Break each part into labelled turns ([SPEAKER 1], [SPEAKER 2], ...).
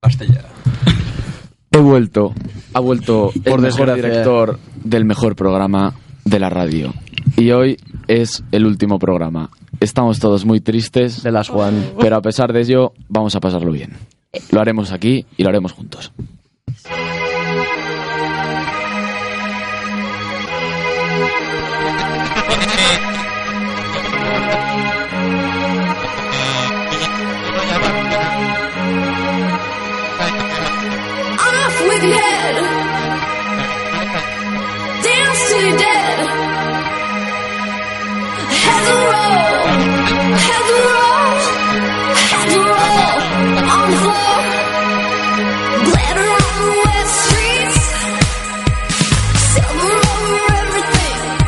[SPEAKER 1] Pastellera.
[SPEAKER 2] He vuelto, ha vuelto
[SPEAKER 3] El
[SPEAKER 2] el mejor
[SPEAKER 3] mejor
[SPEAKER 2] director del mejor programa de la radio. Y hoy es el último programa. Estamos todos muy tristes,
[SPEAKER 3] De las Juan.
[SPEAKER 2] pero a pesar de ello, vamos a pasarlo bien. Lo haremos aquí y lo haremos juntos.
[SPEAKER 4] Off with your head. Dance till you're dead. Heads will roll. Heads will roll. Heads will roll. On the floor. Glitter on the west streets. Silver over everything.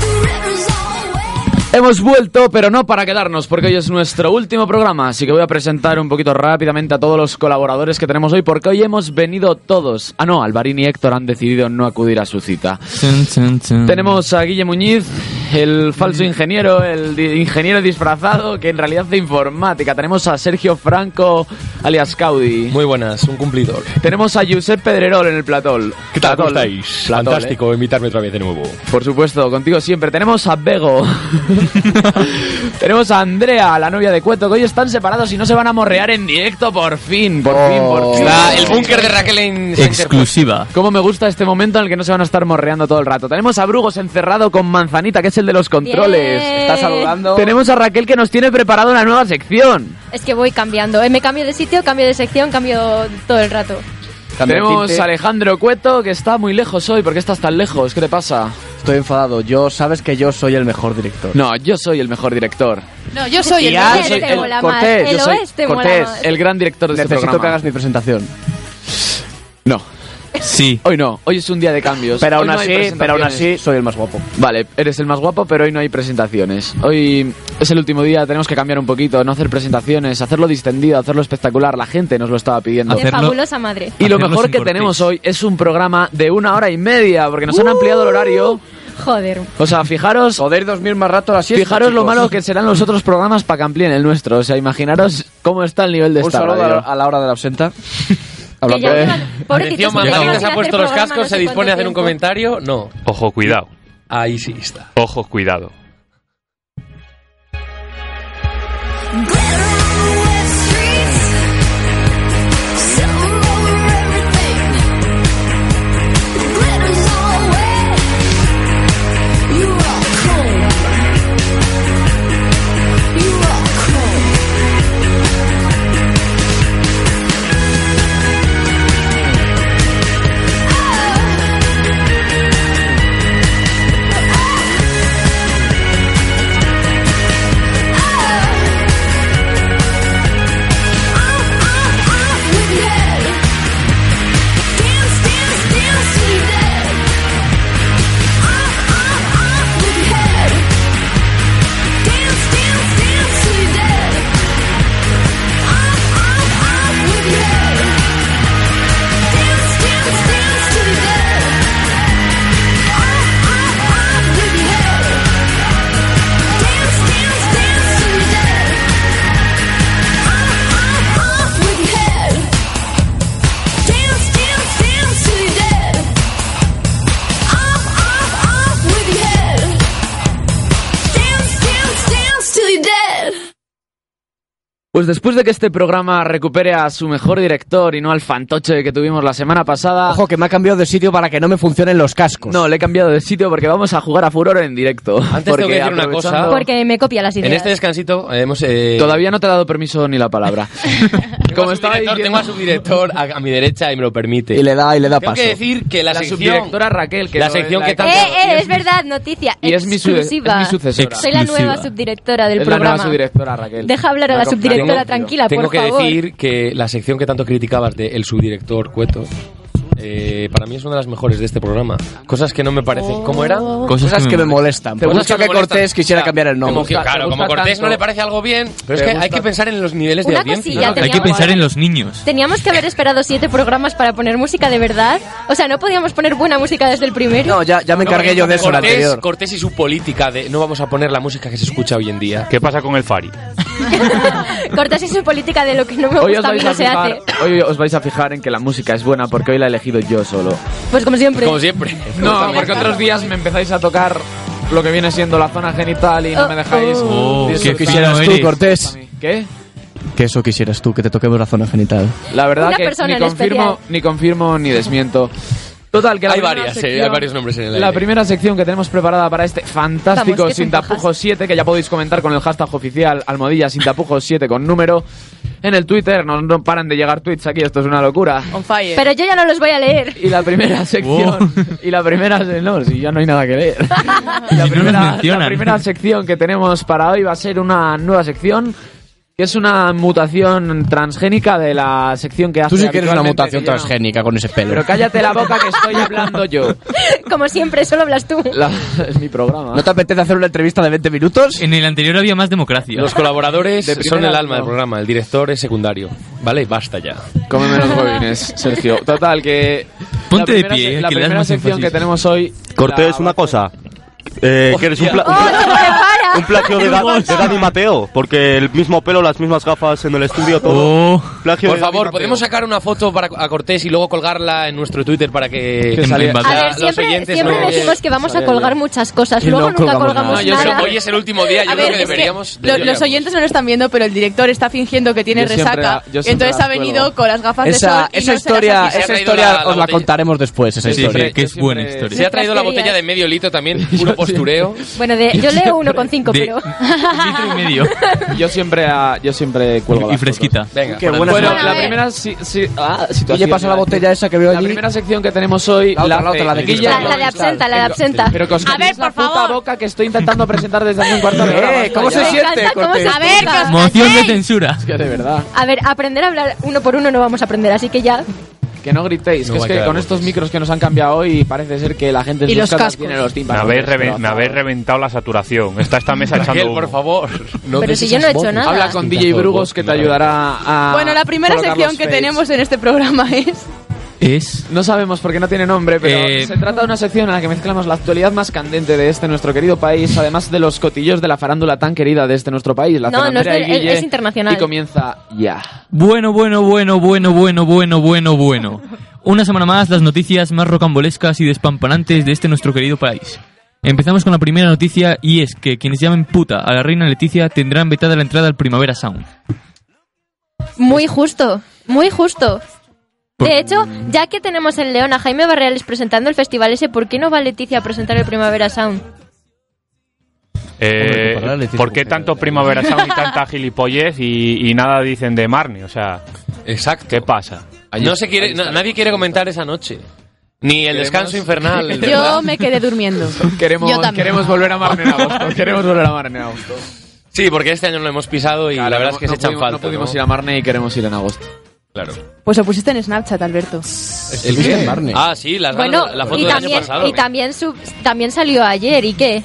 [SPEAKER 4] The river's all wet.
[SPEAKER 2] Hemos vuelto, pero no para quedarnos, porque hoy es nuestro último programa, así que voy a presentar un poquito rápidamente a todos los colaboradores que tenemos hoy, porque hoy hemos venido todos. Ah, no, Alvarín y Héctor han decidido no acudir a su cita.
[SPEAKER 1] Mm.
[SPEAKER 2] Tenemos a Guille Muñiz, el falso ingeniero, el di- ingeniero disfrazado que en realidad hace informática. Tenemos a Sergio Franco, alias Caudi.
[SPEAKER 1] Muy buenas, un cumplidor.
[SPEAKER 2] Tenemos a Josep Pedrerol en el platol.
[SPEAKER 5] ¿Qué tal? ¿Cómo
[SPEAKER 2] Platol.
[SPEAKER 5] estáis?
[SPEAKER 2] Platol,
[SPEAKER 5] Fantástico invitarme otra vez de nuevo.
[SPEAKER 2] eh. Por supuesto, contigo siempre. Tenemos a Bego. Tenemos a Andrea, la novia de Cueto, que hoy están separados y no se van a morrear en directo por fin, por fin, por fin.
[SPEAKER 1] La- el búnker de Raquel en
[SPEAKER 6] Exclusiva.
[SPEAKER 2] Cómo me gusta este momento en el que no se van a estar morreando todo el rato. Tenemos a Brugos encerrado con Manzanita, que es el de los controles.
[SPEAKER 7] Bien.
[SPEAKER 3] Está saludando.
[SPEAKER 2] Tenemos a Raquel que nos tiene preparada una nueva sección.
[SPEAKER 7] Es que voy cambiando. eh, Me cambio de sitio, cambio de sección, cambio todo el rato.
[SPEAKER 3] Cambio de
[SPEAKER 2] Tenemos
[SPEAKER 3] tinte.
[SPEAKER 2] a Alejandro Cueto que está muy lejos hoy. ¿Por qué estás tan lejos? ¿Qué te pasa?
[SPEAKER 3] Estoy enfadado. Yo sabes que yo soy el mejor director.
[SPEAKER 2] No, yo soy el mejor director.
[SPEAKER 7] No, yo soy
[SPEAKER 3] el
[SPEAKER 7] el
[SPEAKER 3] Ya,
[SPEAKER 7] oeste.
[SPEAKER 3] ah, soy el-
[SPEAKER 7] mola
[SPEAKER 3] Cortés,
[SPEAKER 7] más.
[SPEAKER 3] yo
[SPEAKER 7] El
[SPEAKER 3] soy
[SPEAKER 7] oeste
[SPEAKER 3] Cortés,
[SPEAKER 7] mola más.
[SPEAKER 2] El gran director de
[SPEAKER 3] Necesito
[SPEAKER 2] este programa.
[SPEAKER 3] que hagas mi presentación.
[SPEAKER 2] No,
[SPEAKER 6] Sí.
[SPEAKER 2] hoy no. Hoy es un día de cambios.
[SPEAKER 3] Pero
[SPEAKER 2] Hoy
[SPEAKER 3] aún
[SPEAKER 2] no hay
[SPEAKER 3] así, pero aún
[SPEAKER 2] presentaciones.
[SPEAKER 3] así soy el más guapo.
[SPEAKER 2] Vale, eres el más guapo, pero hoy no hay presentaciones. Hoy es el último día, tenemos que cambiar un poquito, no hacer presentaciones, hacerlo distendido, hacerlo espectacular. La gente nos lo estaba pidiendo.
[SPEAKER 7] De
[SPEAKER 6] Hacerlo-
[SPEAKER 7] fabulosa madre.
[SPEAKER 2] Y lo
[SPEAKER 6] Hacerlo
[SPEAKER 2] mejor
[SPEAKER 6] sin
[SPEAKER 2] que
[SPEAKER 6] cortes.
[SPEAKER 2] tenemos hoy es un programa de una hora y media, porque
[SPEAKER 3] ¡Uh!
[SPEAKER 2] nos han ampliado el horario.
[SPEAKER 7] Joder.
[SPEAKER 2] O sea, fijaros,
[SPEAKER 3] Podéis dormir más rato así.
[SPEAKER 2] fijaros lo malo que serán los otros programas para que amplíen el nuestro. O sea, imaginaros cómo está el nivel de
[SPEAKER 3] Un
[SPEAKER 2] esta
[SPEAKER 3] saludo
[SPEAKER 2] radio.
[SPEAKER 3] a, a la hora de la pues. ausenta.
[SPEAKER 7] Que ya
[SPEAKER 2] de-
[SPEAKER 7] llevan-
[SPEAKER 1] Atención,
[SPEAKER 7] pobrecitos, que llevan
[SPEAKER 1] Manzanita se
[SPEAKER 7] sin
[SPEAKER 1] ha puesto
[SPEAKER 7] hacer
[SPEAKER 1] los
[SPEAKER 7] programa
[SPEAKER 1] cascos,
[SPEAKER 7] no sé
[SPEAKER 1] se dispone a hacer un
[SPEAKER 7] cuánto tiempo.
[SPEAKER 1] comentario. No,
[SPEAKER 5] Ojo, cuidado.
[SPEAKER 1] ahí sí está.
[SPEAKER 5] Ojo, cuidado.
[SPEAKER 4] Glitter on the west streets. Silver over everything. The glitter's all wet. You're all cold. You're all cold.
[SPEAKER 2] Pues después de que este programa recupere a su mejor director y no al fantoche que tuvimos la semana pasada.
[SPEAKER 3] Ojo, que me ha cambiado de sitio para que no me funcionen los cascos.
[SPEAKER 2] No, le he cambiado de sitio porque vamos a jugar a Furor en directo.
[SPEAKER 1] Antes
[SPEAKER 2] Porque
[SPEAKER 1] tengo que decir una cosa.
[SPEAKER 2] aprovechando-
[SPEAKER 7] Porque me copia las ideas.
[SPEAKER 1] En este descansito eh, hemos... eh,
[SPEAKER 2] Todavía no te he dado permiso ni la palabra.
[SPEAKER 1] tengo
[SPEAKER 2] Como
[SPEAKER 1] a
[SPEAKER 2] estaba
[SPEAKER 1] subdirector,
[SPEAKER 2] diciendo-
[SPEAKER 1] Tengo a subdirector a, a mi derecha y me lo permite.
[SPEAKER 3] Y le da, y le da
[SPEAKER 1] Tengo
[SPEAKER 3] paso.
[SPEAKER 1] que decir que la,
[SPEAKER 2] la
[SPEAKER 1] sección...
[SPEAKER 2] subdirectora Raquel, que
[SPEAKER 1] la
[SPEAKER 2] no-
[SPEAKER 1] sección que
[SPEAKER 2] he
[SPEAKER 1] tal-
[SPEAKER 2] cambiado.
[SPEAKER 7] Eh, eh,
[SPEAKER 2] Y
[SPEAKER 7] es verdad, noticia.
[SPEAKER 2] Y es mi, su- es
[SPEAKER 7] exclusiva.
[SPEAKER 2] mi sucesora.
[SPEAKER 7] Soy la nueva
[SPEAKER 6] Exclusiva.
[SPEAKER 7] subdirectora del
[SPEAKER 2] es la nueva
[SPEAKER 7] programa.
[SPEAKER 2] subdirectora Raquel.
[SPEAKER 7] Deja hablar a
[SPEAKER 2] Me
[SPEAKER 7] la
[SPEAKER 2] ha
[SPEAKER 7] subdirectora
[SPEAKER 2] confiado.
[SPEAKER 7] tranquila,
[SPEAKER 1] Tengo
[SPEAKER 7] por
[SPEAKER 1] que
[SPEAKER 7] favor.
[SPEAKER 1] decir que la sección que tanto criticabas de el subdirector Cueto, eh, para mí es una de las mejores de este programa. Cosas que no me parecen. ¿Cómo era?
[SPEAKER 7] Oh.
[SPEAKER 6] Cosas,
[SPEAKER 3] Cosas que me
[SPEAKER 6] molan.
[SPEAKER 3] molestan.
[SPEAKER 2] Te
[SPEAKER 3] Por mucho
[SPEAKER 2] gusta
[SPEAKER 3] que
[SPEAKER 1] me molestan.
[SPEAKER 3] Cortés quisiera
[SPEAKER 1] Ya,
[SPEAKER 3] cambiar el
[SPEAKER 1] como
[SPEAKER 3] nombre.
[SPEAKER 1] que,
[SPEAKER 2] gusta-
[SPEAKER 1] claro,
[SPEAKER 2] te
[SPEAKER 1] como
[SPEAKER 2] gusta
[SPEAKER 1] Cortés no
[SPEAKER 2] tanto.
[SPEAKER 1] le parece algo bien, pero es
[SPEAKER 2] Te
[SPEAKER 1] que hay
[SPEAKER 2] gusta.
[SPEAKER 1] que pensar en los niveles de
[SPEAKER 7] Una
[SPEAKER 1] audiencia.
[SPEAKER 7] cosilla,
[SPEAKER 6] Hay que
[SPEAKER 7] Teníamos-
[SPEAKER 6] pensar en los niños.
[SPEAKER 7] Teníamos que haber esperado siete programas para poner música de verdad. O sea, no podíamos poner buena música desde el primero.
[SPEAKER 3] No, ya, ya me
[SPEAKER 1] No,
[SPEAKER 3] encargué
[SPEAKER 1] porque
[SPEAKER 3] yo de eso el
[SPEAKER 1] Cortés,
[SPEAKER 3] anterior.
[SPEAKER 1] Cortés y su política de no vamos a poner la música que se escucha hoy en día.
[SPEAKER 5] ¿Qué pasa con el Fari?
[SPEAKER 7] Cortas es su política de lo que no me
[SPEAKER 2] Hoy os,
[SPEAKER 7] gusta a mí
[SPEAKER 2] vais
[SPEAKER 7] no
[SPEAKER 2] a
[SPEAKER 7] se
[SPEAKER 2] fijar,
[SPEAKER 7] hace.
[SPEAKER 2] hoy os vais a fijar en que la música es buena porque hoy la he elegido yo solo.
[SPEAKER 7] Pues como siempre.
[SPEAKER 1] Como siempre.
[SPEAKER 2] No, porque otros días me empezáis a tocar lo que viene siendo la zona genital y no
[SPEAKER 7] Oh,
[SPEAKER 2] me dejáis.
[SPEAKER 6] Oh,
[SPEAKER 2] disfrutar.
[SPEAKER 6] qué fino
[SPEAKER 3] Tú,
[SPEAKER 6] eres.
[SPEAKER 3] Cortés.
[SPEAKER 2] ¿Qué?
[SPEAKER 3] Que eso quisieras tú, que te toquemos la zona genital.
[SPEAKER 2] La verdad
[SPEAKER 7] Una
[SPEAKER 2] que
[SPEAKER 7] persona
[SPEAKER 2] ni
[SPEAKER 7] en
[SPEAKER 2] confirmo,
[SPEAKER 7] especial.
[SPEAKER 2] ni confirmo ni desmiento. Total, que la
[SPEAKER 1] Hay
[SPEAKER 2] primera
[SPEAKER 1] varias, eh,
[SPEAKER 2] sección-
[SPEAKER 1] hay varios nombres en el
[SPEAKER 2] La
[SPEAKER 1] aire.
[SPEAKER 2] primera sección que tenemos preparada para este fantástico
[SPEAKER 7] Vamos, que son
[SPEAKER 2] Sin Tapujos
[SPEAKER 7] pajas.
[SPEAKER 2] 7, que ya podéis comentar con el hashtag oficial almohadilla Sin Tapujos 7 con número en el Twitter. No, no paran de llegar tweets aquí, esto es una locura.
[SPEAKER 7] Oh.
[SPEAKER 8] On fire.
[SPEAKER 7] Pero yo ya no los voy a leer.
[SPEAKER 2] Y la
[SPEAKER 7] Oh.
[SPEAKER 2] primera sección. Y la primera. se- No, si ya no hay nada que leer. Y la,
[SPEAKER 6] nos
[SPEAKER 2] primera,
[SPEAKER 6] mencionan.
[SPEAKER 2] la primera sección que tenemos para hoy va a ser una nueva sección. Que es una mutación transgénica de la sección que hace.
[SPEAKER 3] Tú sí que eres una
[SPEAKER 2] habitualmente,
[SPEAKER 3] mutación
[SPEAKER 2] que ya-
[SPEAKER 3] transgénica con ese pelo.
[SPEAKER 2] Pero cállate la boca que estoy hablando yo.
[SPEAKER 7] Como siempre, solo hablas tú.
[SPEAKER 2] La- es mi programa.
[SPEAKER 3] ¿No te apetece hacer una entrevista de 20 minutos?
[SPEAKER 6] En el anterior había más democracia.
[SPEAKER 1] Los colaboradores
[SPEAKER 2] De primera,
[SPEAKER 1] son el alma
[SPEAKER 2] no.
[SPEAKER 1] del programa, el director es secundario. Vale, basta ya.
[SPEAKER 2] Cómeme los huevines, Sergio. Total, que.
[SPEAKER 6] Ponte
[SPEAKER 2] la
[SPEAKER 6] de
[SPEAKER 2] primera
[SPEAKER 6] pie,
[SPEAKER 2] se-
[SPEAKER 6] eh,
[SPEAKER 2] La
[SPEAKER 6] que le das
[SPEAKER 2] primera
[SPEAKER 6] más
[SPEAKER 2] sección
[SPEAKER 6] énfasis.
[SPEAKER 2] que tenemos hoy.
[SPEAKER 9] Cortés,
[SPEAKER 2] la-
[SPEAKER 9] una cosa. Eh, que eres un, pla-
[SPEAKER 7] ¡Oh, se prepara!
[SPEAKER 9] un plagio de, Ga- de Dani Mateo, porque el mismo pelo, las mismas gafas en el estudio, todo.
[SPEAKER 6] Oh,
[SPEAKER 9] Plagio
[SPEAKER 1] Por
[SPEAKER 9] de Dani
[SPEAKER 1] favor,
[SPEAKER 9] Mateo.
[SPEAKER 1] ¿podemos sacar una foto para, a Cortés y luego colgarla en nuestro Twitter para que,
[SPEAKER 6] Que salga-
[SPEAKER 1] o
[SPEAKER 7] A
[SPEAKER 1] sea,
[SPEAKER 7] ver, siempre, siempre
[SPEAKER 1] no-
[SPEAKER 7] decimos que vamos a colgar muchas cosas,
[SPEAKER 3] Y
[SPEAKER 7] luego
[SPEAKER 3] no
[SPEAKER 7] nunca
[SPEAKER 3] colgamos
[SPEAKER 1] No,
[SPEAKER 7] colgamos
[SPEAKER 1] yo
[SPEAKER 7] nada.
[SPEAKER 1] sé, hoy es el último día, yo
[SPEAKER 8] A
[SPEAKER 1] creo
[SPEAKER 8] ver,
[SPEAKER 1] que
[SPEAKER 8] es que
[SPEAKER 1] deberíamos...
[SPEAKER 8] lo- los
[SPEAKER 1] deberíamos.
[SPEAKER 8] oyentes no lo están viendo, pero el director está fingiendo que tiene
[SPEAKER 2] Yo siempre
[SPEAKER 8] resaca.
[SPEAKER 2] la- yo siempre
[SPEAKER 8] entonces
[SPEAKER 2] la
[SPEAKER 8] ha venido
[SPEAKER 2] cuelgo.
[SPEAKER 8] con las gafas
[SPEAKER 3] Esa,
[SPEAKER 8] de sol. y
[SPEAKER 3] esa
[SPEAKER 8] no se las
[SPEAKER 3] historia,
[SPEAKER 8] ha quitado.
[SPEAKER 1] Se ha
[SPEAKER 3] esa
[SPEAKER 1] traído
[SPEAKER 3] historia
[SPEAKER 1] la- la
[SPEAKER 3] os la
[SPEAKER 1] botella.
[SPEAKER 3] contaremos después, esa
[SPEAKER 6] Sí, sí,
[SPEAKER 3] historia.
[SPEAKER 6] que es buena historia.
[SPEAKER 1] Se ha traído la
[SPEAKER 7] Nuestras
[SPEAKER 1] botella
[SPEAKER 7] teorías.
[SPEAKER 1] de medio litro también, puro postureo.
[SPEAKER 7] Bueno, de- yo leo uno con cinco,
[SPEAKER 6] de-
[SPEAKER 7] pero...
[SPEAKER 6] un litro y medio.
[SPEAKER 2] Yo siempre, ah, yo siempre cuelgo.
[SPEAKER 6] Y
[SPEAKER 2] las
[SPEAKER 6] fresquita.
[SPEAKER 1] Venga,
[SPEAKER 3] Qué
[SPEAKER 1] por
[SPEAKER 3] buena
[SPEAKER 2] Bueno,
[SPEAKER 7] Bueno, a
[SPEAKER 2] la
[SPEAKER 7] ver.
[SPEAKER 2] primera si, si- ah, situación.
[SPEAKER 3] Oye, pasa la botella esa que veo
[SPEAKER 2] La
[SPEAKER 3] allí.
[SPEAKER 2] primera sección que tenemos hoy.
[SPEAKER 3] La otra, la otra, la de
[SPEAKER 2] Guilla-
[SPEAKER 7] La, la de absenta, la de absenta.
[SPEAKER 2] Pero que os
[SPEAKER 8] A ver,
[SPEAKER 2] calléis la
[SPEAKER 8] por
[SPEAKER 2] puta
[SPEAKER 8] favor.
[SPEAKER 2] boca que estoy intentando presentar desde hace un cuarto de hora.
[SPEAKER 3] Eh, ¿cómo se
[SPEAKER 2] basta ya.
[SPEAKER 7] Me
[SPEAKER 3] siente,
[SPEAKER 7] encanta cómo se
[SPEAKER 3] Cortés?
[SPEAKER 8] A ver,
[SPEAKER 7] apunta.
[SPEAKER 8] que os-
[SPEAKER 6] Moción de
[SPEAKER 8] ¡Ey!
[SPEAKER 6] censura.
[SPEAKER 2] Es que de verdad,
[SPEAKER 7] A ver, aprender a hablar uno por uno no vamos a aprender, así que ya...
[SPEAKER 2] que no gritéis,
[SPEAKER 1] No
[SPEAKER 2] que
[SPEAKER 1] va a
[SPEAKER 2] es que
[SPEAKER 1] quedar
[SPEAKER 2] con estos
[SPEAKER 1] botes.
[SPEAKER 2] micros que nos han cambiado hoy parece ser que la gente en
[SPEAKER 8] Y
[SPEAKER 2] sus
[SPEAKER 8] los
[SPEAKER 2] casas
[SPEAKER 8] cascos.
[SPEAKER 2] tiene los
[SPEAKER 10] Me
[SPEAKER 2] tímpanos.
[SPEAKER 10] habéis, reve-
[SPEAKER 2] destrozados.
[SPEAKER 10] me habéis reventado la saturación. Está esta mesa
[SPEAKER 1] Raquel,
[SPEAKER 10] echando
[SPEAKER 1] por
[SPEAKER 10] humo. Eh,
[SPEAKER 1] favor. no
[SPEAKER 7] Pero
[SPEAKER 1] des
[SPEAKER 7] si yo
[SPEAKER 1] esas
[SPEAKER 7] no he hecho
[SPEAKER 1] voces.
[SPEAKER 7] nada.
[SPEAKER 2] Habla con DJ Brugos que te ayudará a.
[SPEAKER 8] Bueno, la primera
[SPEAKER 2] colocar
[SPEAKER 8] sección
[SPEAKER 2] los
[SPEAKER 8] que
[SPEAKER 2] fades.
[SPEAKER 8] tenemos en este programa es.
[SPEAKER 6] Es.
[SPEAKER 2] No sabemos por qué no tiene nombre, pero
[SPEAKER 6] Eh,
[SPEAKER 2] se trata de una sección en la que mezclamos la actualidad más candente de este nuestro querido país, además de los cotillos de la farándula tan querida de este nuestro país, la
[SPEAKER 7] No,
[SPEAKER 2] zona
[SPEAKER 7] no es
[SPEAKER 2] Andrea y
[SPEAKER 7] de- es-
[SPEAKER 2] Guille,
[SPEAKER 7] es internacional.
[SPEAKER 2] Y comienza ya.
[SPEAKER 6] Bueno, bueno, bueno, bueno, bueno, bueno, bueno, bueno. Una semana más, las noticias más rocambolescas y despampanantes de este nuestro querido país. Empezamos con la primera noticia y es que quienes llamen puta a la reina Leticia tendrán vetada la entrada al Primavera Sound.
[SPEAKER 7] Muy justo, muy justo. De hecho, ya que tenemos en León a Jaime Barreales presentando el festival ese, ¿por qué no va Leticia a presentar el Primavera Sound?
[SPEAKER 10] Eh,
[SPEAKER 3] Hombre, compararle, decir,
[SPEAKER 10] ¿Por qué
[SPEAKER 3] mujer,
[SPEAKER 10] tanto Primavera Sound y tanta gilipollez y, y nada dicen de Marnie? O sea,
[SPEAKER 1] Exacto.
[SPEAKER 10] ¿qué pasa?
[SPEAKER 1] No se quiere, na- nadie quiere comentar esa noche. Ni el descanso infernal. ¿verdad?
[SPEAKER 8] Yo me quedé durmiendo.
[SPEAKER 2] Queremos,
[SPEAKER 8] Yo también.
[SPEAKER 2] queremos volver a Marne en agosto. Queremos volver a Marne en agosto.
[SPEAKER 1] Sí, porque este año lo hemos pisado y la verdad es que se echan
[SPEAKER 2] pudimos,
[SPEAKER 1] falta.
[SPEAKER 2] No pudimos ir a Marne y queremos ir en agosto.
[SPEAKER 1] Claro.
[SPEAKER 8] Pues lo pusiste en Snapchat, Alberto.
[SPEAKER 3] El Mr. Barney.
[SPEAKER 1] Ah, sí, las
[SPEAKER 7] Bueno,
[SPEAKER 1] ganas- la foto
[SPEAKER 7] y,
[SPEAKER 1] del
[SPEAKER 7] también,
[SPEAKER 1] año pasado.
[SPEAKER 7] y también, su- también salió ayer, ¿y qué?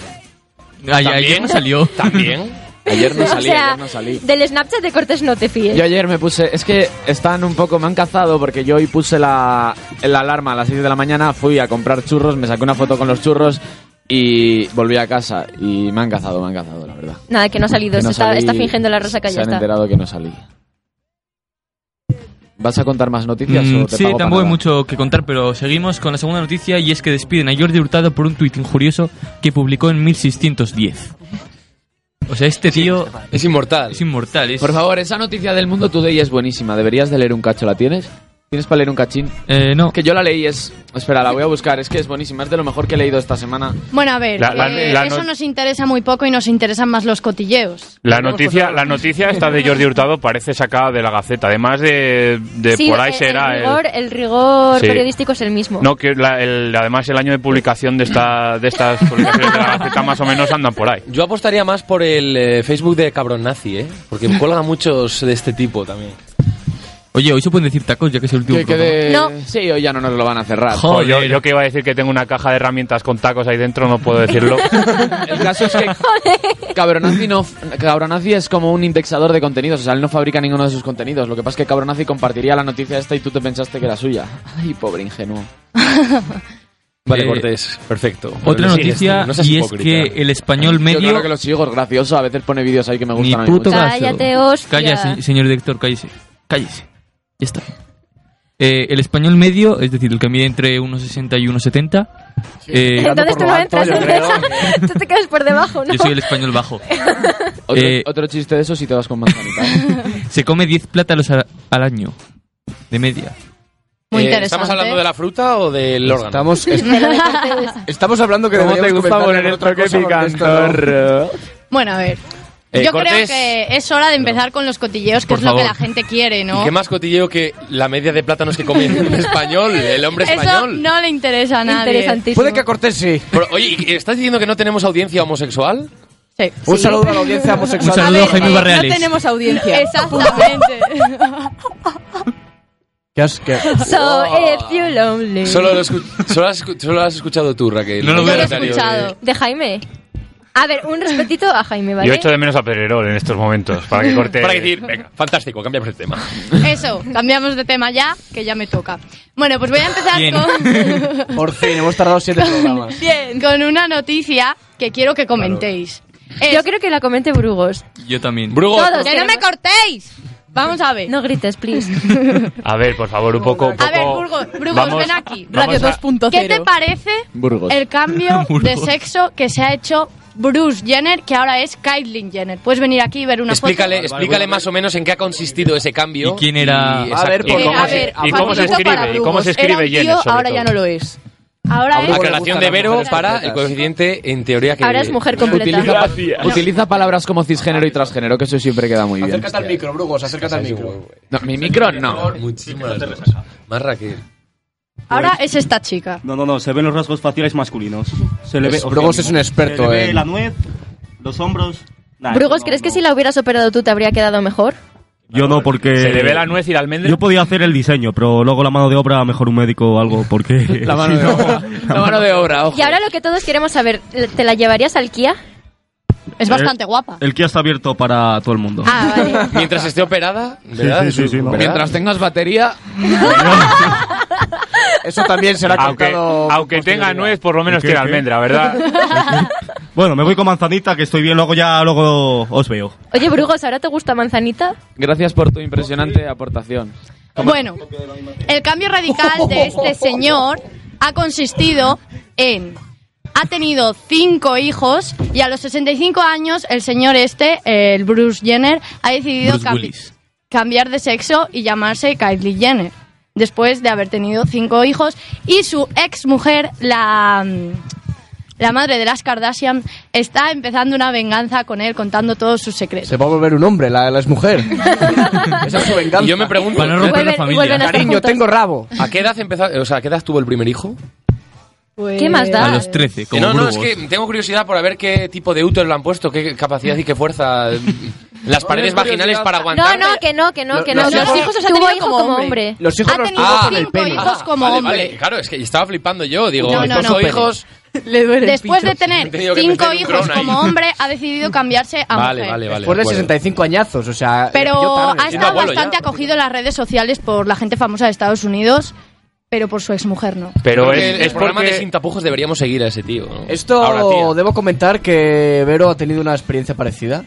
[SPEAKER 6] Ay, ayer no salió.
[SPEAKER 1] También.
[SPEAKER 2] Ayer no salí,
[SPEAKER 7] o sea,
[SPEAKER 2] ayer no salí.
[SPEAKER 7] del Snapchat de Cortés no te fíes.
[SPEAKER 2] Yo ayer me puse, es que están un poco, me han cazado porque yo hoy puse la, la alarma a las 6 de la mañana, fui a comprar churros, me saqué una foto con los churros y volví a casa y me han cazado, me han cazado, la verdad.
[SPEAKER 7] Nada, que no ha salido,
[SPEAKER 2] Que no
[SPEAKER 7] se está,
[SPEAKER 2] salí,
[SPEAKER 7] está fingiendo la rosa que
[SPEAKER 2] Se
[SPEAKER 7] ya
[SPEAKER 2] han
[SPEAKER 7] está.
[SPEAKER 2] enterado que no salí. ¿Vas a contar más noticias
[SPEAKER 6] Mm,
[SPEAKER 2] o te
[SPEAKER 6] sí,
[SPEAKER 2] pago
[SPEAKER 6] tampoco hay
[SPEAKER 2] panada?
[SPEAKER 6] mucho que contar, pero seguimos con la segunda noticia y es que despiden a Jordi Hurtado por un tuit injurioso que publicó en 1610. O sea, este tío
[SPEAKER 1] Es inmortal.
[SPEAKER 6] es inmortal. Es,
[SPEAKER 2] Por favor, esa noticia del Mundo Today es buenísima, deberías de leer un cacho, ¿la tienes? ¿Tienes para leer un cachín?
[SPEAKER 6] Eh, no.
[SPEAKER 2] Que yo la leí, es... Espera, la voy a buscar, es que es buenísima, es de lo mejor que he leído esta semana.
[SPEAKER 11] Bueno, a ver,
[SPEAKER 10] La- la-
[SPEAKER 11] eh,
[SPEAKER 10] la
[SPEAKER 11] eso
[SPEAKER 10] no-
[SPEAKER 11] nos interesa muy poco y nos interesan más los cotilleos.
[SPEAKER 10] La noticia, la noticia esta de Jordi Hurtado parece sacada de la Gaceta. Además de, de
[SPEAKER 7] Sí,
[SPEAKER 10] por ahí
[SPEAKER 7] el-
[SPEAKER 10] será
[SPEAKER 7] el
[SPEAKER 10] el-
[SPEAKER 7] rigor, el rigor
[SPEAKER 10] Sí.
[SPEAKER 7] periodístico es el mismo.
[SPEAKER 10] No, que la- el- además el año de publicación de, esta, de estas publicaciones de la Gaceta más o menos andan por ahí.
[SPEAKER 1] Yo apostaría más por el eh, Facebook de Cabrón Nazi, ¿eh? Porque cuelga muchos de este tipo también.
[SPEAKER 6] Oye, hoy se pueden decir tacos ya que es el último
[SPEAKER 2] Que
[SPEAKER 6] programa.
[SPEAKER 2] quede...
[SPEAKER 7] No.
[SPEAKER 2] Sí, hoy ya no nos lo van a cerrar.
[SPEAKER 6] Jo-
[SPEAKER 10] Jo, Pues yo,
[SPEAKER 6] Joder.
[SPEAKER 10] yo que iba a decir que tengo una caja de herramientas con tacos ahí dentro, no puedo decirlo.
[SPEAKER 2] El caso es que Cabronazi, no, Cabronazi es como un indexador de contenidos, o sea, él no fabrica ninguno de sus contenidos. Lo que pasa es que Cabronazi compartiría la noticia esta y tú te pensaste que era suya. Ay, pobre ingenuo.
[SPEAKER 1] Vale,
[SPEAKER 6] Eh,
[SPEAKER 1] Cortés, perfecto.
[SPEAKER 6] Otra
[SPEAKER 1] No sigues
[SPEAKER 6] noticia
[SPEAKER 2] este,
[SPEAKER 1] tú, no seas
[SPEAKER 6] y es
[SPEAKER 1] hipócrita.
[SPEAKER 6] que el español
[SPEAKER 2] Yo
[SPEAKER 6] medio...
[SPEAKER 2] claro que lo sigo, es gracioso. A veces pone vídeos ahí que me
[SPEAKER 6] Ni
[SPEAKER 2] gustan. a mí
[SPEAKER 6] puto
[SPEAKER 2] mucho.
[SPEAKER 6] caso.
[SPEAKER 7] Cállate, hostia.
[SPEAKER 6] Calla, se- señor director, cállese. Cállese. Ya está. Eh, el español medio, es decir, el que mide entre 1,60 y 1,70. eh,
[SPEAKER 7] Entonces tú no entras en
[SPEAKER 2] creo.
[SPEAKER 7] esa. Tú te quedas por debajo, ¿no?
[SPEAKER 6] yo soy el español bajo.
[SPEAKER 2] Otro,
[SPEAKER 6] Eh,
[SPEAKER 2] otro chiste de esos si te vas con manzanita.
[SPEAKER 6] se come 10 plátanos a- al año. De media.
[SPEAKER 11] Muy
[SPEAKER 1] Eh,
[SPEAKER 11] interesante.
[SPEAKER 1] ¿Estamos hablando de la fruta o del órgano?
[SPEAKER 3] Pues Estamos, es-
[SPEAKER 11] Pero entonces-
[SPEAKER 3] estamos hablando que
[SPEAKER 2] ¿Cómo te
[SPEAKER 3] deberíamos
[SPEAKER 2] gusta
[SPEAKER 3] comentar
[SPEAKER 2] poner
[SPEAKER 3] en
[SPEAKER 2] el
[SPEAKER 3] otra
[SPEAKER 2] toque
[SPEAKER 3] cosa, porque esto
[SPEAKER 2] picantorro?
[SPEAKER 11] Bueno, a ver.
[SPEAKER 1] Eh,
[SPEAKER 11] Yo creo
[SPEAKER 1] Cortés.
[SPEAKER 11] que es hora de empezar con los cotilleos, que
[SPEAKER 1] Por
[SPEAKER 11] es lo que
[SPEAKER 1] favor.
[SPEAKER 11] la gente quiere, ¿no?
[SPEAKER 1] ¿Y qué más cotilleo que la media de plátanos que come un español, el hombre
[SPEAKER 11] Eso
[SPEAKER 1] español?
[SPEAKER 11] no le interesa a nadie.
[SPEAKER 7] Interesantísimo.
[SPEAKER 3] Puede que a Cortés sí.
[SPEAKER 1] Pero, oye, ¿y- ¿estás diciendo que no tenemos audiencia homosexual?
[SPEAKER 11] Sí.
[SPEAKER 3] Un saludo a la audiencia homosexual.
[SPEAKER 6] Un saludo a Jaime Barreales.
[SPEAKER 8] No tenemos audiencia.
[SPEAKER 11] Exactamente.
[SPEAKER 3] ¿Qué has- qué-
[SPEAKER 7] So if you're lonely.
[SPEAKER 1] Solo, lo escu- solo has, escu- solo has escuchado tú, Raquel.
[SPEAKER 6] No lo
[SPEAKER 1] El
[SPEAKER 6] veo.
[SPEAKER 11] Yo lo he
[SPEAKER 1] comentario de-
[SPEAKER 11] escuchado.
[SPEAKER 7] De Jaime. A ver, un respetito a Jaime, ¿vale?
[SPEAKER 10] Yo echo de menos a Pererol en estos momentos, para que corte...
[SPEAKER 1] Para decir, venga, fantástico, cambiamos el tema.
[SPEAKER 11] Eso, cambiamos de tema ya, que ya me toca. Bueno, pues voy a empezar
[SPEAKER 6] Bien.
[SPEAKER 11] con...
[SPEAKER 3] Por fin, hemos tardado siete programas.
[SPEAKER 11] Bien, con una noticia que quiero que comentéis. Es-
[SPEAKER 7] Yo creo que la comente Brugos.
[SPEAKER 6] Yo también.
[SPEAKER 1] Brugo,
[SPEAKER 7] Todos
[SPEAKER 11] ¡Que no me
[SPEAKER 7] queremos-
[SPEAKER 11] cortéis! Vamos a ver.
[SPEAKER 7] No grites, please.
[SPEAKER 10] A ver, por favor, un poco... Un poco
[SPEAKER 11] A ver, Burgos, Burgos,
[SPEAKER 10] vamos-
[SPEAKER 11] ven aquí.
[SPEAKER 10] vamos
[SPEAKER 8] Radio
[SPEAKER 10] a-
[SPEAKER 8] 2.0.
[SPEAKER 11] ¿Qué te parece
[SPEAKER 2] Burgos.
[SPEAKER 11] el cambio de
[SPEAKER 6] Burgos.
[SPEAKER 11] sexo que se ha hecho Bruce Jenner, que ahora es Caitlyn Jenner? Puedes venir aquí y ver una
[SPEAKER 1] explícale,
[SPEAKER 11] foto.
[SPEAKER 1] explícale más o menos en qué ha consistido ese cambio.
[SPEAKER 6] ¿Y quién era?
[SPEAKER 1] Y-
[SPEAKER 6] A
[SPEAKER 1] exacto.
[SPEAKER 3] ver,
[SPEAKER 10] ¿Y
[SPEAKER 11] Eh,
[SPEAKER 10] cómo,
[SPEAKER 11] a
[SPEAKER 10] se,
[SPEAKER 11] ver,
[SPEAKER 10] y cómo se
[SPEAKER 11] facilito para
[SPEAKER 10] escribe? ¿Y cómo se
[SPEAKER 11] Burgos. Era
[SPEAKER 10] escribe
[SPEAKER 11] un tío,
[SPEAKER 10] Jenner, sobre
[SPEAKER 8] Ahora
[SPEAKER 10] todo?
[SPEAKER 8] ya no lo es.
[SPEAKER 11] Ahora es...
[SPEAKER 3] Burgos le
[SPEAKER 1] Aclaración
[SPEAKER 3] gustan
[SPEAKER 1] de
[SPEAKER 3] las
[SPEAKER 1] Vero
[SPEAKER 3] mujeres
[SPEAKER 1] para
[SPEAKER 3] completas.
[SPEAKER 1] el coeficiente en teoría que...
[SPEAKER 7] Ahora es mujer completa.
[SPEAKER 2] Utiliza, pa- utiliza palabras como cisgénero y transgénero, que eso siempre queda muy bien.
[SPEAKER 3] Acércate al micro, Brugos, acércate al micro.
[SPEAKER 2] No, mi micro no.
[SPEAKER 1] Muchísimas gracias. Más Raquel.
[SPEAKER 11] Ahora es esta chica.
[SPEAKER 9] No, no, no, se ven los rasgos faciales masculinos. Se le
[SPEAKER 3] Pues
[SPEAKER 9] ve,
[SPEAKER 3] Brugos es un experto
[SPEAKER 9] se le ve
[SPEAKER 3] en-
[SPEAKER 9] la nuez, los hombros. Nah, eh.
[SPEAKER 7] Brugos,
[SPEAKER 9] no,
[SPEAKER 7] ¿crees que
[SPEAKER 9] no.
[SPEAKER 7] si la hubieras operado tú te habría quedado mejor?
[SPEAKER 9] Yo no, porque.
[SPEAKER 10] Se le ve la nuez y la almendra.
[SPEAKER 9] Yo podía hacer el diseño, pero luego la mano de obra, mejor un médico o algo, porque.
[SPEAKER 2] La mano de obra. La mano de obra, ojo.
[SPEAKER 7] Y ahora lo que todos queremos saber, ¿te la llevarías al Kia?
[SPEAKER 11] Es
[SPEAKER 9] Eh,
[SPEAKER 11] bastante guapa.
[SPEAKER 9] El Kia está abierto para todo el mundo.
[SPEAKER 7] Ah, vale.
[SPEAKER 1] Mientras esté operada, ¿verdad?
[SPEAKER 9] sí, sí, sí, no.
[SPEAKER 1] ¿Verdad?
[SPEAKER 2] Mientras tengas batería,
[SPEAKER 3] Eso también será
[SPEAKER 10] Aunque,
[SPEAKER 3] cortado.
[SPEAKER 10] aunque tenga nuez, por lo menos
[SPEAKER 9] ¿Qué,
[SPEAKER 10] tiene
[SPEAKER 9] qué?
[SPEAKER 10] almendra, ¿verdad?
[SPEAKER 9] Bueno, me voy con manzanita, que estoy bien, luego ya luego os veo.
[SPEAKER 7] Oye, Brugos, ¿ahora te gusta manzanita?
[SPEAKER 2] gracias por tu impresionante aportación.
[SPEAKER 11] Bueno, el cambio radical de este señor ha consistido en... Ha tenido cinco hijos y a los 65 años el señor este, el Bruce Jenner, ha decidido
[SPEAKER 6] Bruce
[SPEAKER 11] cambi-
[SPEAKER 6] Willis.
[SPEAKER 11] cambiar de sexo y llamarse Kylie Jenner, después de haber tenido cinco hijos y su ex mujer, la, mm, la madre de las Kardashian, está empezando una venganza con él contando todos sus secretos.
[SPEAKER 3] Se va a volver un hombre, la, la exmujer. Esa es su venganza.
[SPEAKER 1] Y yo me pregunto,
[SPEAKER 6] Para no romper la
[SPEAKER 7] Vuelven- vuelven
[SPEAKER 6] familia.
[SPEAKER 7] a-
[SPEAKER 3] Cariño,
[SPEAKER 7] juntos.
[SPEAKER 3] tengo rabo.
[SPEAKER 1] ¿a qué edad empezó, o sea, a qué edad tuvo el primer hijo?
[SPEAKER 7] ¿Qué más da?
[SPEAKER 6] A los 13, como
[SPEAKER 1] no, no,
[SPEAKER 6] Burgos.
[SPEAKER 1] es que tengo curiosidad por ver qué tipo de útero le han puesto, qué capacidad y qué fuerza. mm, Las paredes vaginales para
[SPEAKER 7] No,
[SPEAKER 1] aguantar.
[SPEAKER 7] no, que no, que no, que no.
[SPEAKER 3] Los-
[SPEAKER 7] no,
[SPEAKER 3] los
[SPEAKER 7] no.
[SPEAKER 8] hijos los ha
[SPEAKER 7] Tuvo
[SPEAKER 8] tenido
[SPEAKER 7] hijo
[SPEAKER 8] como
[SPEAKER 7] como
[SPEAKER 8] hombre.
[SPEAKER 7] hombre.
[SPEAKER 3] Los hijos
[SPEAKER 11] Ha
[SPEAKER 3] los
[SPEAKER 11] tenido
[SPEAKER 1] Ah,
[SPEAKER 3] en el
[SPEAKER 11] cinco
[SPEAKER 3] pene.
[SPEAKER 11] hijos como
[SPEAKER 1] vale,
[SPEAKER 11] hombre.
[SPEAKER 1] vale, claro, es que estaba flipando yo. Digo,
[SPEAKER 11] No, no,
[SPEAKER 1] estos
[SPEAKER 11] no.
[SPEAKER 1] hijos.
[SPEAKER 8] Le duele el
[SPEAKER 11] Después
[SPEAKER 8] pito.
[SPEAKER 11] de tener
[SPEAKER 1] He tenido que
[SPEAKER 11] cinco
[SPEAKER 1] meter un
[SPEAKER 11] hijos
[SPEAKER 1] dron ahí.
[SPEAKER 11] como hombre, ha decidido cambiarse a
[SPEAKER 1] Vale,
[SPEAKER 11] mujer.
[SPEAKER 1] vale, vale.
[SPEAKER 3] Después de
[SPEAKER 1] acuerdo.
[SPEAKER 3] 65 añazos, o sea. le pilló
[SPEAKER 11] Pero
[SPEAKER 3] tarde.
[SPEAKER 11] ha estado
[SPEAKER 1] abuelo ya.
[SPEAKER 11] bastante acogido en las redes sociales por la gente famosa de Estados Unidos, pero por su exmujer no.
[SPEAKER 10] Pero
[SPEAKER 1] Creo que
[SPEAKER 10] es,
[SPEAKER 1] el
[SPEAKER 10] es
[SPEAKER 1] programa de
[SPEAKER 10] porque...
[SPEAKER 1] Sin Tapujos deberíamos seguir a ese tío. ¿no?
[SPEAKER 3] Esto
[SPEAKER 1] Ahora, tía.
[SPEAKER 3] debo comentar que Vero ha tenido una experiencia parecida.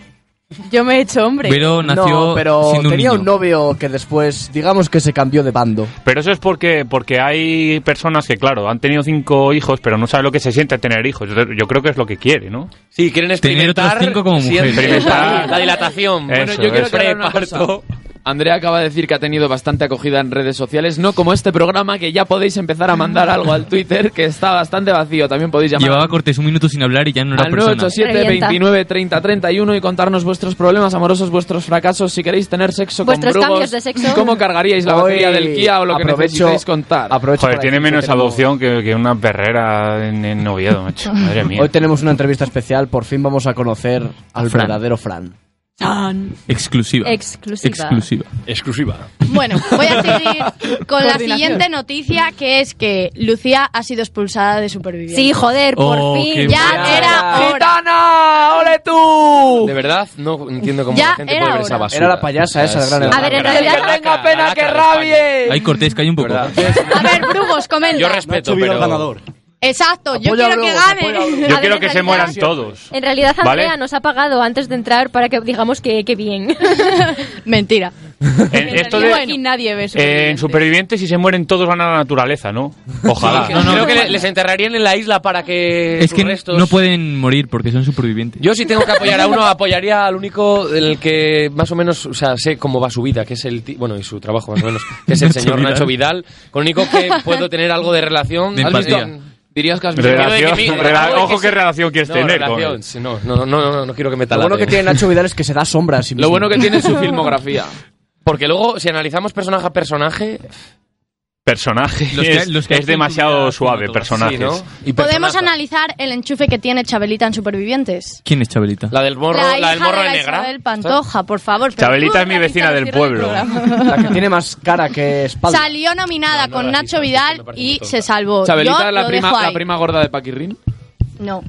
[SPEAKER 8] Yo me he hecho hombre.
[SPEAKER 6] Pero nació
[SPEAKER 3] no, pero
[SPEAKER 6] siendo un
[SPEAKER 3] tenía
[SPEAKER 6] niño.
[SPEAKER 3] un novio que después, digamos que se cambió de bando.
[SPEAKER 10] Pero eso es porque, porque hay personas que, claro, han tenido cinco hijos, pero no saben lo que se siente tener hijos. Entonces, Yo creo que es lo que quiere, ¿no?
[SPEAKER 1] Sí, quieren
[SPEAKER 6] Tener otros
[SPEAKER 1] experimentar.
[SPEAKER 6] cinco como
[SPEAKER 1] siendo-
[SPEAKER 6] mujer.
[SPEAKER 10] Experimentar.
[SPEAKER 1] La dilatación.
[SPEAKER 10] Bueno, Eso, yo quiero eso.
[SPEAKER 2] aclarar una
[SPEAKER 1] Preparto.
[SPEAKER 2] Andrea acaba de decir que ha tenido bastante acogida en redes sociales, no como este programa que ya podéis empezar a mandar algo al Twitter que está bastante vacío. También podéis llamar
[SPEAKER 6] Llevaba Cortés un minuto sin hablar y ya no era
[SPEAKER 2] al
[SPEAKER 6] persona.
[SPEAKER 2] 987
[SPEAKER 7] Revienta.
[SPEAKER 2] 29 30 31 y contarnos vuestros problemas amorosos, vuestros fracasos, si queréis tener sexo
[SPEAKER 7] Vuestros
[SPEAKER 2] con brugos,
[SPEAKER 7] cambios de sexo.
[SPEAKER 2] cómo cargaríais la
[SPEAKER 3] Hoy
[SPEAKER 2] batería del Kia o lo que
[SPEAKER 3] aprovecho-
[SPEAKER 2] necesitéis contar.
[SPEAKER 3] Aprovecho
[SPEAKER 10] Joder,
[SPEAKER 3] para
[SPEAKER 10] tiene
[SPEAKER 3] decir que
[SPEAKER 10] menos
[SPEAKER 3] tenemos-
[SPEAKER 10] adopción que, que una perrera en, en Oviedo, macho. Madre mía.
[SPEAKER 3] Hoy tenemos una entrevista especial, por fin vamos a conocer al
[SPEAKER 6] Fran.
[SPEAKER 3] verdadero Fran.
[SPEAKER 6] Exclusiva.
[SPEAKER 7] Exclusiva.
[SPEAKER 6] Exclusiva.
[SPEAKER 1] Exclusiva.
[SPEAKER 11] Bueno, voy a seguir con la
[SPEAKER 8] Coordinación.
[SPEAKER 11] siguiente noticia, que es que Lucía ha sido expulsada de supervivientes.
[SPEAKER 7] Sí, joder, por
[SPEAKER 6] Oh, qué
[SPEAKER 7] fin.
[SPEAKER 11] ya
[SPEAKER 6] buena.
[SPEAKER 11] era hora.
[SPEAKER 3] Ah,
[SPEAKER 2] ¡Gitana! ¡Ole tú!
[SPEAKER 1] De verdad, no entiendo cómo
[SPEAKER 11] Ya
[SPEAKER 1] la gente
[SPEAKER 11] era
[SPEAKER 1] puede ver esa
[SPEAKER 11] hora.
[SPEAKER 1] basura.
[SPEAKER 3] Era la payasa esa,
[SPEAKER 1] es
[SPEAKER 3] la gran
[SPEAKER 1] la
[SPEAKER 7] A ver, en
[SPEAKER 1] lacra.
[SPEAKER 7] realidad-
[SPEAKER 1] La
[SPEAKER 2] ¡Que tenga
[SPEAKER 1] lacra, la
[SPEAKER 2] pena, que
[SPEAKER 1] lacra de España.
[SPEAKER 2] rabie!
[SPEAKER 6] Ahí Cortés, cae un poco.
[SPEAKER 1] ¿Verdad?
[SPEAKER 11] A ver, Brugos, comenta.
[SPEAKER 1] Yo respeto,
[SPEAKER 9] Subir al
[SPEAKER 1] pero...
[SPEAKER 9] ganador.
[SPEAKER 11] Exacto, yo
[SPEAKER 7] Apoya
[SPEAKER 11] quiero
[SPEAKER 7] a
[SPEAKER 11] que
[SPEAKER 7] Globo, apoya a
[SPEAKER 11] ganen.
[SPEAKER 7] Globo.
[SPEAKER 10] Yo
[SPEAKER 7] ver,
[SPEAKER 10] quiero
[SPEAKER 7] en
[SPEAKER 10] que se
[SPEAKER 7] realidad-
[SPEAKER 10] mueran todos.
[SPEAKER 7] En realidad,
[SPEAKER 10] ¿Vale?
[SPEAKER 7] Andrea nos ha pagado antes de entrar para que digamos que, que bien.
[SPEAKER 11] Mentira.
[SPEAKER 10] En, esto de- eh,
[SPEAKER 8] y nadie ve
[SPEAKER 10] en supervivientes, si se mueren todos, van a la naturaleza, ¿no? Ojalá.
[SPEAKER 3] Creo que le- les enterrarían en la isla para que
[SPEAKER 6] Es
[SPEAKER 3] sus
[SPEAKER 6] que
[SPEAKER 3] restos...
[SPEAKER 6] no pueden morir porque son supervivientes.
[SPEAKER 3] Yo si tengo que apoyar a uno, apoyaría al único...
[SPEAKER 1] El que más o menos, o sea, sé cómo va su vida, que es el. ti- Bueno, y su trabajo más o menos, que es el
[SPEAKER 3] Nacho
[SPEAKER 1] señor
[SPEAKER 3] Vidal.
[SPEAKER 1] Nacho Vidal. Con el único que puedo tener algo de relación.
[SPEAKER 3] De
[SPEAKER 1] ¿Has visto?
[SPEAKER 3] empatía. Dirías que has visto...
[SPEAKER 10] Relación-
[SPEAKER 1] Quiero decir,
[SPEAKER 10] rela-
[SPEAKER 1] algo de
[SPEAKER 10] ojo
[SPEAKER 1] que
[SPEAKER 10] qué
[SPEAKER 1] se-
[SPEAKER 10] relación quieres
[SPEAKER 1] No,
[SPEAKER 10] tener.
[SPEAKER 1] relación,
[SPEAKER 10] con-
[SPEAKER 1] sí, no, no, no, no, no, no quiero que me
[SPEAKER 3] Lo
[SPEAKER 1] taladre.
[SPEAKER 3] bueno que tiene Nacho
[SPEAKER 12] Vidal es que se da sombra a sí
[SPEAKER 3] Lo
[SPEAKER 12] mismo.
[SPEAKER 3] bueno que tiene su filmografía.
[SPEAKER 1] Porque luego, si analizamos personaje a personaje.
[SPEAKER 10] Personajes.
[SPEAKER 1] Los que- los que
[SPEAKER 10] es demasiado suave, personajes.
[SPEAKER 1] Sí, ¿no? Y
[SPEAKER 11] Podemos
[SPEAKER 1] personaje.
[SPEAKER 11] analizar el enchufe que tiene Chabelita en Supervivientes.
[SPEAKER 6] ¿Quién es Chabelita?
[SPEAKER 1] La del morro,
[SPEAKER 11] la,
[SPEAKER 1] la,
[SPEAKER 11] hija
[SPEAKER 1] del morro
[SPEAKER 11] de
[SPEAKER 1] de
[SPEAKER 11] la
[SPEAKER 1] negra.
[SPEAKER 11] Isabel Pantoja, por favor. pero tú
[SPEAKER 10] Chabelita es mi vecina del pueblo.
[SPEAKER 12] La que tiene más cara que espalda.
[SPEAKER 11] Salió nominada
[SPEAKER 12] No, no,
[SPEAKER 11] con
[SPEAKER 12] la
[SPEAKER 11] Nacho Vidal y se salvó.
[SPEAKER 2] Chabelita
[SPEAKER 11] Yo
[SPEAKER 2] es la
[SPEAKER 11] lo
[SPEAKER 2] prima,
[SPEAKER 11] dejo ahí.
[SPEAKER 2] la prima gorda de Paquirrin.
[SPEAKER 11] No.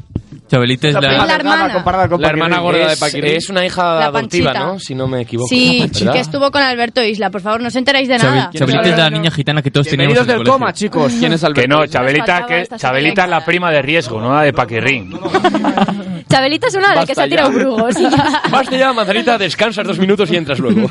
[SPEAKER 6] Chabelita es la,
[SPEAKER 11] Es la hermana.
[SPEAKER 2] La hermana gorda de Paquirrin.
[SPEAKER 1] Es una hija
[SPEAKER 11] La
[SPEAKER 1] adoptiva,
[SPEAKER 11] Panchita.
[SPEAKER 1] ¿no? Si no me equivoco.
[SPEAKER 11] Sí,
[SPEAKER 1] ¿Verdad?
[SPEAKER 11] que estuvo con Alberto Isla. Por favor, no os enteráis de
[SPEAKER 6] Chabel-
[SPEAKER 11] nada.
[SPEAKER 6] Chabelita es la niña gitana que todos teníamos.
[SPEAKER 10] Bienvenidos
[SPEAKER 6] en el
[SPEAKER 10] del
[SPEAKER 6] colegio.
[SPEAKER 10] coma,
[SPEAKER 12] chicos.
[SPEAKER 2] ¿Quién es
[SPEAKER 10] Que
[SPEAKER 2] Alberto?
[SPEAKER 10] no,
[SPEAKER 11] faltaba
[SPEAKER 10] Chabelita, que,
[SPEAKER 11] esta
[SPEAKER 10] Chabelita es la prima de riesgo, no la de Paquirrín.
[SPEAKER 7] Chabelita es una de las que se
[SPEAKER 1] Basta
[SPEAKER 7] ha tirado
[SPEAKER 1] ya.
[SPEAKER 7] brujos.
[SPEAKER 1] Basta ya, manzanita, descansas dos minutos y entras luego.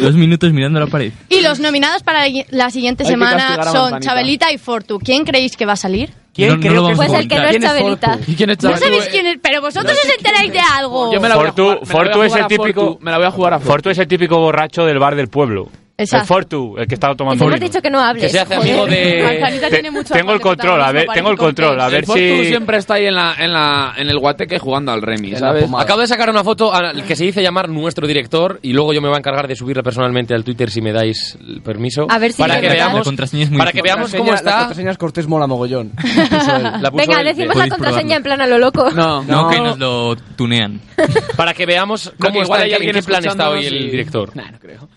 [SPEAKER 6] Dos minutos mirando la pared.
[SPEAKER 11] Y los nominados para la siguiente
[SPEAKER 6] Hay que
[SPEAKER 11] semana
[SPEAKER 6] castigar a
[SPEAKER 11] son
[SPEAKER 6] Manzanita.
[SPEAKER 11] Chabelita y Fortu. ¿Quién creéis que va a salir?
[SPEAKER 6] No- no lo vamos a
[SPEAKER 11] Pues el que no
[SPEAKER 6] comentar.
[SPEAKER 11] es Chabelita.
[SPEAKER 2] ¿Y quién es
[SPEAKER 11] No
[SPEAKER 2] Chabelita?
[SPEAKER 11] sabéis quién es, pero vosotros os enteráis de algo.
[SPEAKER 2] Yo me la voy a
[SPEAKER 10] Fortu,
[SPEAKER 2] jugar, me la voy a
[SPEAKER 10] Fortu es el
[SPEAKER 2] jugar a Fortu.
[SPEAKER 10] típico.
[SPEAKER 2] Me la voy a jugar a Fortu.
[SPEAKER 10] Fortu es el típico borracho del bar del pueblo.
[SPEAKER 11] Exacto.
[SPEAKER 10] El Fortu, el que estaba tomando.
[SPEAKER 7] Hemos
[SPEAKER 10] vino.
[SPEAKER 7] dicho que no hables. joder.
[SPEAKER 10] Te- Tengo el control, a ver, tengo el control, a ver
[SPEAKER 2] el Fortu
[SPEAKER 10] si.
[SPEAKER 2] siempre está ahí en, la, en, la, en el guateque jugando al remi, ¿sabes?
[SPEAKER 1] Acabo de sacar una foto al que se dice llamar nuestro director y luego yo me voy a encargar de subirla personalmente al Twitter si me dais el permiso.
[SPEAKER 7] A ver si
[SPEAKER 1] para
[SPEAKER 7] le
[SPEAKER 1] que
[SPEAKER 7] notas.
[SPEAKER 1] veamos,
[SPEAKER 7] La
[SPEAKER 6] contraseña es muy
[SPEAKER 1] para que veamos cómo
[SPEAKER 12] Las
[SPEAKER 1] está.
[SPEAKER 12] contraseñas Cortés mola mogollón.
[SPEAKER 1] La puso
[SPEAKER 7] Venga,
[SPEAKER 1] él.
[SPEAKER 7] decimos la
[SPEAKER 1] Podéis
[SPEAKER 7] contraseña en plan a lo loco.
[SPEAKER 2] No,
[SPEAKER 6] No, que nos lo tunean.
[SPEAKER 1] probarlo. Para que veamos
[SPEAKER 2] que
[SPEAKER 1] cómo
[SPEAKER 2] igual
[SPEAKER 1] está
[SPEAKER 2] hay
[SPEAKER 1] y en
[SPEAKER 2] alguien
[SPEAKER 1] qué plan está hoy
[SPEAKER 2] escuchándonos y-
[SPEAKER 1] el director.
[SPEAKER 2] Nah, no creo.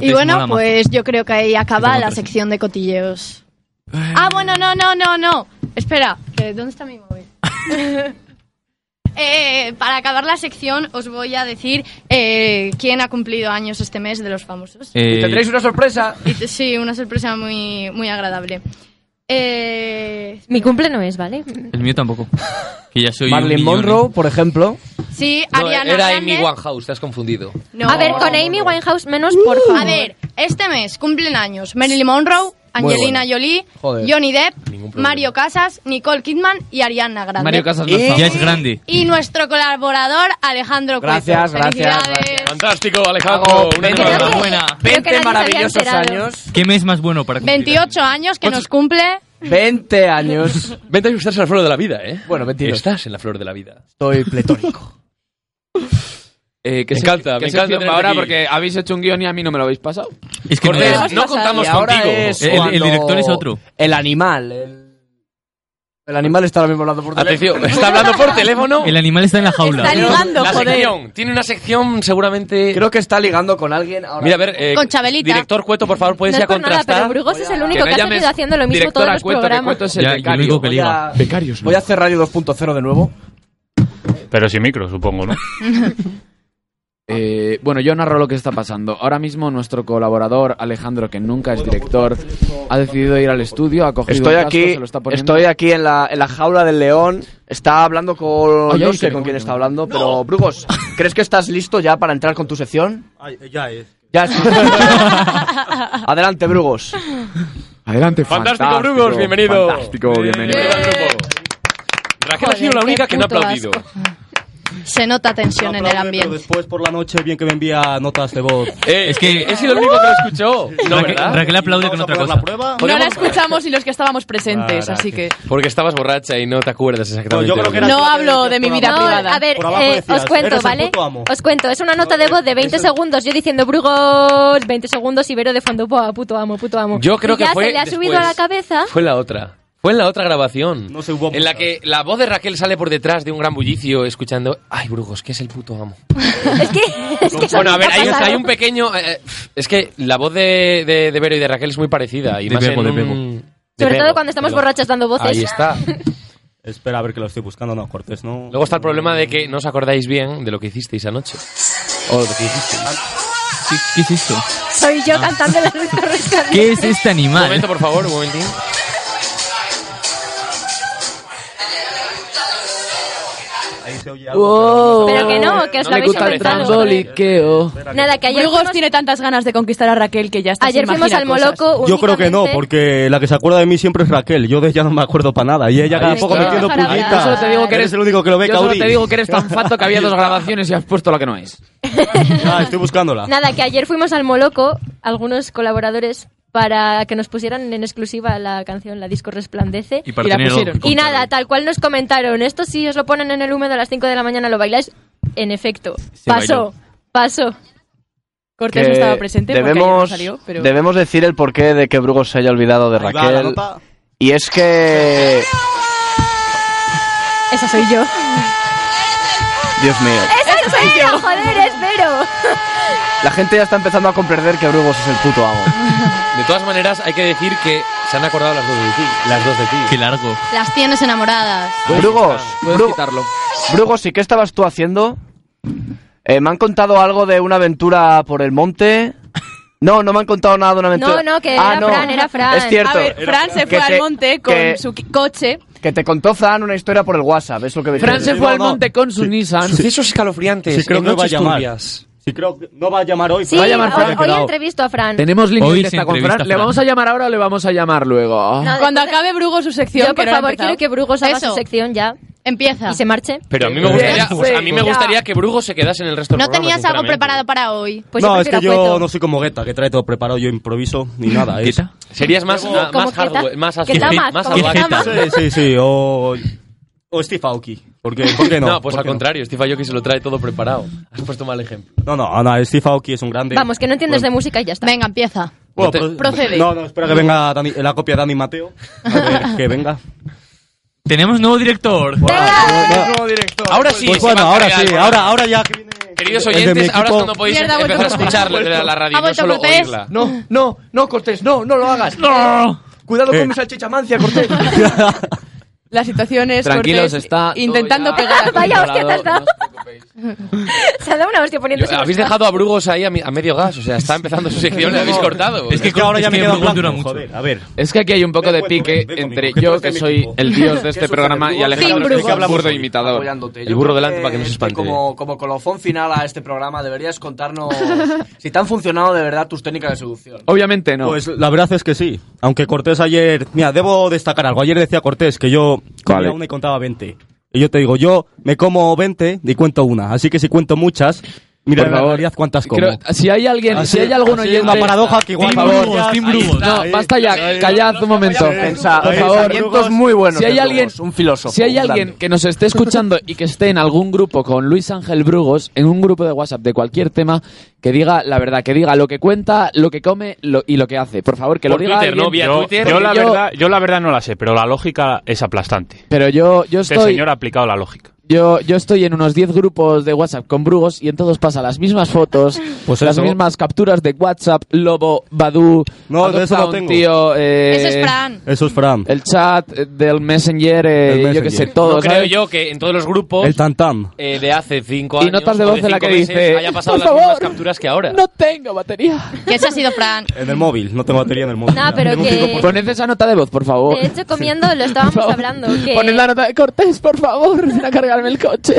[SPEAKER 11] Y bueno, pues yo creo que ahí acaba la sección de cotilleos. Ah, bueno, no, no, no, no. Espera, que- ¿dónde está mi móvil? Eh, para acabar la sección os voy a decir eh, quién ha cumplido años este mes de los famosos.
[SPEAKER 6] Eh,
[SPEAKER 12] Tendréis una sorpresa.
[SPEAKER 11] Y te- sí, una sorpresa muy, muy agradable. Eh,
[SPEAKER 7] Mi cumple no es, ¿vale?
[SPEAKER 6] El mío tampoco. Que ya soy un
[SPEAKER 12] Marilyn
[SPEAKER 6] niño, ¿no?
[SPEAKER 12] Monroe, por ejemplo.
[SPEAKER 11] sí,
[SPEAKER 1] No,
[SPEAKER 11] Ariana
[SPEAKER 1] era
[SPEAKER 11] Grande.
[SPEAKER 1] Amy Winehouse, te has confundido.
[SPEAKER 11] No.
[SPEAKER 7] A ver, con Amy Winehouse menos, por
[SPEAKER 13] Uh.
[SPEAKER 7] favor.
[SPEAKER 11] A ver, este mes cumplen años Marilyn Monroe,
[SPEAKER 1] Muy
[SPEAKER 11] Angelina Jolie,
[SPEAKER 1] Joder.
[SPEAKER 11] Johnny Depp,
[SPEAKER 1] Ningún problema.
[SPEAKER 11] Mario Casas, Nicole Kidman y Ariana Grande.
[SPEAKER 6] Mario Casas
[SPEAKER 13] Eh.
[SPEAKER 6] no está. Ya es grande.
[SPEAKER 11] Y nuestro colaborador Alejandro
[SPEAKER 1] Gracias,
[SPEAKER 11] Cueto.
[SPEAKER 1] gracias,
[SPEAKER 11] Felicidades.
[SPEAKER 7] Pues-
[SPEAKER 1] Fantástico, Alejandro. una
[SPEAKER 6] Creo
[SPEAKER 1] semana más.
[SPEAKER 6] Buena.
[SPEAKER 11] Creo que nadie se había enterado.
[SPEAKER 6] ¿Qué mes más bueno para cumplir?
[SPEAKER 11] 28 años que nos cumple.
[SPEAKER 12] 20 años.
[SPEAKER 1] 20 años estás en la flor de la vida, ¿eh?
[SPEAKER 12] Bueno, 22.
[SPEAKER 1] Estás en la flor de la vida.
[SPEAKER 12] Estoy pletórico.
[SPEAKER 2] Eh, que
[SPEAKER 1] Me
[SPEAKER 2] se-
[SPEAKER 1] encanta,
[SPEAKER 2] que
[SPEAKER 1] me
[SPEAKER 2] se
[SPEAKER 1] encanta
[SPEAKER 2] firma
[SPEAKER 1] tenerte
[SPEAKER 2] ahora
[SPEAKER 1] aquí.
[SPEAKER 2] porque habéis hecho un guión y a mí no me lo habéis pasado.
[SPEAKER 6] Es que
[SPEAKER 1] Cortés,
[SPEAKER 6] no,
[SPEAKER 1] no contamos
[SPEAKER 12] Y ahora
[SPEAKER 1] contigo.
[SPEAKER 12] es
[SPEAKER 6] El- el
[SPEAKER 12] cuando
[SPEAKER 6] director es otro.
[SPEAKER 12] El animal. El, el animal está ahora mismo hablando por teléfono.
[SPEAKER 1] Atención, está hablando por teléfono.
[SPEAKER 6] El animal está en la jaula.
[SPEAKER 1] la sección. Tiene una sección seguramente...
[SPEAKER 12] Creo que está ligando con alguien ahora.
[SPEAKER 1] Mira, a ver, eh,
[SPEAKER 7] Con Chabelita.
[SPEAKER 1] director Cueto, por favor, puedes
[SPEAKER 7] no
[SPEAKER 1] Pues ya
[SPEAKER 7] es por nada,
[SPEAKER 1] contrastar.
[SPEAKER 7] pero Brugos es el único
[SPEAKER 2] no
[SPEAKER 7] que, ha
[SPEAKER 2] llames
[SPEAKER 7] venido haciendo lo mismo todos
[SPEAKER 2] directora
[SPEAKER 7] los
[SPEAKER 2] Cueto, que
[SPEAKER 7] programas.
[SPEAKER 2] Cueto es el
[SPEAKER 6] Ya, y el
[SPEAKER 2] becario.
[SPEAKER 6] único que
[SPEAKER 2] Voy
[SPEAKER 6] liga.
[SPEAKER 2] a- Becarios,
[SPEAKER 12] Voy a cerrar yo 2.0 de nuevo.
[SPEAKER 10] Pero sin micro, supongo, ¿no?
[SPEAKER 2] Eh, bueno, yo narro lo que está pasando. Ahora mismo nuestro colaborador Alejandro, que nunca es director, ha decidido ir al estudio, ha cogido
[SPEAKER 12] Estoy
[SPEAKER 2] el casco,
[SPEAKER 12] aquí,
[SPEAKER 2] se lo está poniendo.
[SPEAKER 12] estoy aquí en la, en la jaula del león. Está hablando con.
[SPEAKER 2] Ay,
[SPEAKER 12] no
[SPEAKER 2] ay,
[SPEAKER 12] sé
[SPEAKER 2] que
[SPEAKER 12] con
[SPEAKER 2] me
[SPEAKER 12] quién está hablando, pero Brugos, ¿crees que estás listo ya para entrar con tu sección?
[SPEAKER 13] eh, ya es.
[SPEAKER 12] Ya sí. Adelante,
[SPEAKER 3] Pues,
[SPEAKER 12] Brugos.
[SPEAKER 2] Adelante,
[SPEAKER 1] Fantástico, Brugos, bienvenido.
[SPEAKER 2] Fantástico, bienvenido.
[SPEAKER 1] Bienvenido al grupo. Raquel ha
[SPEAKER 11] Joder,
[SPEAKER 1] sido la única
[SPEAKER 11] qué
[SPEAKER 1] que no ha
[SPEAKER 11] puto
[SPEAKER 1] aplaudido.
[SPEAKER 11] asco. Se nota tensión en el
[SPEAKER 13] Aplaude, pero
[SPEAKER 11] ambiente.
[SPEAKER 13] después por la noche bien que me envía notas de voz.
[SPEAKER 1] Eh,
[SPEAKER 6] Es que
[SPEAKER 1] He sido el único que lo escuchó. No,
[SPEAKER 6] Raquel,
[SPEAKER 1] ¿verdad?
[SPEAKER 6] Raquel aplaude con otra cosa.
[SPEAKER 8] No la escuchamos y los que estábamos presentes, así que...
[SPEAKER 1] Porque estabas borracha y no te acuerdas exactamente.
[SPEAKER 13] No, yo creo que era-
[SPEAKER 8] No hablo de mi vida
[SPEAKER 7] No,
[SPEAKER 8] privada.
[SPEAKER 7] a ver,
[SPEAKER 1] Por abajo
[SPEAKER 7] eh,
[SPEAKER 1] decías,
[SPEAKER 7] os cuento,
[SPEAKER 1] eres el
[SPEAKER 7] ¿vale?
[SPEAKER 1] puto amo.
[SPEAKER 7] Os cuento, es una nota de voz de 20 segundos, yo diciendo Brugos, 20 segundos, y Vero de fondo, "Buah, puto amo, puto amo.
[SPEAKER 1] Yo creo
[SPEAKER 7] Y
[SPEAKER 1] que
[SPEAKER 7] ya
[SPEAKER 1] fue
[SPEAKER 7] se le ha subido a
[SPEAKER 1] después.
[SPEAKER 7] la cabeza.
[SPEAKER 1] Fue la otra. Fue en la otra grabación. en la que la voz de Raquel sale por detrás de un gran bullicio escuchando. Ay, Brugos, que es el puto amo.
[SPEAKER 7] Es que eso
[SPEAKER 1] bueno, a
[SPEAKER 7] nunca
[SPEAKER 1] ver, hay un,
[SPEAKER 7] ha pasado.
[SPEAKER 1] hay un pequeño. eh, es que la voz de, de, de Vero y de Raquel es muy parecida. Y
[SPEAKER 6] De
[SPEAKER 1] más
[SPEAKER 6] Bebo,
[SPEAKER 1] en
[SPEAKER 6] de
[SPEAKER 1] un-
[SPEAKER 6] Bebo.
[SPEAKER 1] de
[SPEAKER 7] Sobre
[SPEAKER 1] Bebo,
[SPEAKER 7] todo cuando estamos
[SPEAKER 1] perdón.
[SPEAKER 7] borrachas dando voces.
[SPEAKER 1] Ahí está.
[SPEAKER 13] Espera a ver que lo estoy buscando, no, Cortés, no.
[SPEAKER 1] Luego está el problema de que no os acordáis bien de lo que hicisteis anoche. O de lo que hicisteis.
[SPEAKER 6] ¿Qué, qué es esto?
[SPEAKER 7] Soy
[SPEAKER 1] Ah.
[SPEAKER 7] yo cantando la Ruta Ruiz Cortés.
[SPEAKER 6] ¿Qué es este
[SPEAKER 1] Un
[SPEAKER 6] animal?
[SPEAKER 1] momento, por favor, un momentín.
[SPEAKER 13] se oye algo.
[SPEAKER 7] Pero que no, que os lo
[SPEAKER 13] me
[SPEAKER 7] habéis
[SPEAKER 13] gusta el
[SPEAKER 7] inventado.
[SPEAKER 13] tramboliqueo.
[SPEAKER 7] Nada, que ayer
[SPEAKER 8] Brugos tiene tantas ganas de conquistar a Raquel que ya está
[SPEAKER 7] Ayer fuimos al Moloco.
[SPEAKER 13] Yo creo que no, porque la que se acuerda de mí siempre es Raquel. Yo de ella no me acuerdo para nada. Y ella cada
[SPEAKER 2] Ahí
[SPEAKER 13] poco
[SPEAKER 2] está.
[SPEAKER 13] metiendo
[SPEAKER 2] Déjala hablar.
[SPEAKER 13] pullita.
[SPEAKER 2] Yo solo te digo que eres-
[SPEAKER 13] el único que lo ve,
[SPEAKER 2] ¿eh? Yo solo
[SPEAKER 13] Cauri.
[SPEAKER 2] te digo que eres tan fato que había dos grabaciones y has puesto la que no es.
[SPEAKER 13] Ah, estoy buscándola.
[SPEAKER 7] Nada, que ayer fuimos al Moloco, algunos colaboradores, para que nos pusieran en exclusiva la canción La Disco Resplandece.
[SPEAKER 6] Y para Y la tener algo pusieron. que
[SPEAKER 7] Y nada, tal cual nos comentaron. Esto si os lo ponen en el húmedo a las 5 de la mañana lo bailáis. En efecto.
[SPEAKER 14] Se
[SPEAKER 7] pasó,
[SPEAKER 14] bailó.
[SPEAKER 7] pasó.
[SPEAKER 8] Cortés no
[SPEAKER 14] que
[SPEAKER 8] estaba presente porque ayer no
[SPEAKER 14] debemos,
[SPEAKER 8] salió, pero...
[SPEAKER 14] debemos decir el porqué de que Brugos se haya olvidado de
[SPEAKER 13] va, la
[SPEAKER 14] Raquel.
[SPEAKER 13] nota.
[SPEAKER 14] Y es que...
[SPEAKER 7] Esa soy yo.
[SPEAKER 14] Dios mío.
[SPEAKER 7] ¡Esa soy yo! ¡Joder, espero!
[SPEAKER 14] La gente ya está empezando a comprender que Brugos es el puto amo.
[SPEAKER 1] De todas maneras, hay que decir que se han acordado las dos de ti. Las dos de ti.
[SPEAKER 6] Qué largo.
[SPEAKER 11] Las tienes enamoradas.
[SPEAKER 14] Brugos, Bru- Brugos, ¿y qué estabas tú haciendo? Eh, me han contado algo de una aventura por el monte. No, no me han contado nada de una
[SPEAKER 7] No,
[SPEAKER 14] aventura.
[SPEAKER 7] no, que
[SPEAKER 14] Ah,
[SPEAKER 7] era
[SPEAKER 14] no.
[SPEAKER 7] Fran, era Fran.
[SPEAKER 14] Es cierto.
[SPEAKER 11] A ver,
[SPEAKER 14] Era
[SPEAKER 11] Fran se
[SPEAKER 14] Fran.
[SPEAKER 11] fue
[SPEAKER 14] Que
[SPEAKER 11] al
[SPEAKER 14] te-
[SPEAKER 11] monte
[SPEAKER 14] con que-
[SPEAKER 11] su
[SPEAKER 8] coche.
[SPEAKER 14] Que te contó Zan una historia por el WhatsApp, es lo que
[SPEAKER 2] Fran se fue al monte con su Nissan.
[SPEAKER 1] Sucesos escalofriantes.
[SPEAKER 13] Sí, creo
[SPEAKER 1] en
[SPEAKER 13] que va a
[SPEAKER 1] noches
[SPEAKER 13] llamar.
[SPEAKER 1] turbias.
[SPEAKER 13] Sí, creo que no va a llamar hoy.
[SPEAKER 7] Sí,
[SPEAKER 13] va a
[SPEAKER 7] hoy,
[SPEAKER 13] llamar Fran.
[SPEAKER 7] hoy entrevisto a Fran.
[SPEAKER 2] Tenemos línea
[SPEAKER 13] Hoy
[SPEAKER 2] directa
[SPEAKER 13] se
[SPEAKER 2] con
[SPEAKER 13] entrevista
[SPEAKER 2] Fran. ¿Le
[SPEAKER 13] Fran.
[SPEAKER 2] vamos a llamar ahora o le vamos a llamar luego?
[SPEAKER 7] Cuando acabe Brugos su sección. Yo,
[SPEAKER 11] que
[SPEAKER 7] por
[SPEAKER 11] no la ha
[SPEAKER 7] favor,
[SPEAKER 11] empezado.
[SPEAKER 7] quiero que Brugos haga
[SPEAKER 11] Eso.
[SPEAKER 7] su sección ya.
[SPEAKER 11] Empieza.
[SPEAKER 7] Y se marche.
[SPEAKER 1] Pero a mí me gustaría, pues, a mí me gustaría que Brugo se quedase en el resto del
[SPEAKER 11] ¿No
[SPEAKER 1] programa,
[SPEAKER 11] tenías algo
[SPEAKER 1] sinceramente.
[SPEAKER 11] preparado Pues para hoy?
[SPEAKER 13] no, es que yo no soy como Guetta, que trae todo preparado, yo improviso ni nada. es-
[SPEAKER 1] Serías más,
[SPEAKER 13] Luego-
[SPEAKER 1] na- más hardware, más as- más
[SPEAKER 13] Sí, sí, sí. O, o Steve Aoki. ¿Por qué, por qué no?
[SPEAKER 1] No, pues
[SPEAKER 13] ¿Por
[SPEAKER 1] al
[SPEAKER 13] qué no?
[SPEAKER 1] contrario, Steve Aoki se lo trae todo preparado. Has puesto mal ejemplo.
[SPEAKER 13] No, no, no, Steve Aoki es un grande.
[SPEAKER 7] Vamos, que no entiendes de música y ya está.
[SPEAKER 11] Venga, empieza.
[SPEAKER 13] Bueno, pro-
[SPEAKER 11] Procede.
[SPEAKER 13] No, no, espera que venga Dani- la copia de Dani Mateo. A ver, que venga.
[SPEAKER 6] Tenemos nuevo director.
[SPEAKER 1] Ahora sí,
[SPEAKER 13] Pues
[SPEAKER 1] se
[SPEAKER 13] bueno,
[SPEAKER 1] va a
[SPEAKER 13] ahora
[SPEAKER 1] cargar,
[SPEAKER 13] sí,
[SPEAKER 1] ¿no?
[SPEAKER 13] ahora, ahora ya que viene.
[SPEAKER 1] Queridos
[SPEAKER 13] el de mi
[SPEAKER 1] oyentes, ahora es
[SPEAKER 13] equipo-
[SPEAKER 1] cuando podéis
[SPEAKER 13] Mierda, ha vuelto
[SPEAKER 1] empezar a
[SPEAKER 13] Cortés.
[SPEAKER 1] escuchar la, la- la radio,
[SPEAKER 13] Ha
[SPEAKER 1] no
[SPEAKER 13] vuelto
[SPEAKER 1] solo
[SPEAKER 13] Cortés.
[SPEAKER 1] oírla.
[SPEAKER 3] No, no, no, Cortés, no, no lo hagas.
[SPEAKER 6] No.
[SPEAKER 3] Cuidado
[SPEAKER 13] Eh.
[SPEAKER 3] con mi salchicha mancia, Cortés.
[SPEAKER 8] La situación es
[SPEAKER 3] Tranquilos,
[SPEAKER 8] Cortés
[SPEAKER 3] está todo
[SPEAKER 8] intentando
[SPEAKER 3] ya
[SPEAKER 8] pegar a
[SPEAKER 7] Vaya
[SPEAKER 1] hostia, te has dado.
[SPEAKER 7] Se ha dado una hostia poniéndose.
[SPEAKER 1] Habéis dejado a Brugos ahí a, mi- a medio gas, o sea, está empezando su sección y la habéis cortado.
[SPEAKER 6] Es que ahora ya me queda
[SPEAKER 1] Brugos
[SPEAKER 6] blanco,
[SPEAKER 1] dura mucho.
[SPEAKER 13] Joder, a ver.
[SPEAKER 2] Es que aquí hay un poco de pique entre yo, que soy el dios de este programa, y Alejandro, que es un burdo imitador.
[SPEAKER 3] Apoyándote.
[SPEAKER 2] El
[SPEAKER 3] Yo
[SPEAKER 2] burro
[SPEAKER 3] creo
[SPEAKER 2] delante para que no se espante.
[SPEAKER 3] Como, como colofón final a este programa, deberías contarnos si te han funcionado de verdad tus técnicas de seducción.
[SPEAKER 2] Obviamente no.
[SPEAKER 13] Pues la verdad es que sí. Aunque Cortés ayer. Mira, debo destacar algo. Ayer decía Cortés que yo comía una y contaba 20. Y yo te digo, yo me como 20 y cuento una. Así que si cuento muchas, mira
[SPEAKER 2] Por
[SPEAKER 13] en
[SPEAKER 2] favor.
[SPEAKER 13] realidad cuántas como.
[SPEAKER 2] Creo- si hay alguien,
[SPEAKER 13] Así-
[SPEAKER 2] si hay algún
[SPEAKER 13] así
[SPEAKER 2] oyente,
[SPEAKER 13] es una paradoja que igual-
[SPEAKER 2] por
[SPEAKER 13] Team
[SPEAKER 2] favor,
[SPEAKER 13] Brugos, Team
[SPEAKER 2] Ahí
[SPEAKER 13] Brugos.
[SPEAKER 2] está. no,
[SPEAKER 13] Ahí
[SPEAKER 2] basta ya,
[SPEAKER 13] está.
[SPEAKER 2] callad un momento.
[SPEAKER 3] Pensa-
[SPEAKER 2] por
[SPEAKER 3] pensamientos
[SPEAKER 2] favor,
[SPEAKER 3] muy buenos
[SPEAKER 2] Si hay
[SPEAKER 3] de
[SPEAKER 2] alguien,
[SPEAKER 3] Brugos, un filósofo,
[SPEAKER 2] si hay
[SPEAKER 3] un
[SPEAKER 2] alguien
[SPEAKER 3] grande.
[SPEAKER 2] que nos esté escuchando y que esté en algún grupo con Luis Ángel Brugos, en un grupo de WhatsApp de cualquier tema, que diga la verdad, que diga lo que cuenta, lo que come lo- y lo que hace. Por favor, que lo
[SPEAKER 10] Por
[SPEAKER 2] diga
[SPEAKER 10] Twitter,
[SPEAKER 2] alguien.
[SPEAKER 10] ¿no? Vía Twitter. Yo,
[SPEAKER 2] Porque
[SPEAKER 10] la verdad, yo la verdad no la sé, pero la lógica es aplastante.
[SPEAKER 2] Pero yo, yo
[SPEAKER 10] Este
[SPEAKER 2] estoy...
[SPEAKER 10] señor ha aplicado la lógica.
[SPEAKER 2] Yo, yo estoy en unos 10 grupos de WhatsApp con Brugos y en todos pasa las mismas fotos,
[SPEAKER 13] Pues
[SPEAKER 2] las
[SPEAKER 13] eso.
[SPEAKER 2] mismas capturas de WhatsApp, Lobo, Badu,
[SPEAKER 13] No, de eso
[SPEAKER 2] adopta
[SPEAKER 13] no
[SPEAKER 2] un
[SPEAKER 13] tengo.
[SPEAKER 2] tío, eh,
[SPEAKER 11] Eso es Fran.
[SPEAKER 13] Eso es Fran.
[SPEAKER 2] El chat eh, del Messenger, eh,
[SPEAKER 13] El
[SPEAKER 2] yo que sé,
[SPEAKER 13] Messenger.
[SPEAKER 2] todo.
[SPEAKER 1] No creo
[SPEAKER 2] ¿sabes?
[SPEAKER 1] yo que en todos los grupos
[SPEAKER 13] El Tantam.
[SPEAKER 1] eh, de hace cinco
[SPEAKER 2] Y
[SPEAKER 1] años
[SPEAKER 2] notas de
[SPEAKER 1] o
[SPEAKER 2] voz en la
[SPEAKER 1] cinco
[SPEAKER 2] que
[SPEAKER 1] meses
[SPEAKER 2] dice,
[SPEAKER 1] haya pasado
[SPEAKER 2] "Por
[SPEAKER 1] las mismas
[SPEAKER 2] favor,
[SPEAKER 1] capturas que ahora.
[SPEAKER 2] No tengo batería.
[SPEAKER 11] Que ese ha sido Fran.
[SPEAKER 13] En el móvil, no tengo batería en el móvil.
[SPEAKER 7] No, pero
[SPEAKER 13] Tengo un
[SPEAKER 7] que- Eh,
[SPEAKER 13] 5%.
[SPEAKER 2] Poned esa nota de voz, por
[SPEAKER 13] Oh.
[SPEAKER 2] favor.
[SPEAKER 7] De hecho, comiendo lo estábamos hablando. Que
[SPEAKER 2] Poned la nota de Cortés, por favor, ven a cargarme el coche.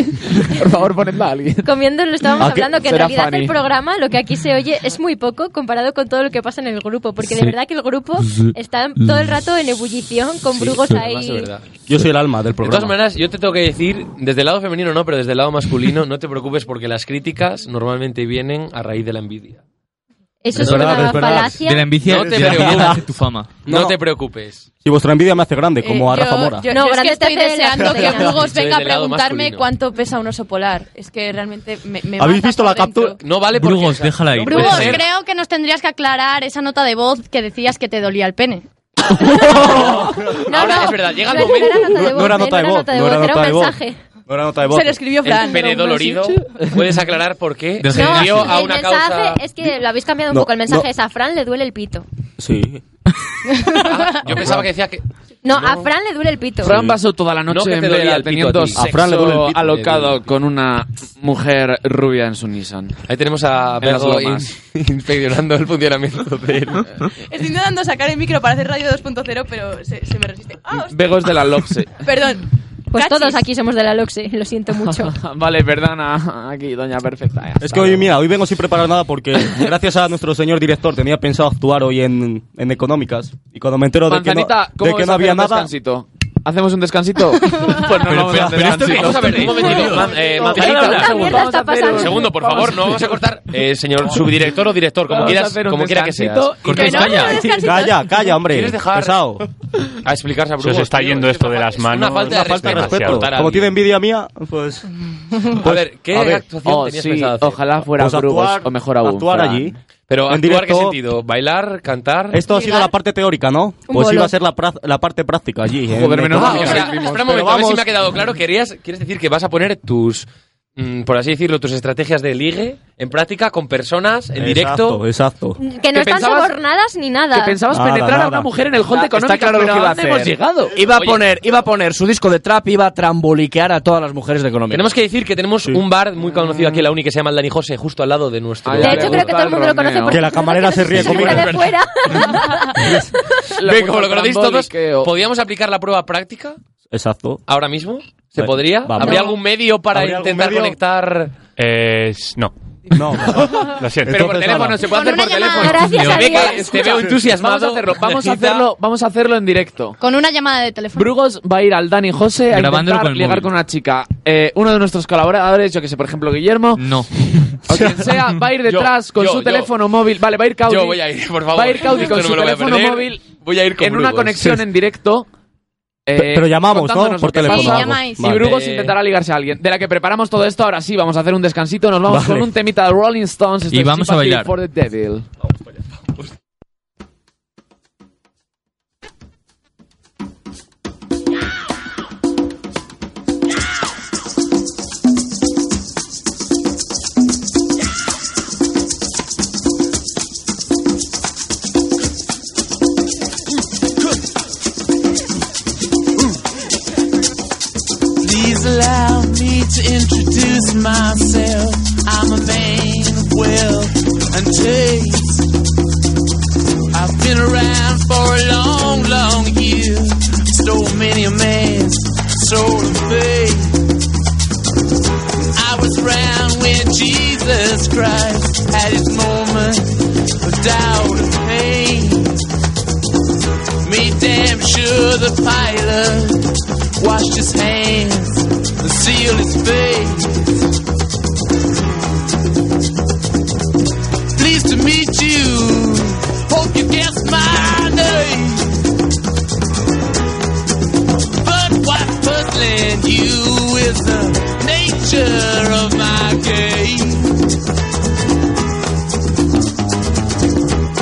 [SPEAKER 2] Por favor, ponedla a alguien.
[SPEAKER 7] Comiendo lo estábamos
[SPEAKER 2] ¿A qué?
[SPEAKER 7] hablando que en
[SPEAKER 2] Será
[SPEAKER 7] realidad
[SPEAKER 2] Fanny.
[SPEAKER 7] el programa, lo que aquí se oye, es muy poco comparado con todo lo que pasa en el grupo. Porque de
[SPEAKER 13] Sí.
[SPEAKER 7] verdad que el grupo está todo el rato en ebullición con brugos ahí.
[SPEAKER 13] Yo soy el alma del
[SPEAKER 1] De
[SPEAKER 13] programa.
[SPEAKER 1] todas maneras, yo te tengo que decir, desde el lado femenino no, pero desde el lado masculino, no te preocupes porque las críticas normalmente vienen a raíz de la envidia.
[SPEAKER 7] Eso
[SPEAKER 1] Es
[SPEAKER 7] es,
[SPEAKER 1] verdad,
[SPEAKER 7] una
[SPEAKER 1] es verdad.
[SPEAKER 7] falacia.
[SPEAKER 6] De la envidia,
[SPEAKER 1] No te
[SPEAKER 6] de la envidia
[SPEAKER 1] preocupes.
[SPEAKER 6] nace tu fama.
[SPEAKER 1] No,
[SPEAKER 13] No.
[SPEAKER 1] te preocupes.
[SPEAKER 13] Si vuestra envidia me hace grande, como a Rafa Mora.
[SPEAKER 8] Yo,
[SPEAKER 7] Eh, No,
[SPEAKER 8] yo es que
[SPEAKER 7] grande
[SPEAKER 8] estoy
[SPEAKER 7] te hace la
[SPEAKER 8] deseando que
[SPEAKER 7] proteína.
[SPEAKER 8] Brugos
[SPEAKER 1] Soy
[SPEAKER 8] venga a
[SPEAKER 1] del lado
[SPEAKER 8] preguntarme
[SPEAKER 1] masculino.
[SPEAKER 8] cuánto pesa un oso polar. Es que realmente me, me
[SPEAKER 1] ¿Habéis
[SPEAKER 8] mata
[SPEAKER 1] visto
[SPEAKER 8] por
[SPEAKER 1] la
[SPEAKER 8] dentro.
[SPEAKER 1] captura? No vale porque...
[SPEAKER 6] Brugos, déjala ahí.
[SPEAKER 1] Puede
[SPEAKER 11] Brugos,
[SPEAKER 1] ser.
[SPEAKER 11] creo que nos tendrías que aclarar esa nota de voz que decías que te dolía el pene.
[SPEAKER 1] Ahora es verdad, llega el
[SPEAKER 7] No
[SPEAKER 1] momento...
[SPEAKER 7] era nota de
[SPEAKER 13] No- no era
[SPEAKER 7] voz, ¿eh?
[SPEAKER 13] nota de
[SPEAKER 7] No era
[SPEAKER 13] voz,
[SPEAKER 7] nota
[SPEAKER 13] no era
[SPEAKER 7] de voz, era
[SPEAKER 13] nota de
[SPEAKER 7] un
[SPEAKER 13] voz.
[SPEAKER 7] mensaje.
[SPEAKER 13] No era nota de voz.
[SPEAKER 8] Se lo escribió Fran.
[SPEAKER 1] El pene dolorido. ¿Puedes aclarar por qué?
[SPEAKER 6] Del
[SPEAKER 1] Se
[SPEAKER 6] gimnasio.
[SPEAKER 1] dio a
[SPEAKER 7] El
[SPEAKER 1] una
[SPEAKER 7] mensaje
[SPEAKER 1] causa...
[SPEAKER 7] Ah, es que lo habéis cambiado un
[SPEAKER 13] No,
[SPEAKER 7] poco. El mensaje
[SPEAKER 13] no.
[SPEAKER 7] es a Fran le duele el pito.
[SPEAKER 13] Sí.
[SPEAKER 1] Yo pensaba que decía que...
[SPEAKER 7] No, a Fran le duele el pito. Pues
[SPEAKER 2] Fran pasó toda la
[SPEAKER 1] No,
[SPEAKER 2] noche
[SPEAKER 1] que te
[SPEAKER 2] en
[SPEAKER 1] dolía
[SPEAKER 2] vela
[SPEAKER 1] el pito
[SPEAKER 2] teniendo
[SPEAKER 1] a ti.
[SPEAKER 2] sexo
[SPEAKER 1] A Fran le duele el pito. Le duele el
[SPEAKER 2] alocado
[SPEAKER 1] pito.
[SPEAKER 2] con una mujer rubia en su Nissan.
[SPEAKER 1] Ahí tenemos a
[SPEAKER 2] En las
[SPEAKER 1] Bergo
[SPEAKER 2] lomas.
[SPEAKER 1] in- inspeccionando el funcionamiento del...
[SPEAKER 8] Estoy intentando sacar el micro para hacer radio 2.0, pero se, se me resiste. Ah, hostia.
[SPEAKER 2] Begos de la Lopse.
[SPEAKER 8] Perdón.
[SPEAKER 7] Pues todos aquí somos de la Loxe, lo siento mucho.
[SPEAKER 2] Vale, perdona, aquí, doña perfecta. ya.
[SPEAKER 13] Es que hoy, mira, hoy vengo sin preparar nada porque gracias a nuestro señor director tenía pensado actuar hoy en, en económicas y cuando me entero de que no,
[SPEAKER 2] Manzanita, ¿cómo
[SPEAKER 13] de que
[SPEAKER 2] ves
[SPEAKER 13] no
[SPEAKER 2] hacer
[SPEAKER 13] había
[SPEAKER 2] un
[SPEAKER 13] nada...
[SPEAKER 2] descansito? ¿Hacemos un descansito? pues no vamos a hacer descansito.
[SPEAKER 1] Vamos a ver, un momentito. Man- eh, Manzanita,
[SPEAKER 2] Vamos a
[SPEAKER 1] un
[SPEAKER 2] hacer
[SPEAKER 1] segundo.
[SPEAKER 2] un
[SPEAKER 1] Un segundo, por favor, no vamos a cortar. Eh, señor subdirector o director, como
[SPEAKER 2] Vamos a
[SPEAKER 1] quieras,
[SPEAKER 2] hacer un
[SPEAKER 1] como quiera que seas.
[SPEAKER 2] descansito y
[SPEAKER 1] Cortés,
[SPEAKER 2] que no,
[SPEAKER 1] calla.
[SPEAKER 2] un descansito. Calla, calla, hombre.
[SPEAKER 1] ¿Quieres dejar
[SPEAKER 13] Pesado.
[SPEAKER 1] a explicarse a Bruno?
[SPEAKER 10] Se os está yendo esto de las manos.
[SPEAKER 1] falta de respeto.
[SPEAKER 10] demasiado.
[SPEAKER 1] Cortar a
[SPEAKER 13] Como
[SPEAKER 1] alguien.
[SPEAKER 13] tiene envidia mía, pues...
[SPEAKER 1] a ver, ¿qué
[SPEAKER 13] a ver.
[SPEAKER 1] actuación
[SPEAKER 13] Oh,
[SPEAKER 1] tenías
[SPEAKER 13] sí,
[SPEAKER 1] pensado hacer?
[SPEAKER 2] Ojalá fuera
[SPEAKER 13] Pues
[SPEAKER 2] Brugos,
[SPEAKER 13] actuar-
[SPEAKER 2] o mejor aún.
[SPEAKER 13] actuar
[SPEAKER 2] Fran.
[SPEAKER 13] allí.
[SPEAKER 1] Pero
[SPEAKER 13] En
[SPEAKER 1] actuar, ¿qué
[SPEAKER 13] directo-
[SPEAKER 1] sentido? ¿Bailar? ¿Cantar?
[SPEAKER 13] Esto ha sido la parte teórica, ¿no?
[SPEAKER 1] Un
[SPEAKER 13] Pues iba
[SPEAKER 1] bolo.
[SPEAKER 13] a ser la, pra- la parte práctica allí. en
[SPEAKER 1] Joder, menos mal.
[SPEAKER 13] económicas.
[SPEAKER 1] Ah, o sea, espera un
[SPEAKER 13] Pero
[SPEAKER 1] momento, a ver si
[SPEAKER 13] vamos-
[SPEAKER 1] me ha quedado claro. Querías, ¿Quieres decir que vas a poner tus, mm, por así decirlo, tus estrategias de ligue en práctica con personas en directo?
[SPEAKER 13] Exacto, exacto.
[SPEAKER 7] Que no
[SPEAKER 1] ¿Qué
[SPEAKER 7] están
[SPEAKER 1] pensabas?
[SPEAKER 7] sobornadas ni nada.
[SPEAKER 2] Que pensabas
[SPEAKER 1] Nada,
[SPEAKER 2] penetrar a
[SPEAKER 1] nada.
[SPEAKER 2] una mujer en el hall de
[SPEAKER 3] Está-
[SPEAKER 2] económicas,
[SPEAKER 3] está claro lo
[SPEAKER 2] pero
[SPEAKER 3] que iba a
[SPEAKER 2] ¿a dónde hemos
[SPEAKER 3] hacer.
[SPEAKER 2] llegado?
[SPEAKER 3] Iba a, poner, iba a poner su disco de trap y iba a tramboliquear a todas las mujeres de Colombia.
[SPEAKER 1] Tenemos que decir que tenemos un bar
[SPEAKER 2] Mm.
[SPEAKER 1] muy conocido aquí en la uni que se llama El Dani José, justo al lado de nuestro.
[SPEAKER 2] Ah,
[SPEAKER 7] De hecho, creo que todo el mundo lo conoce porque
[SPEAKER 1] la camarera se ríe
[SPEAKER 7] gente de fuera.
[SPEAKER 1] Ve, como lo conocéis todos,
[SPEAKER 2] Tramboliqueo.
[SPEAKER 1] ¿podíamos aplicar la prueba práctica
[SPEAKER 13] Exacto.
[SPEAKER 1] ahora mismo? ¿Se
[SPEAKER 13] Ve,
[SPEAKER 1] podría?
[SPEAKER 13] vamos.
[SPEAKER 1] ¿Habría algún medio para
[SPEAKER 13] ¿Habría algún
[SPEAKER 1] intentar
[SPEAKER 13] medio?
[SPEAKER 1] conectar?
[SPEAKER 10] Eh, s- no.
[SPEAKER 13] No.
[SPEAKER 10] Lo siento.
[SPEAKER 1] Pero por teléfono, se puede hacer por teléfono.
[SPEAKER 10] gracias a
[SPEAKER 1] Ve que
[SPEAKER 10] Dios.
[SPEAKER 1] Te veo entusiasmado.
[SPEAKER 2] Vamos a hacerlo, vamos a
[SPEAKER 1] Necesita-
[SPEAKER 2] hacerlo, vamos a hacerlo en directo.
[SPEAKER 11] Con una llamada de teléfono.
[SPEAKER 2] Brugos va a ir al Dani José a
[SPEAKER 6] Grabándolo
[SPEAKER 2] intentar
[SPEAKER 6] con el
[SPEAKER 2] ligar
[SPEAKER 6] móvil.
[SPEAKER 2] con una chica. Eh, uno de nuestros colaboradores, yo que sé, por ejemplo, Guillermo.
[SPEAKER 6] No.
[SPEAKER 2] O quien sea, va a ir detrás
[SPEAKER 1] Yo,
[SPEAKER 2] con
[SPEAKER 1] yo,
[SPEAKER 2] su
[SPEAKER 1] yo.
[SPEAKER 2] teléfono móvil. Vale, va a ir Caudi.
[SPEAKER 1] Yo voy a ir, por favor.
[SPEAKER 2] Va a ir Caudi
[SPEAKER 1] Esto
[SPEAKER 2] con
[SPEAKER 1] no
[SPEAKER 2] su
[SPEAKER 1] me lo voy a
[SPEAKER 2] teléfono
[SPEAKER 1] perder.
[SPEAKER 2] móvil.
[SPEAKER 1] Voy a ir con
[SPEAKER 2] En una
[SPEAKER 1] Brugos.
[SPEAKER 2] conexión
[SPEAKER 1] Sí.
[SPEAKER 2] en directo. eh,
[SPEAKER 13] Pe- pero llamamos, ¿no?
[SPEAKER 2] contándonos
[SPEAKER 13] Por
[SPEAKER 2] lo que
[SPEAKER 13] teléfono.
[SPEAKER 2] pasa.
[SPEAKER 13] Sí, llamáis.
[SPEAKER 2] Y
[SPEAKER 13] Vale.
[SPEAKER 2] Brugos intentará ligarse a alguien. De la que preparamos todo esto, ahora sí, vamos a hacer un descansito. Nos vamos con
[SPEAKER 6] Vale.
[SPEAKER 2] un temita de Rolling Stones. Esto
[SPEAKER 6] Y
[SPEAKER 2] es
[SPEAKER 6] vamos a
[SPEAKER 2] Sympathy
[SPEAKER 6] bailar.
[SPEAKER 2] for the Devil.
[SPEAKER 15] Please allow me to introduce myself. I'm a man of wealth and taste. I've been around for a long, long year. Stole many a man's soul and faith. I was around when Jesus Christ had his moment of doubt and pain. Made damn sure the pilot washed his hands and sealed his face. Pleased to meet you. Hope you guessed my name. But what's puzzling you is the nature of my game.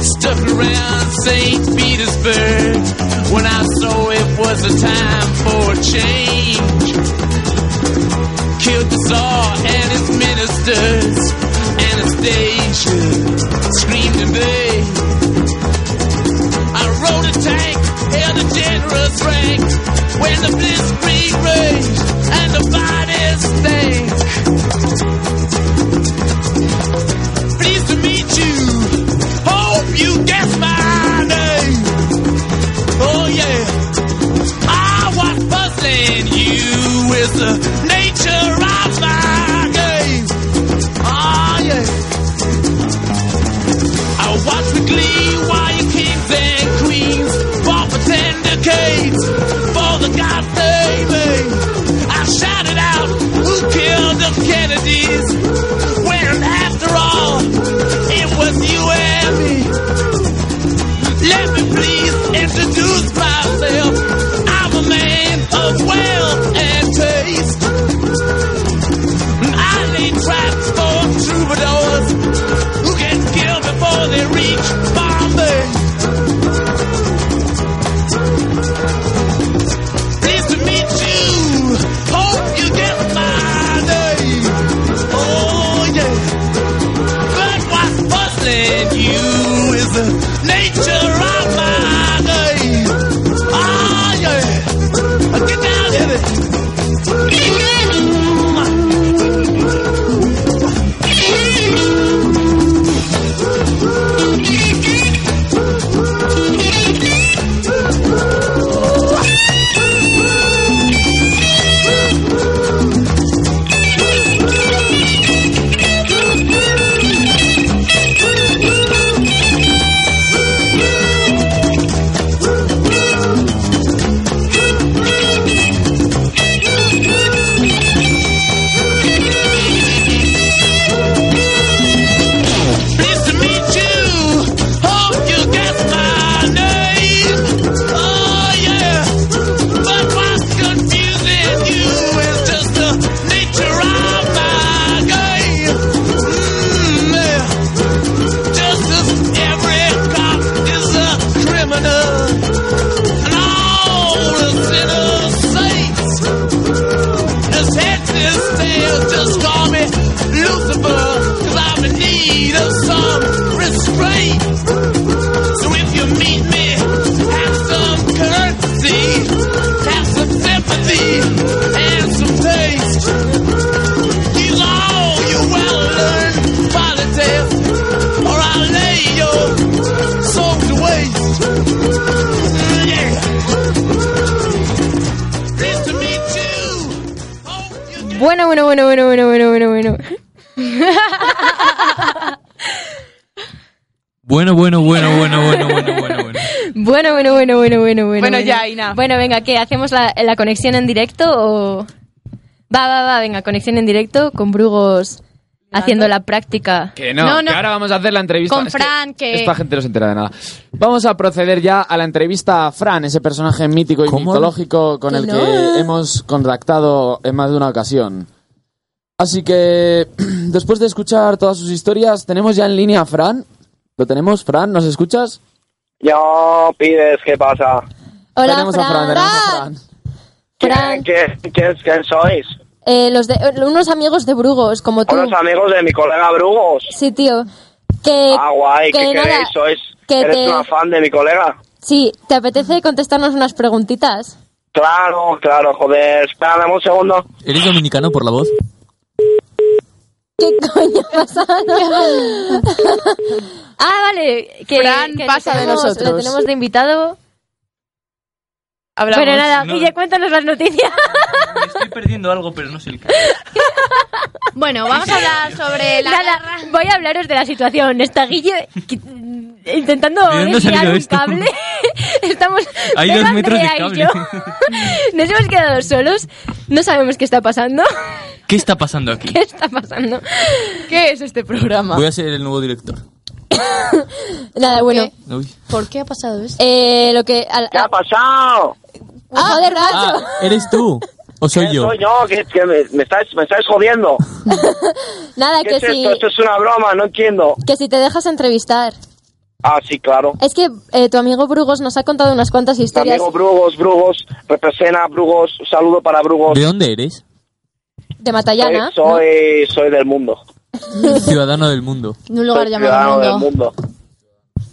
[SPEAKER 15] Stuck around St. Petersburg when I saw it was a time for a change. Killed the Tsar and his ministers. Anastasia screamed in vain. I rode a tank, held a generous rank when the blitzkrieg raged and the bodies stank. Pleased to meet you. Hope you guess my name. Oh yeah. Ah, what puzzling you is the nature of my game. Ah yeah. I watch with glee while your kings and queens fall for ten decades for the God saving. I shouted out, who killed the Kennedys? When after all, it was you and me. Let me please introduce myself. I'm a man of wealth and taste. I lay traps for troubadours who can kill before they reach Bombay. Pleased to meet you. Hope you get my name. Oh yeah. But what's puzzling you is the nature of my name. Ah, yeah. Get down, Jimmy. Oh, Mm,
[SPEAKER 7] Bueno, bueno, bueno, bueno, bueno, bueno, bueno, bueno.
[SPEAKER 6] Bueno, bueno, bueno, bueno, bueno, bueno, bueno.
[SPEAKER 7] Bueno, bueno, bueno, bueno, bueno, bueno.
[SPEAKER 8] Bueno, ya, Ina.
[SPEAKER 7] Bueno, venga, ¿qué? ¿Hacemos la, la conexión en directo o...? Va, va, va, venga, conexión en directo con Brugos haciendo la práctica.
[SPEAKER 2] Que no, que ahora vamos a hacer la entrevista.
[SPEAKER 7] Con
[SPEAKER 2] Es que
[SPEAKER 7] Fran, que-
[SPEAKER 2] Esta gente no se entera de nada. Vamos a proceder ya a la entrevista a Fran, ese personaje mítico y mitológico con el que hemos contactado en más de una ocasión. Así que, después de escuchar todas sus historias, tenemos ya en línea a Fran. ¿Lo tenemos, Fran? ¿Nos escuchas?
[SPEAKER 16] Yo pides, ¿qué pasa?
[SPEAKER 7] Hola,
[SPEAKER 2] tenemos a Fran, tenemos a Fran.
[SPEAKER 16] ¿Quién, quién- quién- quién sois?
[SPEAKER 7] Eh, los de, eh, unos amigos de Brugos, como tú.
[SPEAKER 16] Unos amigos de mi colega Brugos.
[SPEAKER 7] Sí, tío. Que,
[SPEAKER 16] ah, guay,
[SPEAKER 7] que
[SPEAKER 16] ¿qué
[SPEAKER 7] nada,
[SPEAKER 16] queréis? ¿Sois?
[SPEAKER 7] que
[SPEAKER 16] ¿Eres
[SPEAKER 7] te-
[SPEAKER 16] una fan de mi colega?
[SPEAKER 7] Sí, ¿te apetece contestarnos unas preguntitas?
[SPEAKER 16] Claro, claro, joder. Espera, dame un segundo.
[SPEAKER 6] ¿Eres dominicano por la voz?
[SPEAKER 7] ¿Qué coño ha pasado? ah, vale. Que,
[SPEAKER 8] Fran,
[SPEAKER 7] que le
[SPEAKER 8] pasa de
[SPEAKER 7] tenemos-
[SPEAKER 8] nosotros.
[SPEAKER 7] Le tenemos de invitado.
[SPEAKER 8] Hablamos.
[SPEAKER 7] Bueno, nada,
[SPEAKER 6] No.
[SPEAKER 7] Guille, cuéntanos las noticias.
[SPEAKER 6] Estoy perdiendo algo, pero no sé el qué.
[SPEAKER 11] Bueno, vamos a hablar sobre la...
[SPEAKER 7] Nada, voy a hablaros de la situación. Está Guille qui- intentando
[SPEAKER 6] ¿De dónde ha
[SPEAKER 7] desviar
[SPEAKER 6] salido
[SPEAKER 7] un
[SPEAKER 6] esto?
[SPEAKER 7] cable. Estamos.
[SPEAKER 6] Hay
[SPEAKER 7] Beba,
[SPEAKER 6] dos metros de
[SPEAKER 7] Andrea y
[SPEAKER 6] cable.
[SPEAKER 7] yo. Nos hemos quedado solos. No sabemos qué está pasando.
[SPEAKER 6] ¿Qué está pasando aquí?
[SPEAKER 7] ¿Qué está pasando?
[SPEAKER 8] ¿Qué es este programa?
[SPEAKER 6] Voy a ser el nuevo director.
[SPEAKER 7] Nada, bueno.
[SPEAKER 6] Uy.
[SPEAKER 7] ¿Por qué ha pasado esto? Ah, Eh, lo que. ¿Qué ha
[SPEAKER 16] pasado?
[SPEAKER 7] Joder, Nacho.
[SPEAKER 6] ¿Eres tú? ¿O soy yo?
[SPEAKER 16] Soy yo, que, que me, me estáis, me estáis jodiendo.
[SPEAKER 7] Nada,
[SPEAKER 16] ¿Qué
[SPEAKER 7] que
[SPEAKER 16] es
[SPEAKER 7] si,
[SPEAKER 16] esto? Esto es una broma, no entiendo.
[SPEAKER 7] que si te dejas entrevistar.
[SPEAKER 16] Ah, sí, claro.
[SPEAKER 7] Es que eh, tu amigo Brugos nos ha contado unas cuantas
[SPEAKER 16] Mi
[SPEAKER 7] historias.
[SPEAKER 16] amigo Brugos, Brugos, representa a Brugos. Un saludo para Brugos.
[SPEAKER 6] ¿De dónde eres?
[SPEAKER 7] De Matallana.
[SPEAKER 16] Soy, soy, soy del mundo.
[SPEAKER 6] Ciudadano del mundo.
[SPEAKER 7] En un
[SPEAKER 16] Soy ciudadano del mundo.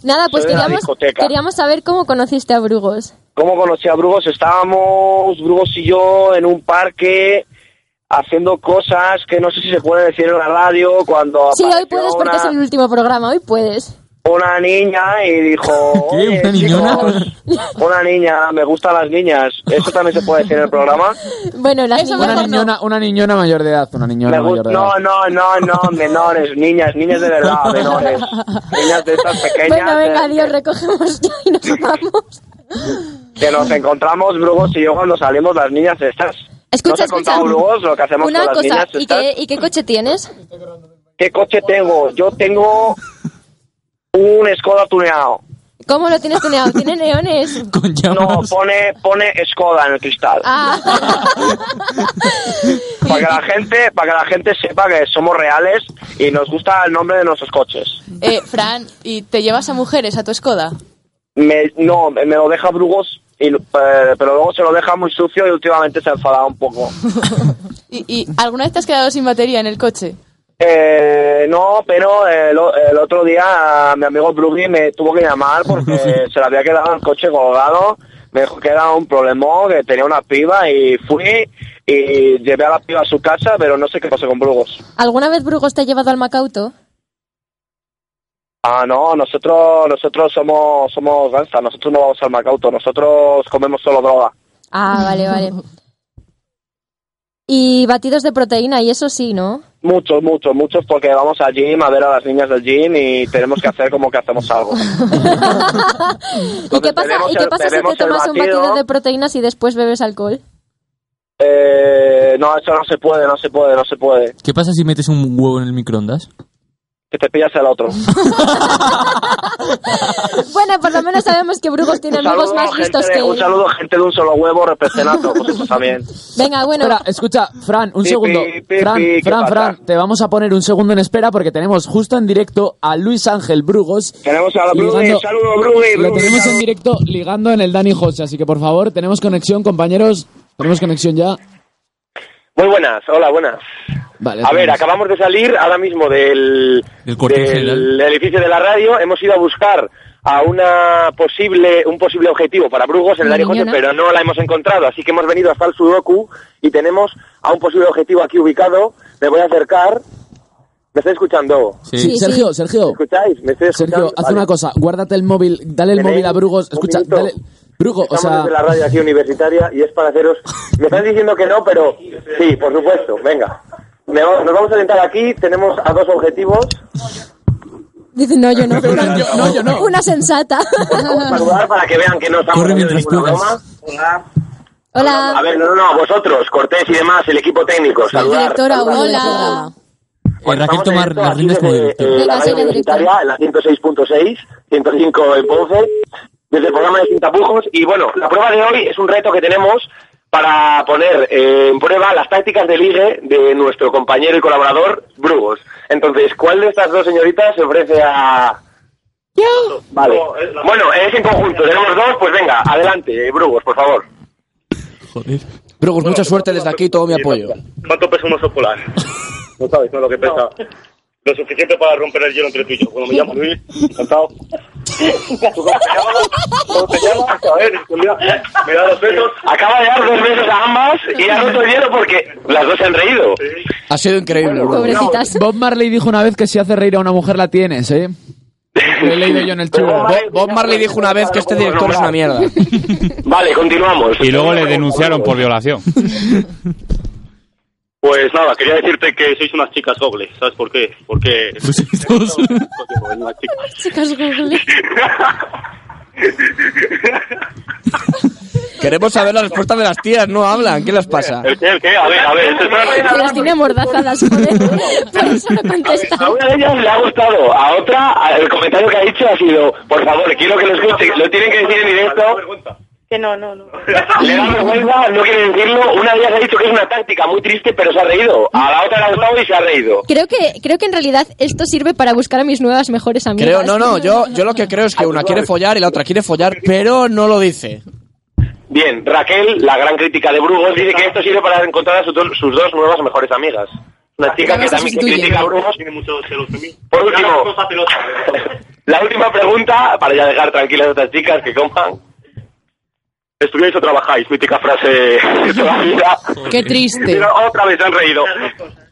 [SPEAKER 7] Nada, pues
[SPEAKER 16] Soy de la
[SPEAKER 7] queríamos,
[SPEAKER 16] discoteca.
[SPEAKER 7] queríamos saber cómo conociste a Brugos.
[SPEAKER 16] ¿Cómo conocí a Brugos? Estábamos, Brugos y yo, en un parque haciendo cosas que no sé si se pueden decir en la radio cuando
[SPEAKER 7] Sí, hoy
[SPEAKER 16] apareció
[SPEAKER 7] puedes porque
[SPEAKER 16] una,
[SPEAKER 7] es el último programa, hoy puedes.
[SPEAKER 16] una niña y dijo...
[SPEAKER 6] ¿Qué?
[SPEAKER 16] "Oye,
[SPEAKER 6] ¿Una niñona?
[SPEAKER 16] chicos, una niña, me gustan las niñas. ¿Eso también se puede decir en el programa?
[SPEAKER 7] Bueno, las niñas
[SPEAKER 2] Una niñona, una niñona mayor de edad, una niñona
[SPEAKER 16] Me gu-
[SPEAKER 2] mayor de edad.
[SPEAKER 16] no, no, no, no, menores, niñas, niñas de verdad, menores. Niñas de estas pequeñas.
[SPEAKER 7] Bueno, venga,
[SPEAKER 16] de-
[SPEAKER 7] adiós, recogemos ya y nos vamos.
[SPEAKER 16] Que nos encontramos, Brugos y yo, cuando salimos las niñas estas.
[SPEAKER 7] Escucha,
[SPEAKER 16] ¿No te he contado,
[SPEAKER 7] escucha.
[SPEAKER 16] Brugos, lo que hacemos
[SPEAKER 7] Una
[SPEAKER 16] con las
[SPEAKER 7] cosa,
[SPEAKER 16] niñas
[SPEAKER 7] ¿y
[SPEAKER 16] estas?
[SPEAKER 7] qué, ¿y qué coche tienes?
[SPEAKER 16] ¿Qué coche tengo? Yo tengo un Skoda tuneado.
[SPEAKER 7] ¿Cómo lo tienes tuneado? ¿Tiene neones?
[SPEAKER 16] No, pone, pone Skoda en el cristal.
[SPEAKER 7] Ah,
[SPEAKER 16] Para que la gente, para que la gente sepa que somos reales y nos gusta el nombre de nuestros coches.
[SPEAKER 8] Eh, Fran, ¿y te llevas a mujeres a tu escoda?
[SPEAKER 16] Me, no, me lo deja Brugos, y, eh, pero luego se lo deja muy sucio y últimamente se ha enfadado un poco.
[SPEAKER 8] ¿Y, y alguna vez te has quedado sin batería en el coche?
[SPEAKER 16] Eh, no, pero el, o- el otro día mi amigo Brugui me tuvo que llamar porque se le había quedado el coche colgado. Me dijo que era un problemón, que tenía una piba y fui y llevé a la piba a su casa, pero no sé qué pasó con Brugos.
[SPEAKER 7] ¿Alguna vez Brugos te ha llevado al Macauto?
[SPEAKER 16] Ah, no, nosotros nosotros somos somos gangsta, nosotros no vamos al Macauto, nosotros comemos solo droga.
[SPEAKER 7] Ah, vale, vale. Y batidos de proteína, y eso sí, ¿no?
[SPEAKER 16] Muchos, muchos, muchos, porque vamos al gym a ver a las niñas del gym y tenemos que hacer como que hacemos algo.
[SPEAKER 7] ¿Y qué pasa,
[SPEAKER 16] bebemos
[SPEAKER 7] ¿y qué
[SPEAKER 16] el-
[SPEAKER 7] pasa si
[SPEAKER 16] bebemos
[SPEAKER 7] te
[SPEAKER 16] el
[SPEAKER 7] tomas un
[SPEAKER 16] batido.
[SPEAKER 7] batido de proteínas y después bebes alcohol?
[SPEAKER 16] Eh, no, eso no se puede, no se puede, no se puede.
[SPEAKER 6] ¿Qué pasa si metes un huevo en el microondas?
[SPEAKER 16] Que te pillas al otro.
[SPEAKER 7] Bueno, por lo menos sabemos que Brugos tiene amigos más
[SPEAKER 16] gente
[SPEAKER 7] listos
[SPEAKER 16] de-
[SPEAKER 7] que
[SPEAKER 16] un
[SPEAKER 7] él.
[SPEAKER 16] saludo, gente de un solo huevo, representando vosotros también.
[SPEAKER 7] Venga, bueno.
[SPEAKER 2] Espera, escucha, Fran, un
[SPEAKER 16] Pi,
[SPEAKER 2] segundo.
[SPEAKER 16] pi, pi,
[SPEAKER 2] Fran,
[SPEAKER 16] pi, ¿qué
[SPEAKER 2] Fran,
[SPEAKER 16] pasa?
[SPEAKER 2] Fran, te vamos a poner un segundo en espera porque tenemos justo en directo a Luis Ángel Brugos.
[SPEAKER 16] Tenemos a la Brugui, saludo, Brugui,
[SPEAKER 2] Lo
[SPEAKER 16] Brugui,
[SPEAKER 2] tenemos en
[SPEAKER 16] saludo.
[SPEAKER 2] directo ligando en el Dani José, así que por favor, tenemos conexión, compañeros. Tenemos conexión ya.
[SPEAKER 16] Muy buenas, hola, buenas.
[SPEAKER 2] Vale,
[SPEAKER 16] A ver,
[SPEAKER 2] tenemos.
[SPEAKER 16] acabamos de salir ahora mismo del,
[SPEAKER 6] Del cuartel general.
[SPEAKER 16] edificio de la radio. Hemos ido a buscar a una posible, un posible objetivo para Brugos en el área José,
[SPEAKER 17] Niñona.
[SPEAKER 16] pero no la hemos encontrado. Así que hemos venido hasta el Sudoku y tenemos a un posible objetivo aquí ubicado. Me voy a acercar. ¿Me estáis escuchando?
[SPEAKER 2] Sergio, Sergio.
[SPEAKER 16] ¿Me escucháis? ¿Me estoy
[SPEAKER 2] Sergio,
[SPEAKER 16] escuchando?
[SPEAKER 2] haz
[SPEAKER 16] Vale.
[SPEAKER 2] una cosa, guárdate el móvil, dale el
[SPEAKER 16] ¿Tenéis
[SPEAKER 2] móvil a Brugos,
[SPEAKER 16] un
[SPEAKER 2] escucha,
[SPEAKER 16] minuto?
[SPEAKER 2] dale,
[SPEAKER 12] Brujo, o
[SPEAKER 16] Estamos
[SPEAKER 12] sea.
[SPEAKER 16] desde la radio aquí universitaria y es para haceros... Me están diciendo que no, pero sí, por supuesto, venga. Me va- Nos vamos a sentar aquí, tenemos a dos objetivos.
[SPEAKER 17] Dice, no, yo no. Una,
[SPEAKER 16] no, yo no.
[SPEAKER 17] Una sensata.
[SPEAKER 16] Saludar para que vean que no estamos haciendo ninguna broma.
[SPEAKER 17] Hola.
[SPEAKER 16] A ver, no, no, no, vosotros, Cortés y demás, el equipo técnico, saludar.
[SPEAKER 17] Directora,
[SPEAKER 16] saludar.
[SPEAKER 17] hola.
[SPEAKER 16] Bueno,
[SPEAKER 6] Raquel
[SPEAKER 16] Pues estamos
[SPEAKER 6] tomar
[SPEAKER 16] en directo
[SPEAKER 6] las
[SPEAKER 16] aquí
[SPEAKER 6] riendas como
[SPEAKER 16] desde,
[SPEAKER 6] directora.
[SPEAKER 16] eh,
[SPEAKER 6] Venga,
[SPEAKER 16] la
[SPEAKER 6] soy
[SPEAKER 16] radio
[SPEAKER 6] la
[SPEAKER 16] universitaria, en la 106.6, 105 en Ponce, desde el programa de Sin Tapujos. Y bueno, la prueba de hoy es un reto que tenemos para poner eh, en prueba las tácticas de ligue de nuestro compañero y colaborador, Brugos. Entonces, ¿cuál de estas dos señoritas se ofrece a...? Yo. Vale. Bueno, es en conjunto. Tenemos dos, pues venga, adelante, eh, Brugos, por favor.
[SPEAKER 12] Brugos, mucha suerte desde aquí, todo mi apoyo.
[SPEAKER 18] ¿Cuánto pesa un oso polar? No sabes no, lo que pesa. Lo suficiente para romper el hielo entre tú y yo. Cuando me llamo Luis, encantado. ¿Cómo te llamas? A ver, pues mira, me da los besos.
[SPEAKER 16] Acaba de dar dos besos a ambas y ha roto el hielo porque las dos se han reído.
[SPEAKER 12] Ha sido increíble, Brugos.
[SPEAKER 2] Pobrecitas. Bob Marley dijo una vez que si hace reír a una mujer la tienes, ¿eh? Lo he leído yo en el chulo.
[SPEAKER 12] Bo- Bob Marley dijo una vez que este director es una mierda.
[SPEAKER 16] Vale, continuamos.
[SPEAKER 10] Y luego le denunciaron por violación.
[SPEAKER 18] Pues nada, quería decirte que sois unas chicas gobles. ¿Sabes por qué? Porque. Coño, unas chicas.
[SPEAKER 17] Chicas, Google.
[SPEAKER 12] Queremos saber la respuesta de las tías, no hablan. ¿Qué les pasa?
[SPEAKER 18] ¿El qué? ¿El qué? A ver, a ver.
[SPEAKER 17] Que las tiene amordazadas, joder. Por eso no contesta.
[SPEAKER 16] A una de ellas le ha gustado, a otra a- el comentario que ha dicho ha sido, por favor, quiero que lo escuchen, lo tienen que decir en directo.
[SPEAKER 19] Que no, no, no.
[SPEAKER 16] Le da vergüenza, no quiere decirlo. Una de ellas ha dicho que es una táctica muy triste, pero se ha reído. A la otra le ha gustado y se ha reído.
[SPEAKER 7] Creo que, creo que en realidad esto sirve para buscar a mis nuevas mejores amigas.
[SPEAKER 12] Creo, no, no, yo, yo lo que creo es que una quiere follar y la otra quiere follar, pero no lo dice.
[SPEAKER 16] Bien, Raquel, la gran crítica de Brugos, dice que esto sirve para encontrar a su do- sus dos nuevas mejores amigas. Una chica que también que critica a Brugos.
[SPEAKER 18] Tiene muchos celos de mí.
[SPEAKER 16] Por último,
[SPEAKER 18] Cosa celosa.
[SPEAKER 16] La última pregunta, para ya dejar tranquilas a estas chicas que coman.
[SPEAKER 18] ¿Estudiáis o trabajáis? Mítica frase de toda la vida.
[SPEAKER 17] Qué triste.
[SPEAKER 18] Mira, otra vez se han reído.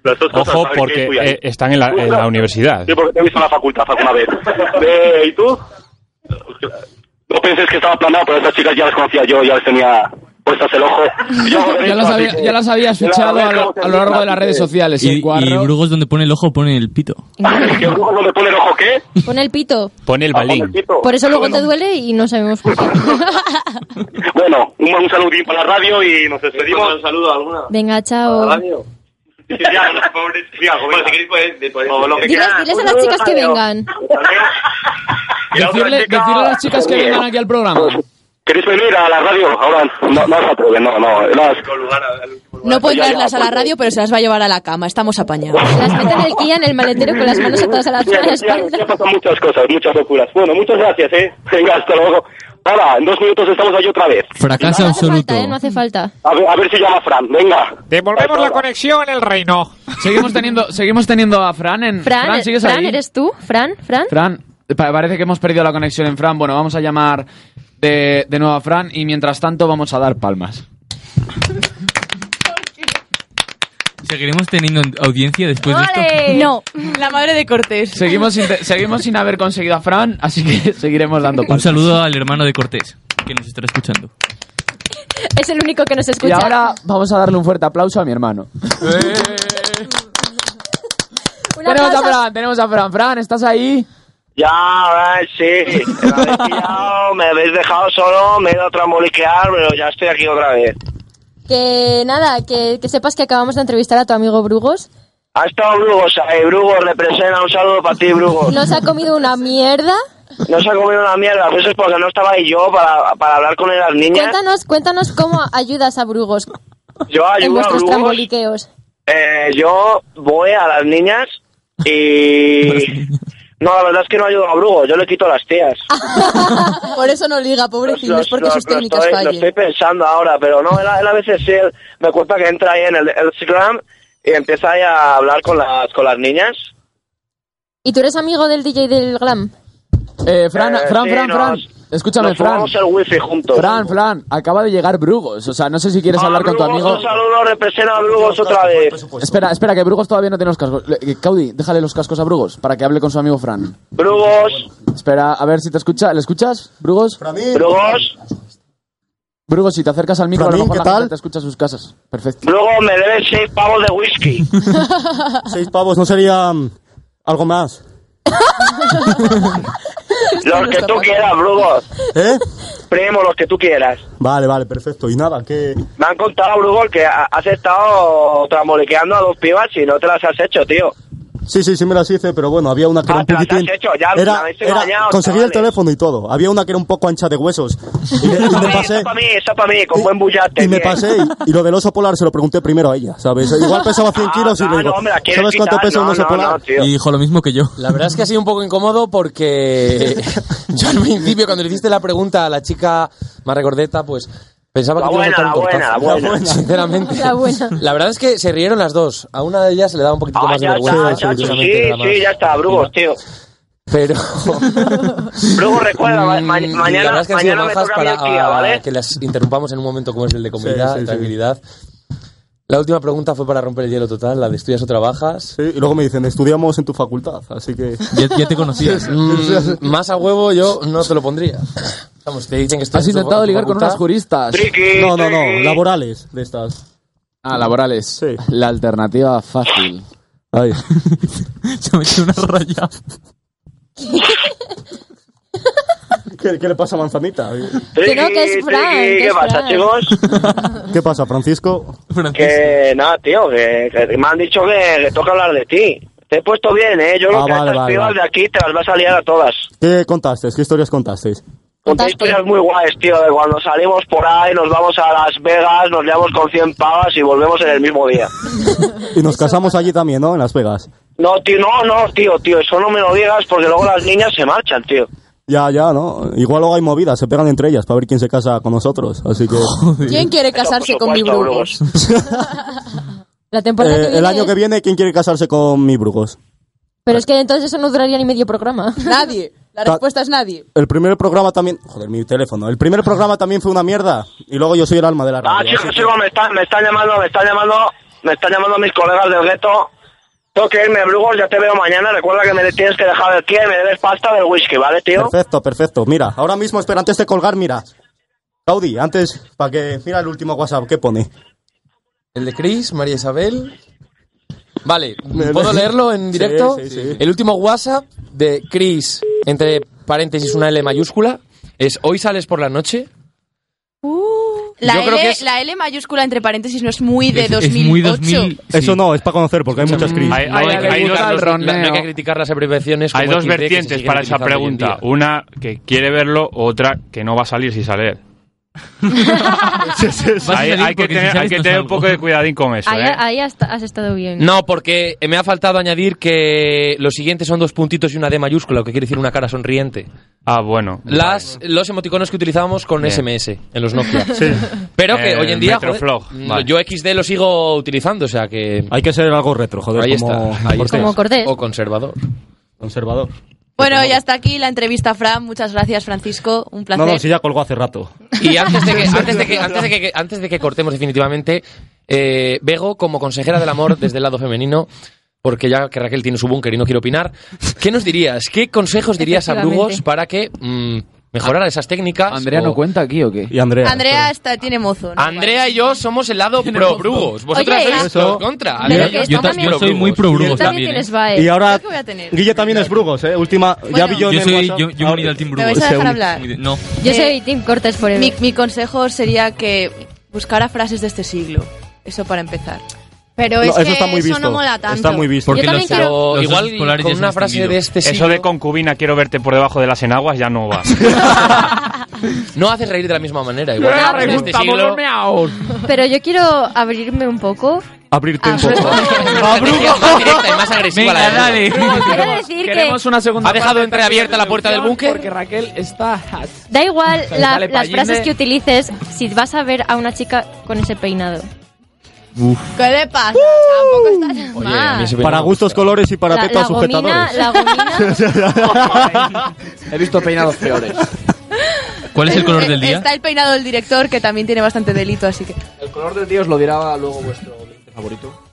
[SPEAKER 18] Las dos cosas,
[SPEAKER 10] Ojo,
[SPEAKER 18] ¿sabes? ¿Qué
[SPEAKER 10] porque
[SPEAKER 18] estudiáis?
[SPEAKER 10] eh, están en la, en la universidad.
[SPEAKER 18] Sí, porque te he visto en la facultad alguna vez. Eh, ¿Y tú? No penséis que estaba planeado, pero estas chicas ya las conocía yo, ya les tenía puestas el ojo.
[SPEAKER 2] Ya las, había- ya las habías fichado a lo, a lo largo de las redes sociales,
[SPEAKER 6] Y,
[SPEAKER 2] el cuadro.
[SPEAKER 6] y Burgos donde pone el ojo pone el pito.
[SPEAKER 18] ¿Qué brujo no le pone el ojo qué?
[SPEAKER 7] Pon el pito.
[SPEAKER 6] Pone el balín.
[SPEAKER 7] Por eso luego
[SPEAKER 18] Bueno.
[SPEAKER 7] te duele y no sabemos por qué.
[SPEAKER 18] Bueno, un, un saludín para la radio y nos despedimos. Un saludo alguna.
[SPEAKER 7] Venga, chao.
[SPEAKER 18] Ya, los pobres. Mira, bueno, si queréis, pues, de o lo que
[SPEAKER 7] Diles,
[SPEAKER 18] quieras.
[SPEAKER 7] diles a las chicas que vengan.
[SPEAKER 2] Decirle, decirle a las chicas que vengan aquí al programa.
[SPEAKER 16] ¿Queréis venir a la radio? Ahora no, no se atreven, no, no. las- pues.
[SPEAKER 17] No puedo llevarlas
[SPEAKER 8] pues,
[SPEAKER 17] a la radio, pero se las va a llevar a la cama. Estamos apañados.
[SPEAKER 7] Las meten el guía en el maletero con las manos atadas a la, a la espalda.
[SPEAKER 16] pasan muchas cosas, muchas locuras. Bueno, muchas gracias, ¿eh? Venga, hasta luego. Hola, en dos minutos estamos ahí otra vez.
[SPEAKER 6] Fracaso
[SPEAKER 7] No hace
[SPEAKER 6] absoluto.
[SPEAKER 7] falta, ¿eh? No hace falta.
[SPEAKER 16] A ver, a ver si llama Fran, venga.
[SPEAKER 10] Devolvemos la conexión, el reino.
[SPEAKER 2] Seguimos teniendo, seguimos teniendo a Fran en.
[SPEAKER 7] Fran, Fran,
[SPEAKER 2] ¿sigues ahí?
[SPEAKER 7] ¿eres tú? Fran, Fran.
[SPEAKER 2] Fran, pa- parece que hemos perdido la conexión en Fran. Bueno, vamos a llamar de, de nuevo a Fran y mientras tanto vamos a dar palmas.
[SPEAKER 7] ¿eh?
[SPEAKER 6] ¿Seguiremos teniendo audiencia
[SPEAKER 1] Pues
[SPEAKER 6] después de esto?
[SPEAKER 8] No, la madre de Cortés.
[SPEAKER 2] Seguimos sin, te- seguimos sin haber conseguido a Fran, así que seguiremos dando
[SPEAKER 6] Un
[SPEAKER 2] palmas.
[SPEAKER 6] saludo al hermano de Cortés, que nos estará escuchando.
[SPEAKER 7] Es el único que nos escucha.
[SPEAKER 2] Y ahora vamos a darle un fuerte aplauso a mi hermano.
[SPEAKER 7] Un
[SPEAKER 2] Tenemos a
[SPEAKER 7] aplauso.
[SPEAKER 2] Fran, tenemos a Fran. Fran, ¿estás ahí?
[SPEAKER 16] Ya, ahora sí. Me habéis pillado, me habéis dejado solo, me he ido a tramboliquear, pero ya estoy aquí otra vez.
[SPEAKER 7] Que nada, que, que sepas que acabamos de entrevistar a tu amigo Brugos.
[SPEAKER 16] Ha estado Brugos, eh, Brugos, representa un saludo para ti, Brugos.
[SPEAKER 7] Nos ha comido una mierda.
[SPEAKER 16] No se ha comido una mierda, pero eso es porque no estaba ahí yo para, para hablar con las niñas.
[SPEAKER 7] Cuéntanos, cuéntanos cómo ayudas a Brugos
[SPEAKER 16] Yo
[SPEAKER 7] en
[SPEAKER 16] ayudo a
[SPEAKER 7] vuestros
[SPEAKER 16] Brugos,
[SPEAKER 7] tramboliqueos.
[SPEAKER 16] eh, yo voy a las niñas y... No, la verdad es que no ayudo a Brugos, yo le quito a las tías.
[SPEAKER 17] Por eso no liga, pobrecillo. Es porque
[SPEAKER 16] Lo-
[SPEAKER 17] sus
[SPEAKER 16] lo
[SPEAKER 17] técnicas
[SPEAKER 16] estoy, lo
[SPEAKER 17] fallan.
[SPEAKER 16] estoy pensando ahora, pero no, él, a- él a veces sí, él me cuenta que entra ahí en el, el Instagram y empieza ahí a hablar con las, con las niñas.
[SPEAKER 7] ¿Y tú eres amigo del DJ del Glam?
[SPEAKER 2] Eh, Fran,
[SPEAKER 16] Eh,
[SPEAKER 2] Fran,
[SPEAKER 16] sí,
[SPEAKER 2] Fran,
[SPEAKER 16] nos-
[SPEAKER 2] Fran. Escúchame,
[SPEAKER 16] nos
[SPEAKER 2] Fran.
[SPEAKER 16] fumamos el wifi juntos.
[SPEAKER 2] Fran, Fran, acaba de llegar Brugos. Pues, O sea, no sé si quieres
[SPEAKER 16] Ah,
[SPEAKER 2] hablar con tu
[SPEAKER 16] Brugos,
[SPEAKER 2] amigo.
[SPEAKER 16] Un saludo, representa a Brugos otra vez.
[SPEAKER 2] Espera, espera, que Brugos todavía no tiene los cascos. Le- eh, Caudi, déjale los cascos a Brugos para que hable con su amigo Fran.
[SPEAKER 16] Brugos,
[SPEAKER 2] Espera, a ver si te escucha. ¿Le escuchas, Brugos?
[SPEAKER 16] Brugos.
[SPEAKER 2] Brugo, si te acercas al micro, a lo
[SPEAKER 16] Fermín,
[SPEAKER 2] mejor
[SPEAKER 16] ¿qué
[SPEAKER 2] la
[SPEAKER 16] tal?
[SPEAKER 2] gente te escucha en sus casas. Perfecto.
[SPEAKER 16] Luego me debes seis pavos de whisky.
[SPEAKER 13] Seis pavos, ¿no sería mm, algo más?
[SPEAKER 16] Los que tú quieras, Brugo.
[SPEAKER 13] ¿Eh?
[SPEAKER 16] Primo, los que tú quieras.
[SPEAKER 13] Vale, vale, perfecto. Y nada, que...
[SPEAKER 16] Me han contado, Brugo, que ha- has estado tramoliqueando a dos pibas y no te las has hecho, tío.
[SPEAKER 13] Sí, sí, sí me las hice, pero bueno, había una que era un
[SPEAKER 16] Ah, te las
[SPEAKER 13] poquitín...
[SPEAKER 16] has hecho, ya
[SPEAKER 13] era-
[SPEAKER 16] me habéis
[SPEAKER 13] era-
[SPEAKER 16] engañado,
[SPEAKER 13] conseguí el teléfono y todo. Había una que era un poco ancha de huesos. Y, le- y me
[SPEAKER 16] Eso para mí,
[SPEAKER 13] pasé...
[SPEAKER 16] eso para mí, eso para mí, con buen bullate.
[SPEAKER 13] Y me
[SPEAKER 16] bien.
[SPEAKER 13] pasé, y, y lo del oso polar se lo pregunté primero a ella, ¿sabes? Igual pesaba
[SPEAKER 16] Ah,
[SPEAKER 13] 100 kilos y le digo,
[SPEAKER 16] no, me la quieres
[SPEAKER 13] ¿sabes cuánto
[SPEAKER 16] quitar?
[SPEAKER 13] pesa un
[SPEAKER 16] No,
[SPEAKER 13] oso
[SPEAKER 16] no,
[SPEAKER 13] polar?
[SPEAKER 16] no, tío.
[SPEAKER 13] Y-
[SPEAKER 6] Dijo lo mismo que yo.
[SPEAKER 1] La verdad es que ha sido un poco incómodo porque yo al principio, cuando le hiciste la pregunta a la chica más regordeta, pues pensaba
[SPEAKER 16] La
[SPEAKER 1] que te
[SPEAKER 16] buena,
[SPEAKER 1] iba a
[SPEAKER 16] la
[SPEAKER 1] soltar un
[SPEAKER 16] buena, la
[SPEAKER 1] tortazo.
[SPEAKER 16] buena.
[SPEAKER 1] Sinceramente.
[SPEAKER 16] La buena.
[SPEAKER 1] La verdad es que se rieron las dos. A una de ellas le daba un poquito
[SPEAKER 16] Ah,
[SPEAKER 1] más de
[SPEAKER 16] ya
[SPEAKER 1] vergüenza.
[SPEAKER 16] está, ya está, sí,
[SPEAKER 1] curiosamente, era más-
[SPEAKER 16] sí, ya está, Brugos, tío.
[SPEAKER 1] Pero...
[SPEAKER 16] Luego recuerda, ma- ma-
[SPEAKER 1] Mm, la
[SPEAKER 16] mañana,
[SPEAKER 1] verdad es que han sido
[SPEAKER 16] mañana me
[SPEAKER 1] majas
[SPEAKER 16] toca
[SPEAKER 1] para
[SPEAKER 16] mi tía, ¿vale?
[SPEAKER 1] que las interrumpamos en un momento como es el de comodidad,
[SPEAKER 13] sí, sí.
[SPEAKER 1] tranquilidad. La última pregunta fue para romper el hielo total, la de estudias o trabajas.
[SPEAKER 13] Sí, y luego me dicen, estudiamos en tu facultad, así que...
[SPEAKER 6] Ya, te conocías.
[SPEAKER 1] Mm, más a huevo yo no te lo pondría. Vamos, te dicen que estás
[SPEAKER 2] Has
[SPEAKER 1] en tu-
[SPEAKER 2] intentado
[SPEAKER 1] en tu
[SPEAKER 2] ligar con
[SPEAKER 1] facultad.
[SPEAKER 2] unas juristas.
[SPEAKER 13] No, no, no, laborales de estas.
[SPEAKER 2] Ah, laborales.
[SPEAKER 13] Sí.
[SPEAKER 2] La alternativa fácil.
[SPEAKER 13] Ay.
[SPEAKER 6] Se me echó una raya.
[SPEAKER 13] ¿Qué, qué le pasa a Manzanita?
[SPEAKER 20] Que no, que es Fran, que
[SPEAKER 16] ¿Qué
[SPEAKER 20] es
[SPEAKER 16] pasa,
[SPEAKER 20] Fran.
[SPEAKER 16] chicos?
[SPEAKER 13] ¿Qué pasa, Francisco?
[SPEAKER 16] Que nada, tío, que, que me han dicho que, que toca hablar de ti. Te he puesto bien, ¿eh? Yo creo
[SPEAKER 13] Ah,
[SPEAKER 16] que a
[SPEAKER 13] vale,
[SPEAKER 16] estas
[SPEAKER 13] vale,
[SPEAKER 16] pibas
[SPEAKER 13] vale.
[SPEAKER 16] de aquí te las vas a liar a todas.
[SPEAKER 13] ¿Qué contasteis? ¿Qué historias contasteis?
[SPEAKER 16] Conté historias muy guays, tío, de cuando salimos por ahí, nos vamos a Las Vegas, nos liamos con 100 pavas y volvemos en el mismo día.
[SPEAKER 13] Y nos casamos allí también, ¿no? En Las Vegas.
[SPEAKER 16] No, tío, no, no, tío, tío, eso no me lo digas porque luego las niñas se marchan, tío.
[SPEAKER 13] Ya, ya, ¿no? Igual luego hay movidas, se pegan entre ellas para ver quién se casa con nosotros, así que...
[SPEAKER 8] ¿Quién quiere casarse con mi Brugos?
[SPEAKER 7] La
[SPEAKER 13] Eh,
[SPEAKER 7] temporada que
[SPEAKER 13] el
[SPEAKER 7] viene-
[SPEAKER 13] año que viene, ¿quién quiere casarse con mi Brugos?
[SPEAKER 7] Pero es que entonces eso no duraría ni medio programa.
[SPEAKER 8] Nadie. La
[SPEAKER 13] Ta-
[SPEAKER 8] respuesta es nadie.
[SPEAKER 13] El primer programa también... Joder, mi teléfono. El primer programa también fue una mierda. Y luego yo soy el alma de la
[SPEAKER 16] Ah,
[SPEAKER 13] radio.
[SPEAKER 16] chicos, chicos, me están, me están llamando, me están llamando, me están llamando mis colegas del gueto. Tengo que irme, Brugos, ya te veo mañana. Recuerda que me tienes que dejar el pie y me debes pasta del whisky, ¿vale, tío?
[SPEAKER 13] Perfecto, perfecto. Mira, ahora mismo, espera, antes de colgar, mira. Audi, antes, para que... Mira el último WhatsApp, ¿qué pone?
[SPEAKER 1] El de Chris, María Isabel. Vale, ¿puedo leerlo en directo?
[SPEAKER 21] Sí, sí, sí.
[SPEAKER 1] El último WhatsApp de Chris, entre paréntesis una L mayúscula, es hoy sales por la noche.
[SPEAKER 22] La,
[SPEAKER 1] Yo
[SPEAKER 22] L,
[SPEAKER 1] creo que es-
[SPEAKER 22] la L mayúscula entre paréntesis no es muy de
[SPEAKER 1] Es- es
[SPEAKER 22] 2008.
[SPEAKER 1] muy
[SPEAKER 22] 2000.
[SPEAKER 13] Eso no, es para conocer, porque hay muchas crisis.
[SPEAKER 10] Hay- hay- hay dos-
[SPEAKER 1] no, no hay que criticar las abreviaciones. como
[SPEAKER 10] Hay dos
[SPEAKER 1] XD que se
[SPEAKER 10] vertientes
[SPEAKER 1] siguen
[SPEAKER 10] para esa
[SPEAKER 1] utilizando hoy en
[SPEAKER 10] pregunta.
[SPEAKER 1] día.
[SPEAKER 10] Una que quiere verlo, otra que no va a salir si sale él. Hay, hay que tener, hay que tener un poco de cuidadín con eso.
[SPEAKER 7] Ahí,
[SPEAKER 10] ¿eh?
[SPEAKER 7] ahí has, has estado bien.
[SPEAKER 1] No, porque me ha faltado añadir que los siguientes son dos puntitos y una D mayúscula, lo que quiere decir una cara sonriente.
[SPEAKER 10] Ah, bueno.
[SPEAKER 1] Las, los emoticonos que utilizábamos con
[SPEAKER 10] Bien.
[SPEAKER 1] SMS en los Nokia.
[SPEAKER 10] Sí.
[SPEAKER 1] Pero que
[SPEAKER 10] Eh,
[SPEAKER 1] hoy en día. joder,
[SPEAKER 10] Metroflog,
[SPEAKER 1] mm,
[SPEAKER 10] vale.
[SPEAKER 1] yo XD lo sigo utilizando, o sea que.
[SPEAKER 13] Hay que ser algo retro, joder,
[SPEAKER 1] Ahí
[SPEAKER 13] como...
[SPEAKER 1] está, ahí está.
[SPEAKER 8] Como Cordés.
[SPEAKER 1] O conservador.
[SPEAKER 13] Conservador.
[SPEAKER 8] Bueno, ya está aquí la entrevista, Fran. Muchas gracias, Francisco. Un placer.
[SPEAKER 13] No, no, si ya colgó hace rato.
[SPEAKER 1] Y antes de que, antes de que, antes de que, antes de que cortemos definitivamente, eh, Bego, como consejera del amor desde el lado femenino, porque ya que Raquel tiene su búnker y no quiero opinar, ¿qué nos dirías? ¿Qué consejos dirías a
[SPEAKER 8] Efectivamente.
[SPEAKER 1] Brugos para que mm, mejorara esas técnicas? Oh.
[SPEAKER 2] ¿Andrea no cuenta aquí o qué?
[SPEAKER 13] Y Andrea.
[SPEAKER 8] Andrea está, tiene mozo. ¿no?
[SPEAKER 1] Andrea y yo somos el lado pro Brugos. Vosotras
[SPEAKER 8] Oye,
[SPEAKER 1] sois
[SPEAKER 8] eso-
[SPEAKER 1] los contra.
[SPEAKER 8] Pero
[SPEAKER 1] Andrea y
[SPEAKER 8] que
[SPEAKER 1] yo
[SPEAKER 8] yo
[SPEAKER 1] estamos
[SPEAKER 8] también-
[SPEAKER 1] pro
[SPEAKER 6] soy muy
[SPEAKER 1] Brugos.
[SPEAKER 6] pro Brugos
[SPEAKER 8] También
[SPEAKER 6] también. ¿eh?
[SPEAKER 8] tienes
[SPEAKER 7] vae.
[SPEAKER 13] Y ahora,
[SPEAKER 8] Creo que voy a tener.
[SPEAKER 13] Guille también es Brugos, ¿eh? Última, ya vi yo en
[SPEAKER 6] Yo
[SPEAKER 13] el
[SPEAKER 6] soy.
[SPEAKER 13] WhatsApp.
[SPEAKER 6] Yo, yo me he unido al Team
[SPEAKER 8] ¿Me
[SPEAKER 6] Bruno.
[SPEAKER 8] vais a dejar hablar?
[SPEAKER 6] No.
[SPEAKER 7] Yo soy Tim Cortés por
[SPEAKER 8] Mi,
[SPEAKER 7] el.
[SPEAKER 8] mi consejo sería que buscara frases de este siglo. Eso para empezar.
[SPEAKER 23] Pero
[SPEAKER 13] No,
[SPEAKER 23] es
[SPEAKER 13] eso
[SPEAKER 23] que
[SPEAKER 13] está muy
[SPEAKER 23] eso
[SPEAKER 13] visto.
[SPEAKER 23] no mola tanto.
[SPEAKER 13] Está muy visto.
[SPEAKER 10] Porque
[SPEAKER 13] Yo también
[SPEAKER 10] los-
[SPEAKER 13] quiero-
[SPEAKER 10] pero
[SPEAKER 1] los
[SPEAKER 10] igual
[SPEAKER 1] osos polares
[SPEAKER 10] con
[SPEAKER 1] ya se
[SPEAKER 10] una
[SPEAKER 1] han
[SPEAKER 10] frase
[SPEAKER 1] extinguido.
[SPEAKER 10] de este
[SPEAKER 1] Eso
[SPEAKER 10] Eso
[SPEAKER 1] de
[SPEAKER 10] de concubina quiero verte por debajo de las enaguas ya no va.
[SPEAKER 1] No haces reír de la misma manera. Igual
[SPEAKER 10] Luego
[SPEAKER 1] que en este
[SPEAKER 10] preguntamos
[SPEAKER 1] siglo-
[SPEAKER 10] los
[SPEAKER 7] Pero yo quiero abrirme un poco.
[SPEAKER 13] Abrirte un poco.
[SPEAKER 1] Ah, Más directa y más agresiva
[SPEAKER 2] Venga,
[SPEAKER 1] la de-
[SPEAKER 2] dale.
[SPEAKER 7] Quiero decir
[SPEAKER 2] Queremos
[SPEAKER 7] que.
[SPEAKER 2] una segunda
[SPEAKER 1] ¿Ha dejado
[SPEAKER 2] parte,
[SPEAKER 1] entreabierta la puerta del búnker?
[SPEAKER 2] Porque Raquel está...
[SPEAKER 7] Da igual
[SPEAKER 2] Dale,
[SPEAKER 7] la-
[SPEAKER 2] dale,
[SPEAKER 7] las
[SPEAKER 2] Palline.
[SPEAKER 7] frases que utilices si vas a ver a una chica con ese peinado.
[SPEAKER 22] ¿Qué le pasa? Tampoco está tan mal.
[SPEAKER 13] Para gustos, colores y para
[SPEAKER 7] La-
[SPEAKER 13] tetas
[SPEAKER 7] la gomina,
[SPEAKER 13] sujetadores.
[SPEAKER 7] la
[SPEAKER 2] He visto peinados peores.
[SPEAKER 6] ¿Cuál es el
[SPEAKER 17] eh,
[SPEAKER 6] color del día?
[SPEAKER 8] Está el peinado del director, que también tiene bastante delito, así que...
[SPEAKER 1] El color del tío os lo dirá luego vuestro favorito.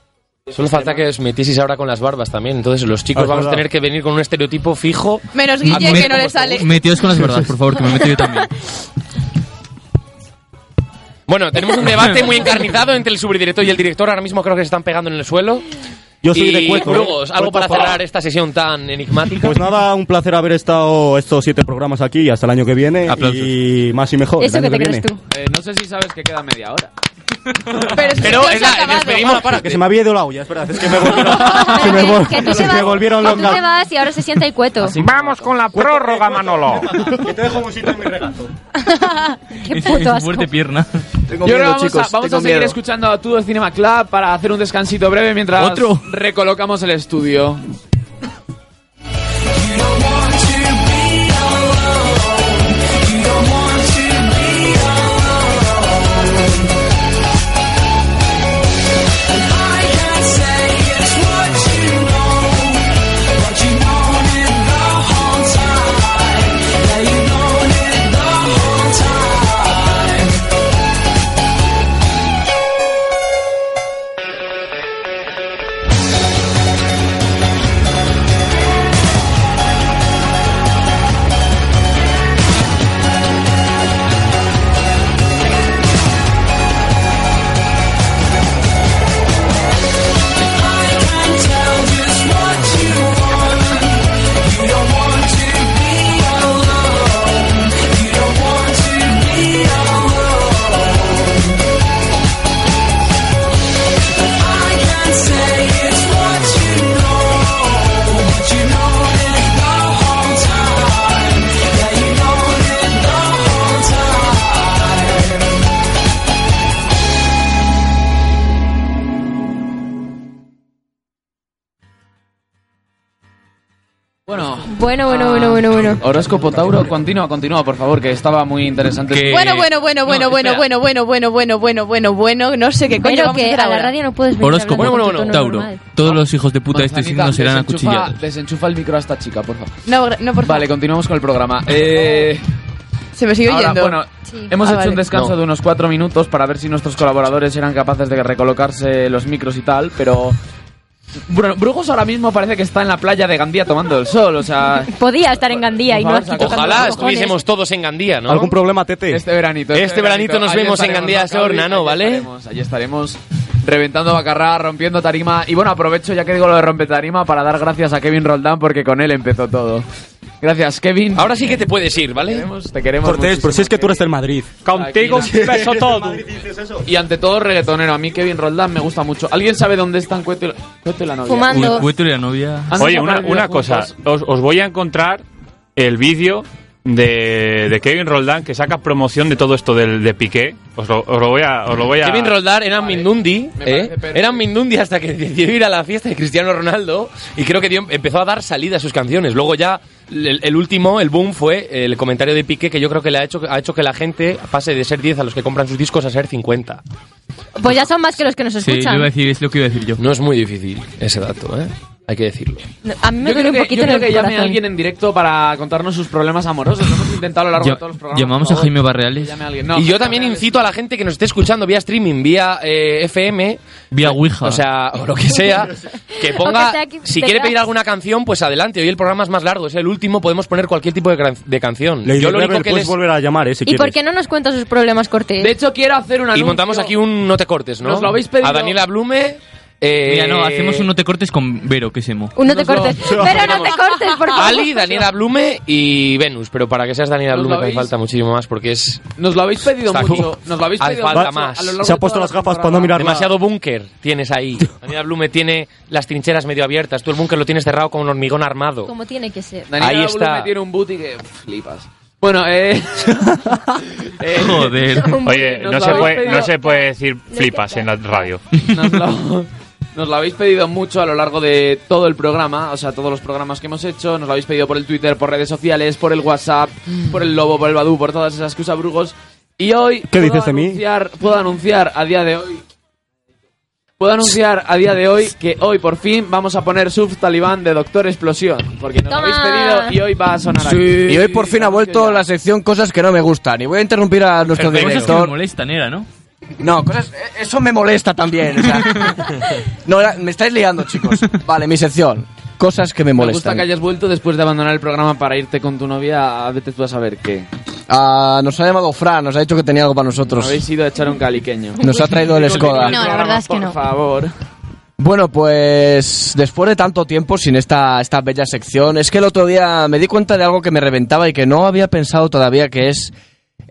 [SPEAKER 1] Solo falta que os metieseis ahora con las barbas también. Entonces los chicos
[SPEAKER 6] Ah, es
[SPEAKER 1] vamos a
[SPEAKER 6] verdad.
[SPEAKER 1] tener que venir con un estereotipo fijo.
[SPEAKER 8] Menos Guille, que no le sale.
[SPEAKER 6] Metidos con las verdades, por favor, que me he metido yo también.
[SPEAKER 1] Bueno, tenemos un debate muy encarnizado entre el subdirector y el director. Ahora mismo creo que se están pegando en el suelo.
[SPEAKER 13] Yo soy
[SPEAKER 1] y,
[SPEAKER 13] de Cueto, ¿eh?
[SPEAKER 1] Brugos, algo
[SPEAKER 13] Cueto
[SPEAKER 1] para
[SPEAKER 13] pa-
[SPEAKER 1] cerrar esta sesión tan enigmática.
[SPEAKER 13] Pues nada, un placer haber estado estos siete programas aquí y hasta el año que viene. Y más y mejor. el año viene.
[SPEAKER 2] Eh, no sé si sabes que queda media hora.
[SPEAKER 13] Pero,
[SPEAKER 2] es la- nos pedimos
[SPEAKER 13] para que se me había ido la olla. Espera, es que me volvieron, se me vol-
[SPEAKER 7] que tú
[SPEAKER 13] se
[SPEAKER 7] te
[SPEAKER 13] me
[SPEAKER 7] vas-
[SPEAKER 13] volvieron
[SPEAKER 7] que tú te
[SPEAKER 13] longa.
[SPEAKER 7] vas y ahora se sienta y cueto.
[SPEAKER 10] Vamos con la prórroga, Manolo.
[SPEAKER 13] Que te dejo un sitio en mi regazo.
[SPEAKER 7] Qué puto asco.
[SPEAKER 6] fuerte pierna.
[SPEAKER 2] Y ahora vamos, a, vamos a seguir escuchando a Tudor Cinema Club para hacer un descansito breve mientras
[SPEAKER 6] Otro.
[SPEAKER 2] recolocamos el estudio. Bueno.
[SPEAKER 7] Bueno, bueno, bueno, bueno, bueno.
[SPEAKER 2] Horóscopo Tauro, continúa, continúa, por favor, que estaba muy interesante.
[SPEAKER 17] Bueno, bueno, bueno, bueno, bueno, bueno, bueno, bueno, bueno, bueno, bueno, bueno, no sé qué coño
[SPEAKER 7] Pero
[SPEAKER 17] vamos a
[SPEAKER 7] que
[SPEAKER 17] hacer
[SPEAKER 7] a la
[SPEAKER 17] ahora.
[SPEAKER 7] radio no puedes venir
[SPEAKER 6] Horóscopo.
[SPEAKER 7] hablando
[SPEAKER 6] Bueno,
[SPEAKER 7] con
[SPEAKER 6] bueno,
[SPEAKER 7] tu
[SPEAKER 6] bueno.
[SPEAKER 7] tono
[SPEAKER 6] Tauro.
[SPEAKER 7] normal.
[SPEAKER 6] Todos los hijos de puta de este
[SPEAKER 2] Manzanita,
[SPEAKER 6] signo serán
[SPEAKER 2] desenchufa-
[SPEAKER 6] acuchillados.
[SPEAKER 2] Desenchufa el micro a esta chica, por favor. No, no, por favor. Vale, continuamos con el programa. Eh,
[SPEAKER 17] Se me sigue
[SPEAKER 2] ahora,
[SPEAKER 17] oyendo.
[SPEAKER 2] Bueno, hemos
[SPEAKER 17] Ah,
[SPEAKER 2] hecho un
[SPEAKER 17] vale.
[SPEAKER 2] descanso de unos cuatro minutos para ver si nuestros colaboradores eran capaces de recolocarse los micros y tal, pero... Bueno, Brujos ahora mismo parece que está en la playa de Gandía tomando el sol, o sea...
[SPEAKER 7] Podía estar en Gandía y no aquí tocando
[SPEAKER 1] Ojalá
[SPEAKER 7] los cojones.
[SPEAKER 1] estuviésemos todos en Gandía, ¿no?
[SPEAKER 13] ¿Algún problema, Tete?
[SPEAKER 2] Este veranito.
[SPEAKER 1] Este veranito nos
[SPEAKER 2] Allí
[SPEAKER 1] vemos en
[SPEAKER 2] estaremos,
[SPEAKER 1] Gandía
[SPEAKER 2] Maccabi,
[SPEAKER 1] Sorna, ¿no?
[SPEAKER 2] allí
[SPEAKER 1] ¿Vale?
[SPEAKER 2] estaremos, Allí estaremos reventando bacarra, rompiendo tarima. Y bueno, aprovecho ya que digo lo de rompe tarima para dar gracias a Kevin Roldán porque con él empezó todo. Gracias, Kevin.
[SPEAKER 1] Ahora sí que te puedes ir, ¿vale?
[SPEAKER 2] Te queremos
[SPEAKER 13] Cortés, pero si es que tú eres del Madrid.
[SPEAKER 2] Contigo
[SPEAKER 13] un beso todo.
[SPEAKER 2] Y ante todo, reggaetonero. A mí Kevin Roldán me gusta mucho. ¿Alguien sabe dónde están Cueto y la, Cueto y la novia?
[SPEAKER 6] Uy, Cueto y la novia.
[SPEAKER 2] Antes
[SPEAKER 10] Oye,
[SPEAKER 2] de
[SPEAKER 10] una,
[SPEAKER 2] poner
[SPEAKER 10] una
[SPEAKER 2] los
[SPEAKER 10] cosa.
[SPEAKER 2] juntos.
[SPEAKER 10] Os, os voy a encontrar el vídeo de, de Kevin Roldán que saca promoción de todo esto del, de Piqué. Os lo, os lo voy a... Os lo voy a...
[SPEAKER 1] Kevin Roldán era Mindundi, ¿eh?
[SPEAKER 10] parece perfecto.
[SPEAKER 1] Era Mindundi hasta que decidió ir a la fiesta de Cristiano Ronaldo y creo que dio- empezó a dar salida a sus canciones. Luego ya el, el último, el boom, fue el comentario de Piqué que yo creo que le ha hecho, ha hecho que la gente pase de ser 10 a los que compran sus discos a ser 50.
[SPEAKER 7] Pues ya son más que los que nos
[SPEAKER 1] Sí,
[SPEAKER 7] escuchan.
[SPEAKER 1] yo iba a
[SPEAKER 6] decir, es lo que iba a decir yo.
[SPEAKER 1] No es muy difícil ese dato, ¿eh? Hay que decirlo.
[SPEAKER 7] No, A mí me
[SPEAKER 2] Yo
[SPEAKER 7] duele
[SPEAKER 2] creo
[SPEAKER 7] un
[SPEAKER 2] que, yo
[SPEAKER 7] poquito en
[SPEAKER 2] creo
[SPEAKER 7] el
[SPEAKER 2] que llame a
[SPEAKER 7] corazón.
[SPEAKER 2] alguien en directo para contarnos sus problemas amorosos. Lo hemos intentado a lo largo
[SPEAKER 6] Ya-
[SPEAKER 2] de todos los programas.
[SPEAKER 6] llamamos a
[SPEAKER 2] por favor.
[SPEAKER 6] Jaime Barreales.
[SPEAKER 2] Llame a alguien. No,
[SPEAKER 1] y yo también incito a la gente que nos esté escuchando vía streaming, vía eh, FM,
[SPEAKER 6] vía Ouija,
[SPEAKER 1] o sea, o lo que sea, que
[SPEAKER 12] O
[SPEAKER 1] ponga,
[SPEAKER 12] que sea aquí
[SPEAKER 1] si quiere
[SPEAKER 12] detrás.
[SPEAKER 1] pedir alguna canción, pues adelante. Hoy el programa es más largo, es el último, podemos poner cualquier tipo de, gran- de canción.
[SPEAKER 13] Lady
[SPEAKER 1] yo lo único
[SPEAKER 13] Rebel,
[SPEAKER 1] que
[SPEAKER 13] puedes
[SPEAKER 1] les...
[SPEAKER 13] volver a llamar, eh, si
[SPEAKER 7] ¿Y por
[SPEAKER 13] quieres.
[SPEAKER 7] qué no nos cuenta sus problemas, Cortés?
[SPEAKER 2] De hecho, quiero hacer una.
[SPEAKER 1] Y montamos aquí un no te cortes, ¿no?
[SPEAKER 2] Nos lo habéis pedido.
[SPEAKER 1] A Daniela Blume. eh,
[SPEAKER 6] Mira, no, hacemos un no te cortes con Vero, que es emo.
[SPEAKER 7] Uno te cortes. Pero no te cortes, por favor.
[SPEAKER 1] Ali, Daniela Blume y Venus, pero para que seas Daniela
[SPEAKER 2] Nos lo
[SPEAKER 1] Blume hace
[SPEAKER 2] habéis-
[SPEAKER 1] falta muchísimo más porque es
[SPEAKER 2] Nos lo habéis pedido
[SPEAKER 1] Está
[SPEAKER 2] mucho.
[SPEAKER 1] como-
[SPEAKER 2] Nos lo habéis
[SPEAKER 1] hace
[SPEAKER 2] pedido
[SPEAKER 1] falta
[SPEAKER 2] mucho.
[SPEAKER 1] más.
[SPEAKER 2] A lo largo
[SPEAKER 13] Se ha
[SPEAKER 2] de
[SPEAKER 13] puesto
[SPEAKER 2] toda
[SPEAKER 13] las
[SPEAKER 2] la
[SPEAKER 13] gafas para
[SPEAKER 2] temporada.
[SPEAKER 13] no mirar más.
[SPEAKER 1] demasiado búnker tienes ahí. Daniela Blume tiene las trincheras medio abiertas, tú el búnker lo tienes cerrado con un hormigón armado.
[SPEAKER 7] Como tiene que ser.
[SPEAKER 2] Daniela
[SPEAKER 1] Ahí
[SPEAKER 2] Blume
[SPEAKER 1] está.
[SPEAKER 2] tiene un booty que pff, flipas. Bueno, eh. eh,
[SPEAKER 6] Joder.
[SPEAKER 10] Oye,
[SPEAKER 2] Nos
[SPEAKER 10] no
[SPEAKER 2] lo
[SPEAKER 10] se,
[SPEAKER 2] habéis
[SPEAKER 10] puede,
[SPEAKER 2] pedido-
[SPEAKER 10] no se puede decir flipas en la radio.
[SPEAKER 2] Nos lo, nos lo habéis pedido mucho a lo largo de todo el programa, o sea, todos los programas que hemos hecho. Nos lo habéis pedido por el Twitter, por redes sociales, por el WhatsApp, por el Lobo, por el Badú, por todas esas cosas, Brugos. Y hoy.
[SPEAKER 13] ¿Qué
[SPEAKER 2] puedo
[SPEAKER 13] dices de mí?
[SPEAKER 2] anunciar- Puedo anunciar a día de hoy. Puedo anunciar a día de hoy que hoy por fin vamos a poner Sub Talibán de Doctor Explosión. Porque nos lo habéis pedido y hoy va a sonar aquí.
[SPEAKER 3] Y hoy por fin ha vuelto la sección Cosas que no me gustan. Y voy a interrumpir a nuestro
[SPEAKER 6] Cosas que me
[SPEAKER 3] director.
[SPEAKER 6] molestan era, ¿no?
[SPEAKER 3] No, cosas, eh, eso me molesta también. o sea. no, era- me estáis liando, chicos. Vale, mi sección. Cosas que me
[SPEAKER 2] Me gusta
[SPEAKER 3] molestan.
[SPEAKER 2] que hayas vuelto después de abandonar el programa para irte con tu novia a vete tú a saber qué.
[SPEAKER 3] Ah, nos ha llamado Fran, nos ha dicho que tenía algo para nosotros.
[SPEAKER 2] Habéis ido a echar un caliqueño.
[SPEAKER 3] Nos ha traído el Skoda.
[SPEAKER 11] No, la verdad es que no.
[SPEAKER 2] Por favor.
[SPEAKER 3] Bueno, pues después de tanto tiempo sin esta, esta bella sección, es que el otro día me di cuenta de algo que me reventaba y que no había pensado todavía, que es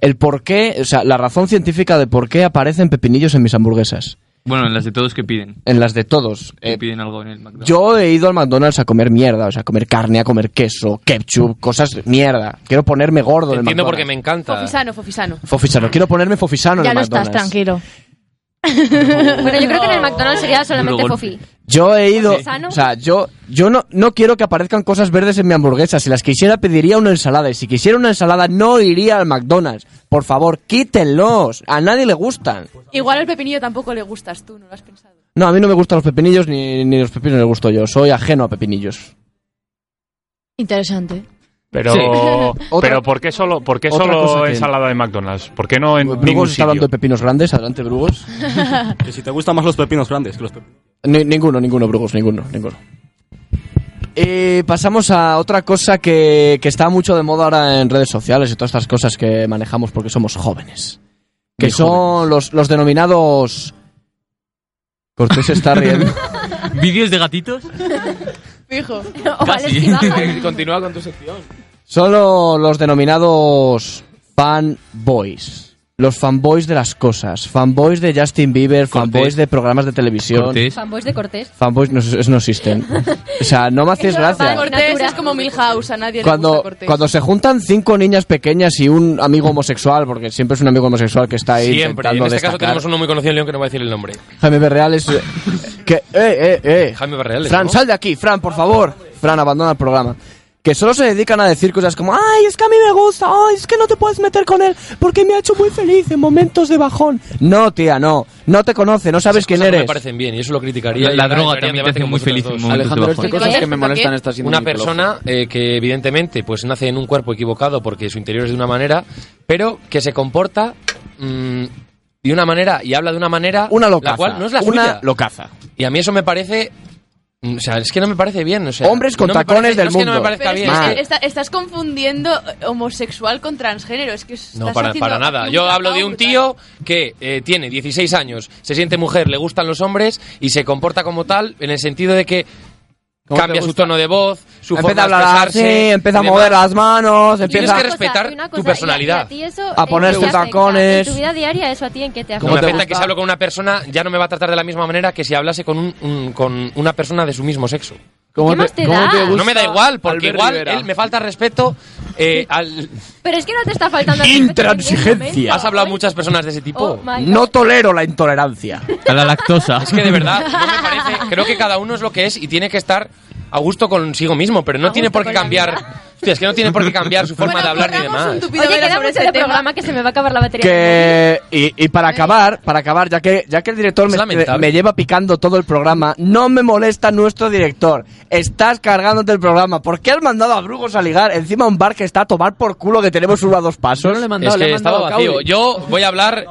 [SPEAKER 3] el por qué, o sea, la razón científica de por qué aparecen pepinillos en mis hamburguesas,
[SPEAKER 6] Bueno, en las de todos que piden.
[SPEAKER 3] en las de todos.
[SPEAKER 6] Que piden algo en el McDonald's.
[SPEAKER 3] Yo he ido al McDonald's a comer mierda, o sea, a comer carne, a comer queso, ketchup, cosas mierda. Quiero ponerme gordo en el
[SPEAKER 1] Entiendo porque
[SPEAKER 3] McDonald's.
[SPEAKER 1] me encanta.
[SPEAKER 11] Fofisano, Fofisano.
[SPEAKER 3] Fofisano, quiero ponerme fofisano
[SPEAKER 11] Ya
[SPEAKER 3] en
[SPEAKER 11] no
[SPEAKER 3] el
[SPEAKER 11] estás
[SPEAKER 3] Ah, McDonald's.
[SPEAKER 11] tranquilo.
[SPEAKER 7] Bueno, yo creo que en el McDonald's sería solamente
[SPEAKER 3] Luego-
[SPEAKER 7] Fofi.
[SPEAKER 3] Yo he ido,
[SPEAKER 7] ¿Sano?
[SPEAKER 3] o sea, yo, yo no, no quiero que aparezcan cosas verdes en mi hamburguesa. Si las quisiera, pediría una ensalada. Y si quisiera una ensalada, no iría al McDonald's. Por favor, quítenlos. A nadie le gustan.
[SPEAKER 17] Igual el pepinillo tampoco le gustas tú, no lo has pensado.
[SPEAKER 3] No, a mí no me gustan los pepinillos ni, ni los pepinos les gusto yo. Soy ajeno a pepinillos.
[SPEAKER 11] Interesante.
[SPEAKER 10] Pero,
[SPEAKER 3] Sí. Otra-
[SPEAKER 10] pero ¿por qué solo, por qué
[SPEAKER 3] Otra cosa
[SPEAKER 10] solo
[SPEAKER 3] que-
[SPEAKER 10] ensalada de McDonald's? ¿Por qué no en ningún
[SPEAKER 3] Brugos está
[SPEAKER 10] sitio?
[SPEAKER 3] hablando de pepinos grandes. Adelante, Brugos.
[SPEAKER 13] Que si te gustan más los pepinos grandes que los pepinos.
[SPEAKER 3] Ni- ninguno, ninguno, Brugos, ninguno, ninguno. Y Eh, pasamos a otra cosa que, que está mucho de moda ahora en redes sociales y todas estas cosas que manejamos porque somos jóvenes. Que son los, los denominados... Cortés se está riendo.
[SPEAKER 6] ¿Vídeos de gatitos?
[SPEAKER 17] Fijo.
[SPEAKER 6] Casi.
[SPEAKER 1] Continúa con tu sección.
[SPEAKER 3] Solo los denominados fanboys. Los fanboys de las cosas. Fanboys de Justin Bieber, fanboys de programas de televisión.
[SPEAKER 7] Fanboys de Cortés.
[SPEAKER 3] Fanboys no, eso no existen. O sea, no me hacéis gracia.
[SPEAKER 17] Cortés es como Milhouse, a nadie le
[SPEAKER 3] Cuando,
[SPEAKER 17] gusta Cortés.
[SPEAKER 3] cuando se juntan cinco niñas pequeñas y un amigo homosexual, porque siempre es un amigo homosexual que está ahí
[SPEAKER 1] Siempre. En
[SPEAKER 3] intentando
[SPEAKER 1] este caso
[SPEAKER 3] destacar.
[SPEAKER 1] tenemos uno muy conocido en León que no va a decir el nombre.
[SPEAKER 3] Jaime Berreales... eh, que, eh, eh, eh.
[SPEAKER 1] Jaime Barreales.
[SPEAKER 3] Fran,
[SPEAKER 1] ¿no?
[SPEAKER 3] sal de aquí, Fran, por favor. Fran, abandona el programa. Que solo se dedican a decir cosas como, ay, es que a mí me gusta, ay, es que no te puedes meter con él, porque me ha hecho muy feliz en momentos de bajón. No, tía, no. No te conoce, no sabes quién
[SPEAKER 1] Cosas que
[SPEAKER 3] eres.
[SPEAKER 1] me parecen bien y eso lo criticaría.
[SPEAKER 2] La
[SPEAKER 1] Y ahora
[SPEAKER 2] droga
[SPEAKER 1] entraría
[SPEAKER 2] también
[SPEAKER 1] en debate
[SPEAKER 2] te hace
[SPEAKER 1] con
[SPEAKER 2] muy
[SPEAKER 1] vosotros
[SPEAKER 2] feliz
[SPEAKER 1] dos.
[SPEAKER 2] en momentos Alejandro, de bajón. este, cosas que me molestan, está siendo
[SPEAKER 1] Una
[SPEAKER 2] muy flojo.
[SPEAKER 1] persona eh, que evidentemente pues nace en un cuerpo equivocado porque su interior es de una manera, pero que se comporta mm, de una manera y habla de una manera
[SPEAKER 3] Una
[SPEAKER 1] la
[SPEAKER 3] locaza.
[SPEAKER 1] cual no es la
[SPEAKER 3] una
[SPEAKER 1] suya.
[SPEAKER 3] locaza.
[SPEAKER 1] Y a mí eso me parece... mm, O sea, es que no me parece bien. O sea,
[SPEAKER 3] Hombres con
[SPEAKER 1] no me
[SPEAKER 3] tacones
[SPEAKER 1] parece-
[SPEAKER 3] del
[SPEAKER 1] no es que no me
[SPEAKER 3] mundo.
[SPEAKER 1] parezca
[SPEAKER 17] Pero es que
[SPEAKER 1] bien.
[SPEAKER 17] está- está- estás confundiendo
[SPEAKER 8] eh,
[SPEAKER 17] homosexual con transgénero. Es que estás
[SPEAKER 1] No, para,
[SPEAKER 17] haciendo
[SPEAKER 1] para nada.
[SPEAKER 17] un
[SPEAKER 1] Yo
[SPEAKER 17] tapado
[SPEAKER 1] hablo de un
[SPEAKER 17] brutal.
[SPEAKER 1] tío que eh, tiene 16 años, se siente mujer, le gustan los hombres y se comporta como tal en el sentido de que
[SPEAKER 3] ¿Cómo te
[SPEAKER 1] cambia su
[SPEAKER 3] gusta?
[SPEAKER 1] tono de voz, su
[SPEAKER 3] Empieza a
[SPEAKER 1] forma de
[SPEAKER 3] hablar así,
[SPEAKER 1] expresarse,
[SPEAKER 3] empieza a
[SPEAKER 1] y demás.
[SPEAKER 3] mover las manos,
[SPEAKER 1] Tienes
[SPEAKER 3] empieza...
[SPEAKER 1] que respetar
[SPEAKER 7] Y una
[SPEAKER 1] tu
[SPEAKER 7] cosa,
[SPEAKER 1] personalidad.
[SPEAKER 7] y a- y a ti eso,
[SPEAKER 3] A
[SPEAKER 7] ¿en
[SPEAKER 3] poner
[SPEAKER 7] qué
[SPEAKER 3] tus
[SPEAKER 7] te afecta?
[SPEAKER 3] tacones.
[SPEAKER 7] En tu vida diaria, eso a ti en qué te
[SPEAKER 1] Me
[SPEAKER 7] afecta.
[SPEAKER 1] afecta que si hablo con una persona ya no me va a tratar de la misma manera que si hablase con, un- un- con una persona de su mismo sexo.
[SPEAKER 7] ¿Qué más te da?
[SPEAKER 1] No me da igual, porque
[SPEAKER 7] Albert
[SPEAKER 1] igual
[SPEAKER 7] Rivera?
[SPEAKER 1] él me falta respeto eh, al...
[SPEAKER 7] Pero es que no te está faltando
[SPEAKER 1] Has hablado muchas personas de ese
[SPEAKER 7] Oh
[SPEAKER 1] tipo.
[SPEAKER 7] my
[SPEAKER 3] No tolero la intolerancia.
[SPEAKER 6] A la lactosa.
[SPEAKER 1] Es que de verdad, no me parece. Creo que cada uno es lo que es y tiene que estar a gusto consigo mismo, pero no tiene por qué cambiar. Hostia, es que no tiene por qué cambiar su forma de hablar ni demás.
[SPEAKER 7] Oye, queda mucho de programa este que se me va a acabar la batería.
[SPEAKER 3] Que, y, y para acabar, para acabar, ya que, ya que el director me,
[SPEAKER 1] lamentable.
[SPEAKER 3] me lleva picando todo el programa, no me molesta nuestro director. Estás cargándote el programa. ¿Por qué has mandado a Brugos a ligar encima a un bar que está a tomar por culo que tenemos uno a dos pasos?
[SPEAKER 2] Ah, no le he mandado,
[SPEAKER 1] Es
[SPEAKER 2] le
[SPEAKER 1] que
[SPEAKER 2] he mandado
[SPEAKER 1] estaba vacío.
[SPEAKER 2] Caudi.
[SPEAKER 1] Yo voy a hablar.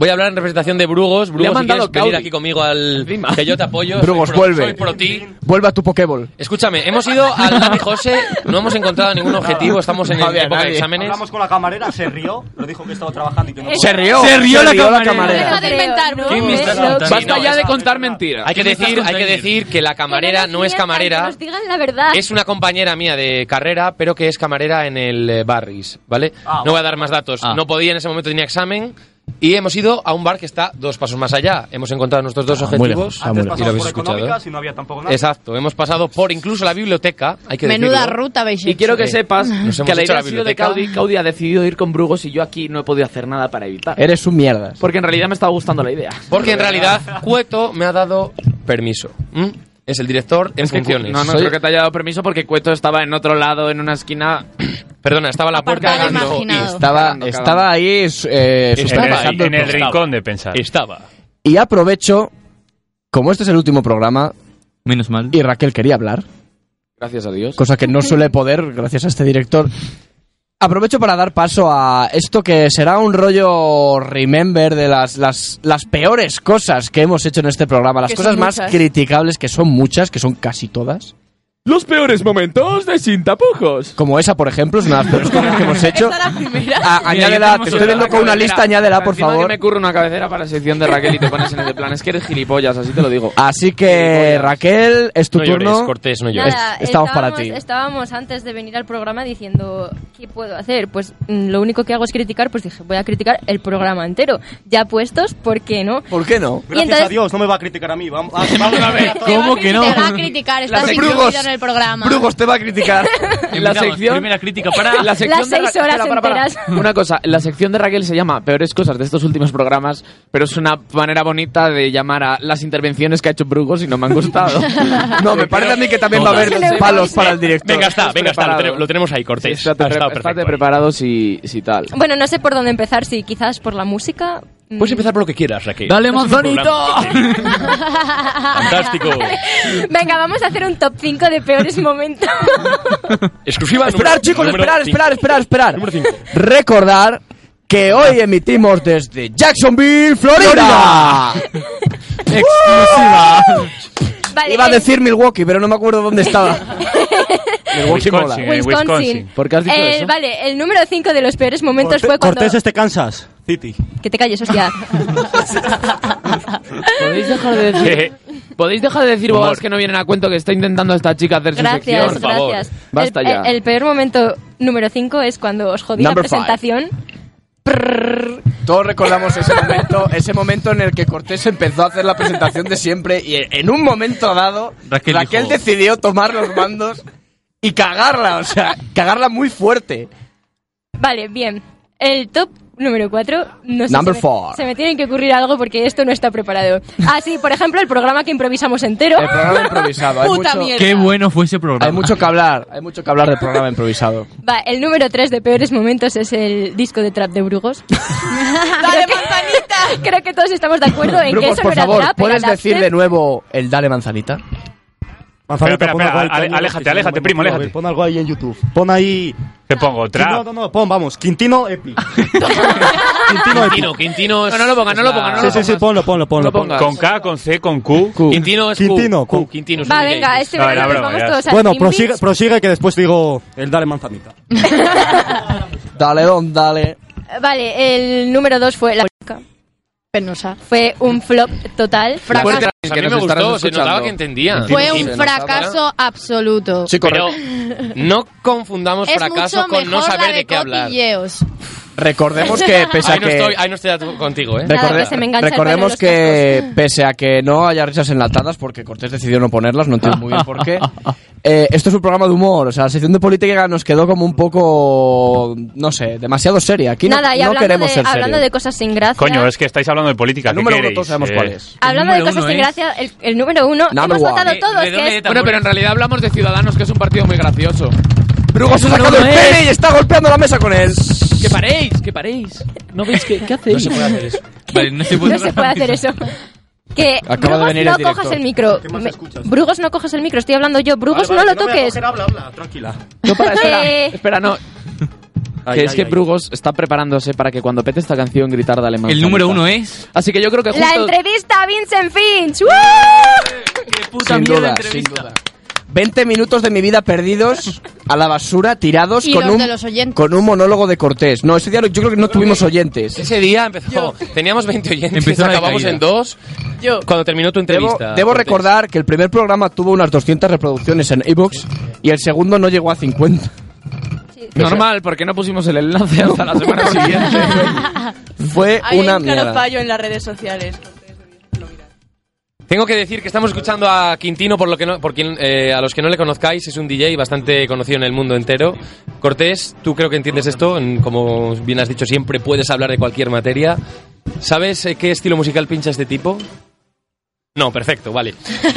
[SPEAKER 1] Voy a hablar en representación de Brugos.
[SPEAKER 2] Le ha
[SPEAKER 1] Brugos, si
[SPEAKER 2] mandado
[SPEAKER 1] quieres venir
[SPEAKER 2] Caudi.
[SPEAKER 1] aquí conmigo al. Que yo te apoyo.
[SPEAKER 3] Brugos,
[SPEAKER 1] soy pro-
[SPEAKER 3] vuelve.
[SPEAKER 1] Soy pro ti.
[SPEAKER 3] Vuelve a tu Pokéball.
[SPEAKER 1] Escúchame, hemos ido al Dani José, no hemos encontrado ningún objetivo, estamos en
[SPEAKER 3] No había
[SPEAKER 1] época
[SPEAKER 3] nadie.
[SPEAKER 1] de exámenes.
[SPEAKER 13] Hablamos con la camarera, se rió, lo dijo que estaba trabajando y que no.
[SPEAKER 3] Se rió. Se rió la camarera.
[SPEAKER 17] Deja de inventar, bro.
[SPEAKER 1] ¿Qué me estás
[SPEAKER 17] Lo-
[SPEAKER 1] contando?
[SPEAKER 2] Basta
[SPEAKER 1] Sí, no,
[SPEAKER 2] ya de
[SPEAKER 1] es-
[SPEAKER 2] contar mentiras.
[SPEAKER 1] Hay que
[SPEAKER 2] ¿Qué me estás
[SPEAKER 1] decir, hay que
[SPEAKER 2] contando?
[SPEAKER 1] decir que la camarera no es
[SPEAKER 7] Que
[SPEAKER 1] camarera.
[SPEAKER 7] nos digan la verdad.
[SPEAKER 1] Es una compañera mía de carrera, pero que es camarera en el eh, Barris, ¿vale? no voy a dar más datos. No podía, en ese momento tenía examen. Y hemos ido a un bar que está dos pasos más allá. Hemos encontrado nuestros
[SPEAKER 3] Ah,
[SPEAKER 1] dos
[SPEAKER 13] Ah, Antes
[SPEAKER 1] objetivos. y lo
[SPEAKER 13] pasamos
[SPEAKER 1] habéis
[SPEAKER 13] por
[SPEAKER 1] escuchado.
[SPEAKER 13] económicas y no había tampoco nada.
[SPEAKER 1] Exacto, hemos pasado por incluso la biblioteca. Hay que
[SPEAKER 11] Menuda
[SPEAKER 1] decirlo.
[SPEAKER 11] ruta habéis
[SPEAKER 2] Y quiero que
[SPEAKER 1] Sí.
[SPEAKER 2] sepas
[SPEAKER 1] Nos hemos
[SPEAKER 2] que la
[SPEAKER 1] hecho
[SPEAKER 2] idea
[SPEAKER 1] la
[SPEAKER 2] ha sido de
[SPEAKER 1] biblioteca.
[SPEAKER 2] Caudi. Caudi ha decidido ir con Brugos y yo aquí no he podido hacer nada para evitar.
[SPEAKER 3] Eres un mierda.
[SPEAKER 2] Porque en realidad me estaba gustando la idea.
[SPEAKER 1] Porque en realidad Cueto me ha dado permiso. ¿m? Es el director en funciones.
[SPEAKER 2] No, no
[SPEAKER 1] Soy-
[SPEAKER 2] creo que te haya dado permiso porque Cueto estaba en otro lado, en una esquina.
[SPEAKER 1] Perdona, estaba la puerta
[SPEAKER 2] Apartado,
[SPEAKER 1] dando-
[SPEAKER 2] imaginado.
[SPEAKER 3] Estaba,
[SPEAKER 2] Cagando,
[SPEAKER 3] estaba ahí eh,
[SPEAKER 10] Estaba
[SPEAKER 3] supervisando
[SPEAKER 10] en el
[SPEAKER 3] programa.
[SPEAKER 10] rincón de pensar.
[SPEAKER 1] Estaba.
[SPEAKER 3] Y aprovecho, como este es el último programa
[SPEAKER 6] Menos mal.
[SPEAKER 3] y Raquel quería hablar,
[SPEAKER 2] Gracias a Dios.
[SPEAKER 3] cosa que no suele poder gracias a este director. Aprovecho para dar paso a esto que será un rollo remember de las, las, las peores cosas que hemos hecho en este programa, las
[SPEAKER 17] Que son
[SPEAKER 3] cosas más
[SPEAKER 17] muchas.
[SPEAKER 3] criticables que son muchas, que son casi todas.
[SPEAKER 2] Los peores momentos de Sin Tapujos.
[SPEAKER 3] Como esa, por ejemplo, es una de las peores cosas que hemos hecho. Ah, añádela, te estoy viendo con una lista, añádela, por
[SPEAKER 2] Encima
[SPEAKER 3] favor.
[SPEAKER 2] que me curro una cabecera para la sección de Raquel y te pones en el de plan. Es que eres gilipollas, así te lo digo.
[SPEAKER 3] Así que, Raquel, es tu
[SPEAKER 1] No llores,
[SPEAKER 3] turno.
[SPEAKER 1] Cortés, no
[SPEAKER 3] Es-
[SPEAKER 7] Nada,
[SPEAKER 3] Estamos para ti.
[SPEAKER 7] Estábamos antes de venir al programa diciendo qué puedo hacer. Pues mm, lo único que hago es criticar, pues dije, voy a criticar el programa entero. Ya puestos, ¿por qué no?
[SPEAKER 3] ¿Por qué no?
[SPEAKER 7] Y
[SPEAKER 9] Gracias a
[SPEAKER 7] entonces-
[SPEAKER 9] Dios, no me va a criticar a mí. Vamos, ah, vamos a ver.
[SPEAKER 11] ¿Cómo que
[SPEAKER 9] no?
[SPEAKER 11] Te va a criticar, estás
[SPEAKER 9] Brugos.
[SPEAKER 11] incluido en el programa.
[SPEAKER 3] Brugos te va a criticar.
[SPEAKER 2] La sección.
[SPEAKER 6] Primera crítica para
[SPEAKER 2] La sección
[SPEAKER 11] Las
[SPEAKER 2] de Ra-
[SPEAKER 11] seis horas
[SPEAKER 2] espera, para, para.
[SPEAKER 11] enteras.
[SPEAKER 2] Una cosa, la sección de Raquel se llama Peores cosas de estos últimos programas, pero es una manera bonita de llamar a las intervenciones que ha hecho Brugos y no me han gustado.
[SPEAKER 3] No, me parece a mí que también va a haber palos para el director.
[SPEAKER 1] Venga, está, venga, está. Lo,
[SPEAKER 2] preparado.
[SPEAKER 1] tenemos- lo tenemos ahí, Cortés.
[SPEAKER 2] Estate,
[SPEAKER 1] Ha estado
[SPEAKER 2] pre-
[SPEAKER 1] perfecto.
[SPEAKER 2] estate preparado si, si tal.
[SPEAKER 7] Bueno, no sé por dónde empezar, si quizás por la música. Mm.
[SPEAKER 1] Puedes Pues empezar por lo que quieras, Raquel.
[SPEAKER 2] ¡Dale,
[SPEAKER 1] Es un
[SPEAKER 2] Manzanito!
[SPEAKER 1] programa. ¡Fantástico!
[SPEAKER 7] Venga, vamos a hacer un top 5 de peores momentos.
[SPEAKER 1] Exclusiva
[SPEAKER 3] Esperar,
[SPEAKER 1] número-
[SPEAKER 3] chicos,
[SPEAKER 1] número
[SPEAKER 3] esperar,
[SPEAKER 1] cinco.
[SPEAKER 3] esperar, esperar, esperar.
[SPEAKER 1] Número cinco.
[SPEAKER 3] Recordar que hoy emitimos desde Jacksonville, Florida. ¡Uh!
[SPEAKER 1] Exclusiva.
[SPEAKER 7] Vale,
[SPEAKER 3] Iba a
[SPEAKER 7] el-
[SPEAKER 3] decir Milwaukee, pero no me acuerdo dónde estaba. Milwaukee mola.
[SPEAKER 9] Wisconsin, eh, Wisconsin. Wisconsin.
[SPEAKER 3] ¿Por qué has dicho
[SPEAKER 7] el-
[SPEAKER 3] eso?
[SPEAKER 7] Eh, Vale, el número 5 de los peores momentos fue cuando...
[SPEAKER 9] Cortés este Kansas City.
[SPEAKER 7] Que te calles, hostia.
[SPEAKER 2] ¿Podéis dejar de decir, ¿podéis dejar de decir
[SPEAKER 1] Humor.
[SPEAKER 2] bobadas que no vienen a cuento que está intentando esta chica hacer su sección?
[SPEAKER 7] Gracias, gracias.
[SPEAKER 2] Basta
[SPEAKER 7] el,
[SPEAKER 2] ya.
[SPEAKER 7] El, el peor momento número 5 es cuando os jodí
[SPEAKER 3] Number
[SPEAKER 7] la
[SPEAKER 3] five.
[SPEAKER 7] presentación.
[SPEAKER 3] Todos recordamos ese momento, ese momento en el que Cortés empezó a hacer la presentación de siempre y en un momento dado Raquel,
[SPEAKER 6] Raquel dijo-
[SPEAKER 3] decidió tomar los mandos y cagarla, o sea, cagarla muy fuerte.
[SPEAKER 7] Vale, bien. El top número 4. No sé
[SPEAKER 3] Number
[SPEAKER 7] si me-
[SPEAKER 3] four.
[SPEAKER 7] se me tiene que ocurrir algo porque esto no está preparado. Ah, sí, por ejemplo, el programa que improvisamos entero.
[SPEAKER 3] El programa improvisado. Hay mucho,
[SPEAKER 6] Qué bueno fue ese programa.
[SPEAKER 3] hay mucho que hablar, hay mucho que hablar del programa improvisado.
[SPEAKER 7] Va, el número 3 de peores momentos es el disco de trap de Brugos. ¡Dale, manzanita! Creo que todos estamos de acuerdo en que
[SPEAKER 3] Brujos,
[SPEAKER 7] eso
[SPEAKER 3] por
[SPEAKER 7] no era
[SPEAKER 3] favor,
[SPEAKER 7] trap,
[SPEAKER 3] ¿puedes
[SPEAKER 7] era
[SPEAKER 3] decir
[SPEAKER 7] dubstep.
[SPEAKER 3] de nuevo el Dale Manzanita?
[SPEAKER 10] Espera, espera,
[SPEAKER 9] pon algo
[SPEAKER 10] espera,
[SPEAKER 9] ahí, pon
[SPEAKER 10] ale-
[SPEAKER 9] algo, que
[SPEAKER 10] aléjate,
[SPEAKER 9] si no,
[SPEAKER 10] aléjate,
[SPEAKER 9] no
[SPEAKER 10] primo,
[SPEAKER 9] puedo ver,
[SPEAKER 10] aléjate.
[SPEAKER 9] Pon algo ahí en YouTube. Pon ahí.
[SPEAKER 10] Te pongo
[SPEAKER 9] No,
[SPEAKER 10] trap.
[SPEAKER 9] no, no, pon, vamos. Quintino Epi. Quintino Epi.
[SPEAKER 1] Quintino, Quintino es-
[SPEAKER 2] No, no lo pongas, no lo pongas, no
[SPEAKER 9] Sí, sí, sí, ponlo, ponlo, ponlo.
[SPEAKER 2] pongas.
[SPEAKER 9] ponlo.
[SPEAKER 10] Con K, con C, con Q.
[SPEAKER 1] Quintino es Q.
[SPEAKER 9] Quintino,
[SPEAKER 1] Q,
[SPEAKER 9] Q.
[SPEAKER 1] Quintino es
[SPEAKER 7] Va,
[SPEAKER 1] un
[SPEAKER 7] venga,
[SPEAKER 1] gay.
[SPEAKER 7] este
[SPEAKER 10] Pues No,
[SPEAKER 7] verano nos
[SPEAKER 10] era broma,
[SPEAKER 7] vamos
[SPEAKER 10] ya.
[SPEAKER 7] todos al
[SPEAKER 9] Bueno,
[SPEAKER 7] Team
[SPEAKER 9] prosigue,
[SPEAKER 7] Beach.
[SPEAKER 9] prosigue que después digo el dale manzanita.
[SPEAKER 3] Dale, don, dale.
[SPEAKER 7] Vale, el número 2 fue la...
[SPEAKER 11] Penosa.
[SPEAKER 7] Fue un flop total.
[SPEAKER 2] Fuerte,
[SPEAKER 1] Fracaso.
[SPEAKER 2] que
[SPEAKER 1] A mí me
[SPEAKER 2] nos estarán
[SPEAKER 1] gustó, se
[SPEAKER 2] escuchando.
[SPEAKER 1] notaba que entendía.
[SPEAKER 11] Fue
[SPEAKER 1] Sí,
[SPEAKER 11] un
[SPEAKER 1] se notaba.
[SPEAKER 11] fracaso absoluto.
[SPEAKER 3] Sí, correcto.
[SPEAKER 1] Pero no confundamos
[SPEAKER 11] Es
[SPEAKER 1] fracaso
[SPEAKER 11] mucho
[SPEAKER 1] con no
[SPEAKER 11] mejor la
[SPEAKER 1] saber de
[SPEAKER 11] de
[SPEAKER 1] qué hablar.
[SPEAKER 11] cotilleos.
[SPEAKER 3] Recordemos que pese a
[SPEAKER 1] Ahí no,
[SPEAKER 3] que
[SPEAKER 1] estoy, ahí no estoy de acuerdo contigo, ¿eh?
[SPEAKER 7] Nada,
[SPEAKER 3] Recorde-
[SPEAKER 7] que se me engancha el
[SPEAKER 3] recordemos
[SPEAKER 7] pelo en
[SPEAKER 3] que, pese a que no haya risas enlatadas, porque Cortés decidió no ponerlas, no entiendo muy bien por qué. eh, esto es un programa de humor, o sea, la sección de política nos quedó como un poco, no sé, demasiado seria. Aquí no-
[SPEAKER 7] Nada, y
[SPEAKER 3] no,
[SPEAKER 7] hablando,
[SPEAKER 3] queremos
[SPEAKER 7] de,
[SPEAKER 3] ser
[SPEAKER 7] hablando
[SPEAKER 3] serios.
[SPEAKER 7] de cosas sin gracia.
[SPEAKER 10] Coño, es que estáis hablando de política.
[SPEAKER 3] El
[SPEAKER 10] ¿Qué
[SPEAKER 3] número uno
[SPEAKER 10] queréis?
[SPEAKER 3] todos sabemos
[SPEAKER 10] Eh,
[SPEAKER 3] cuál es.
[SPEAKER 7] Hablando
[SPEAKER 6] El
[SPEAKER 7] de
[SPEAKER 6] número
[SPEAKER 7] cosas sin
[SPEAKER 6] uno es-
[SPEAKER 7] gracia, el, el número uno
[SPEAKER 3] Number
[SPEAKER 7] hemos
[SPEAKER 3] one.
[SPEAKER 7] votado
[SPEAKER 1] Eh,
[SPEAKER 7] todos,
[SPEAKER 1] redoble
[SPEAKER 7] que
[SPEAKER 1] de
[SPEAKER 7] es-
[SPEAKER 1] tambores.
[SPEAKER 2] Bueno, pero en realidad hablamos de Ciudadanos, que es un partido muy gracioso.
[SPEAKER 3] Brugo se ha sacado el pene y está golpeando la mesa con él.
[SPEAKER 6] Que paréis, que paréis. ¿No veis que qué hacéis?
[SPEAKER 1] No se puede hacer eso.
[SPEAKER 6] Vale, no se puede,
[SPEAKER 7] no se puede hacer eso. Que
[SPEAKER 3] Acaba de
[SPEAKER 7] Brugos
[SPEAKER 3] venir
[SPEAKER 7] no
[SPEAKER 3] el
[SPEAKER 7] cojas
[SPEAKER 3] director.
[SPEAKER 7] el micro.
[SPEAKER 9] ¿Qué más
[SPEAKER 7] Me-
[SPEAKER 9] escuchas?
[SPEAKER 7] Brugos no cojas el micro, estoy hablando yo. Brugos
[SPEAKER 9] Vale,
[SPEAKER 7] no
[SPEAKER 9] vale,
[SPEAKER 7] lo
[SPEAKER 9] que voy a
[SPEAKER 7] toques.
[SPEAKER 9] coger, habla, habla, tranquila.
[SPEAKER 2] No, para, espera,
[SPEAKER 7] Eh.
[SPEAKER 2] espera, no.
[SPEAKER 9] Ay,
[SPEAKER 2] que es
[SPEAKER 9] ay,
[SPEAKER 2] que
[SPEAKER 9] ay.
[SPEAKER 2] Brugos está preparándose para que cuando pete esta canción gritar dale más.
[SPEAKER 6] El número uno es.
[SPEAKER 2] Así que yo creo que
[SPEAKER 7] La
[SPEAKER 2] justo...
[SPEAKER 7] entrevista a Vincent Finch. ¡Woo!
[SPEAKER 6] ¡Qué puta
[SPEAKER 3] Sin
[SPEAKER 6] mierda
[SPEAKER 3] duda, sin
[SPEAKER 6] entrevista!
[SPEAKER 3] duda. 20 minutos de mi vida perdidos a la basura, tirados
[SPEAKER 11] Y
[SPEAKER 3] con
[SPEAKER 11] los
[SPEAKER 3] un,
[SPEAKER 11] de los oyentes.
[SPEAKER 3] con un monólogo de Cortés. No, ese día yo creo que no tuvimos oyentes.
[SPEAKER 1] Pues Ese día empezó. Teníamos 20 oyentes,
[SPEAKER 6] Empezó la
[SPEAKER 1] acabamos
[SPEAKER 6] caída.
[SPEAKER 1] en dos. Cuando terminó tu
[SPEAKER 3] Debo,
[SPEAKER 1] entrevista.
[SPEAKER 3] debo
[SPEAKER 1] Cortés.
[SPEAKER 3] recordar que el primer programa tuvo unas 200 reproducciones en iBox y el segundo no llegó a 50.
[SPEAKER 2] Normal, porque no pusimos el enlace hasta la semana siguiente.
[SPEAKER 3] Fue
[SPEAKER 17] Hay
[SPEAKER 3] una
[SPEAKER 17] un claro
[SPEAKER 3] mierda.
[SPEAKER 17] fallo en las redes sociales.
[SPEAKER 1] Tengo que decir que estamos escuchando a Quintino, por lo que no, por quien, eh, a los que no le conozcáis, es un DJ bastante conocido en el mundo entero. Cortés, tú creo que entiendes esto, en- como bien has dicho siempre, puedes hablar de cualquier materia. ¿Sabes eh, qué estilo musical pincha este tipo? No, perfecto, vale.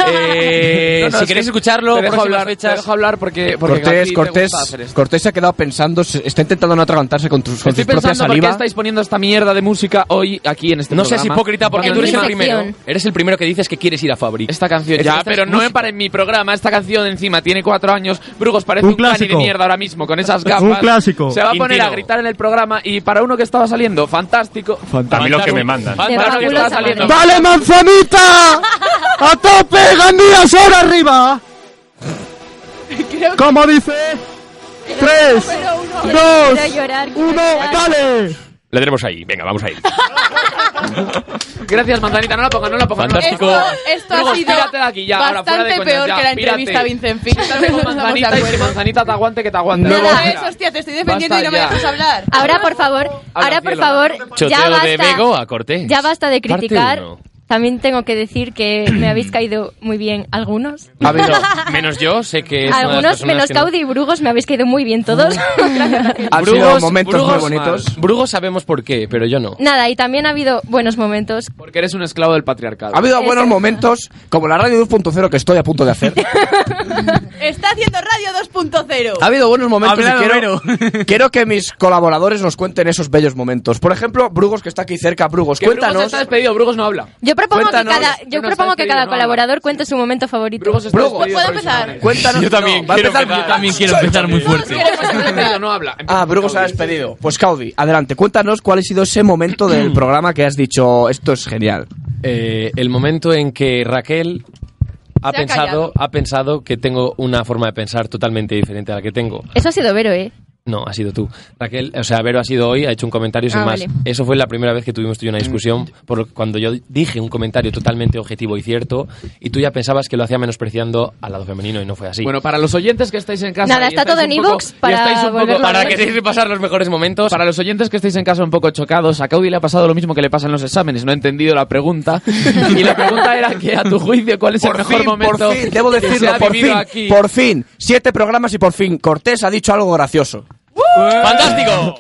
[SPEAKER 1] Eh,
[SPEAKER 2] No, no,
[SPEAKER 1] si
[SPEAKER 2] es
[SPEAKER 1] queréis
[SPEAKER 2] que
[SPEAKER 1] escucharlo,
[SPEAKER 2] te dejo
[SPEAKER 1] próximas
[SPEAKER 2] hablar,
[SPEAKER 1] fechas-
[SPEAKER 2] te dejo hablar porque, porque a
[SPEAKER 3] Cortés,
[SPEAKER 2] ti te
[SPEAKER 3] Cortés,
[SPEAKER 2] gusta hacer esto.
[SPEAKER 3] Cortés se ha quedado pensando, se- está intentando no atragantarse con tus, con
[SPEAKER 2] Estoy
[SPEAKER 3] sus propias
[SPEAKER 2] pensando por qué
[SPEAKER 3] saliva.
[SPEAKER 2] estáis poniendo esta mierda de música hoy aquí en este
[SPEAKER 1] No
[SPEAKER 2] programa.
[SPEAKER 1] seas hipócrita porque
[SPEAKER 7] En
[SPEAKER 1] tú eres
[SPEAKER 7] mi
[SPEAKER 1] el
[SPEAKER 7] sección.
[SPEAKER 1] primero. Eres el primero que dices que quieres ir a Fabri.
[SPEAKER 2] Esta canción
[SPEAKER 1] Esta-
[SPEAKER 2] ya,
[SPEAKER 1] esta
[SPEAKER 2] pero
[SPEAKER 1] es
[SPEAKER 2] no
[SPEAKER 1] música.
[SPEAKER 2] para en mi programa. Esta canción encima tiene cuatro años. Brugos parece
[SPEAKER 9] Un
[SPEAKER 2] un, cani de
[SPEAKER 9] clásico.
[SPEAKER 2] mierda ahora mismo con esas gafas.
[SPEAKER 9] Un clásico.
[SPEAKER 2] Se va a poner
[SPEAKER 1] Quintino.
[SPEAKER 2] a gritar en el programa y para uno que estaba saliendo, fantástico.
[SPEAKER 10] A mí lo que me mandan.
[SPEAKER 2] Para uno que
[SPEAKER 7] fabulosa manera.
[SPEAKER 2] estaba saliendo.
[SPEAKER 13] ¡Dale manzanita! ¡A tope! ¡Gandía, ahora arriba! Como ¿Cómo dice? Tres, dos, uno, dale.
[SPEAKER 1] La tenemos ahí. Venga, vamos ahí.
[SPEAKER 2] Gracias, manzanita. No la pongas, no la pongas.
[SPEAKER 1] Fantástico.
[SPEAKER 8] Esto
[SPEAKER 2] Luego,
[SPEAKER 8] ha sido
[SPEAKER 2] pírate de aquí ya, ahora, fuera de
[SPEAKER 8] bastante
[SPEAKER 2] coñas,
[SPEAKER 8] peor
[SPEAKER 2] ya,
[SPEAKER 8] que la
[SPEAKER 2] pírate.
[SPEAKER 8] entrevista a Vincent Fink.
[SPEAKER 2] Manzanita, y si manzanita te aguante, que te aguante.
[SPEAKER 8] Nada, hostia, te estoy defendiendo
[SPEAKER 2] Basta
[SPEAKER 8] y no me
[SPEAKER 2] ya.
[SPEAKER 8] dejas hablar.
[SPEAKER 7] Ahora, por favor, ahora, por
[SPEAKER 1] cielo.
[SPEAKER 7] favor, ya
[SPEAKER 1] Choteo de Bego
[SPEAKER 7] basta,
[SPEAKER 1] a Cortés.
[SPEAKER 7] ya basta de
[SPEAKER 1] Parte
[SPEAKER 7] criticar.
[SPEAKER 1] uno.
[SPEAKER 7] También tengo que decir que me habéis caído muy bien algunos.
[SPEAKER 1] Ha habido- menos yo, sé que es una de las
[SPEAKER 7] algunos,
[SPEAKER 1] personas
[SPEAKER 7] menos
[SPEAKER 1] que no-
[SPEAKER 7] Caudi y Brugos, me habéis caído muy bien todos.
[SPEAKER 1] Han
[SPEAKER 3] sido momentos muy bonitos.
[SPEAKER 1] Brugos sabemos por qué, pero yo no.
[SPEAKER 7] Nada, y también ha habido buenos momentos.
[SPEAKER 2] Porque eres un esclavo del patriarcado.
[SPEAKER 3] Ha habido buenos momentos, como la radio 2.0 que estoy a punto de hacer.
[SPEAKER 8] Está haciendo Radio 2.0.
[SPEAKER 3] Ha habido buenos momentos y
[SPEAKER 8] Hablado
[SPEAKER 3] quiero, quiero que mis colaboradores nos cuenten esos bellos momentos. Por ejemplo, Brugos, que está aquí cerca. Brugos,
[SPEAKER 2] Que
[SPEAKER 3] cuéntanos.
[SPEAKER 2] Brugos está despedido, Brugos no habla.
[SPEAKER 7] Yo propongo
[SPEAKER 3] Cuéntanos,
[SPEAKER 7] que cada,
[SPEAKER 3] que
[SPEAKER 7] yo
[SPEAKER 3] nos
[SPEAKER 7] propongo
[SPEAKER 3] has
[SPEAKER 7] que
[SPEAKER 3] pedido,
[SPEAKER 7] cada
[SPEAKER 3] no,
[SPEAKER 7] colaborador cuente su momento favorito.
[SPEAKER 3] Brugos. despedido
[SPEAKER 8] ¿Puedo empezar?
[SPEAKER 3] Cuéntanos.
[SPEAKER 1] Yo también
[SPEAKER 3] va a
[SPEAKER 1] quiero
[SPEAKER 3] empezar-
[SPEAKER 1] empezar.
[SPEAKER 6] quiero empezar muy fuerte.
[SPEAKER 2] no habla.
[SPEAKER 3] Ah, Brugos ha despedido. Pues Caudi, adelante. Cuéntanos cuál ha sido ese momento del programa que has dicho, esto es genial.
[SPEAKER 1] Eh, el momento en que Raquel ha,
[SPEAKER 7] Se ha
[SPEAKER 1] pensado,
[SPEAKER 7] callado.
[SPEAKER 1] ha pensado que tengo una forma de pensar totalmente diferente a la que tengo.
[SPEAKER 7] Eso ha sido Vero, ¿eh?
[SPEAKER 1] No, ha sido tú. Raquel, o sea, Vero ha sido hoy, ha hecho un comentario sin
[SPEAKER 7] Ah,
[SPEAKER 1] más.
[SPEAKER 7] vale.
[SPEAKER 1] Eso fue la primera vez que tuvimos tú y yo una discusión, por lo- cuando yo dije un comentario totalmente objetivo y cierto, y tú ya pensabas que lo hacía menospreciando al lado femenino y no fue así.
[SPEAKER 2] Bueno, para los oyentes que estáis en casa.
[SPEAKER 7] Nada,
[SPEAKER 2] y
[SPEAKER 7] está
[SPEAKER 2] estáis
[SPEAKER 7] todo
[SPEAKER 2] un
[SPEAKER 7] en
[SPEAKER 2] poco-
[SPEAKER 7] iVoox
[SPEAKER 2] y
[SPEAKER 7] para
[SPEAKER 2] estáis un poco-
[SPEAKER 7] volverlo a
[SPEAKER 2] para
[SPEAKER 7] ver.
[SPEAKER 2] que
[SPEAKER 1] deis pasar los mejores momentos.
[SPEAKER 2] Para los oyentes que estáis en casa un poco chocados, a Caudi le ha pasado lo mismo que le pasa en los exámenes. No he entendido la pregunta. Y la pregunta era que, a tu juicio, ¿cuál es el mejor
[SPEAKER 3] fin,
[SPEAKER 2] momento?
[SPEAKER 3] Por fin, debo
[SPEAKER 2] que se
[SPEAKER 3] decirlo,
[SPEAKER 2] ha
[SPEAKER 3] por
[SPEAKER 2] vivido
[SPEAKER 3] fin,
[SPEAKER 2] aquí?
[SPEAKER 3] por fin. Siete programas y por fin. Cortés ha dicho algo gracioso.
[SPEAKER 1] ¡Fantástico!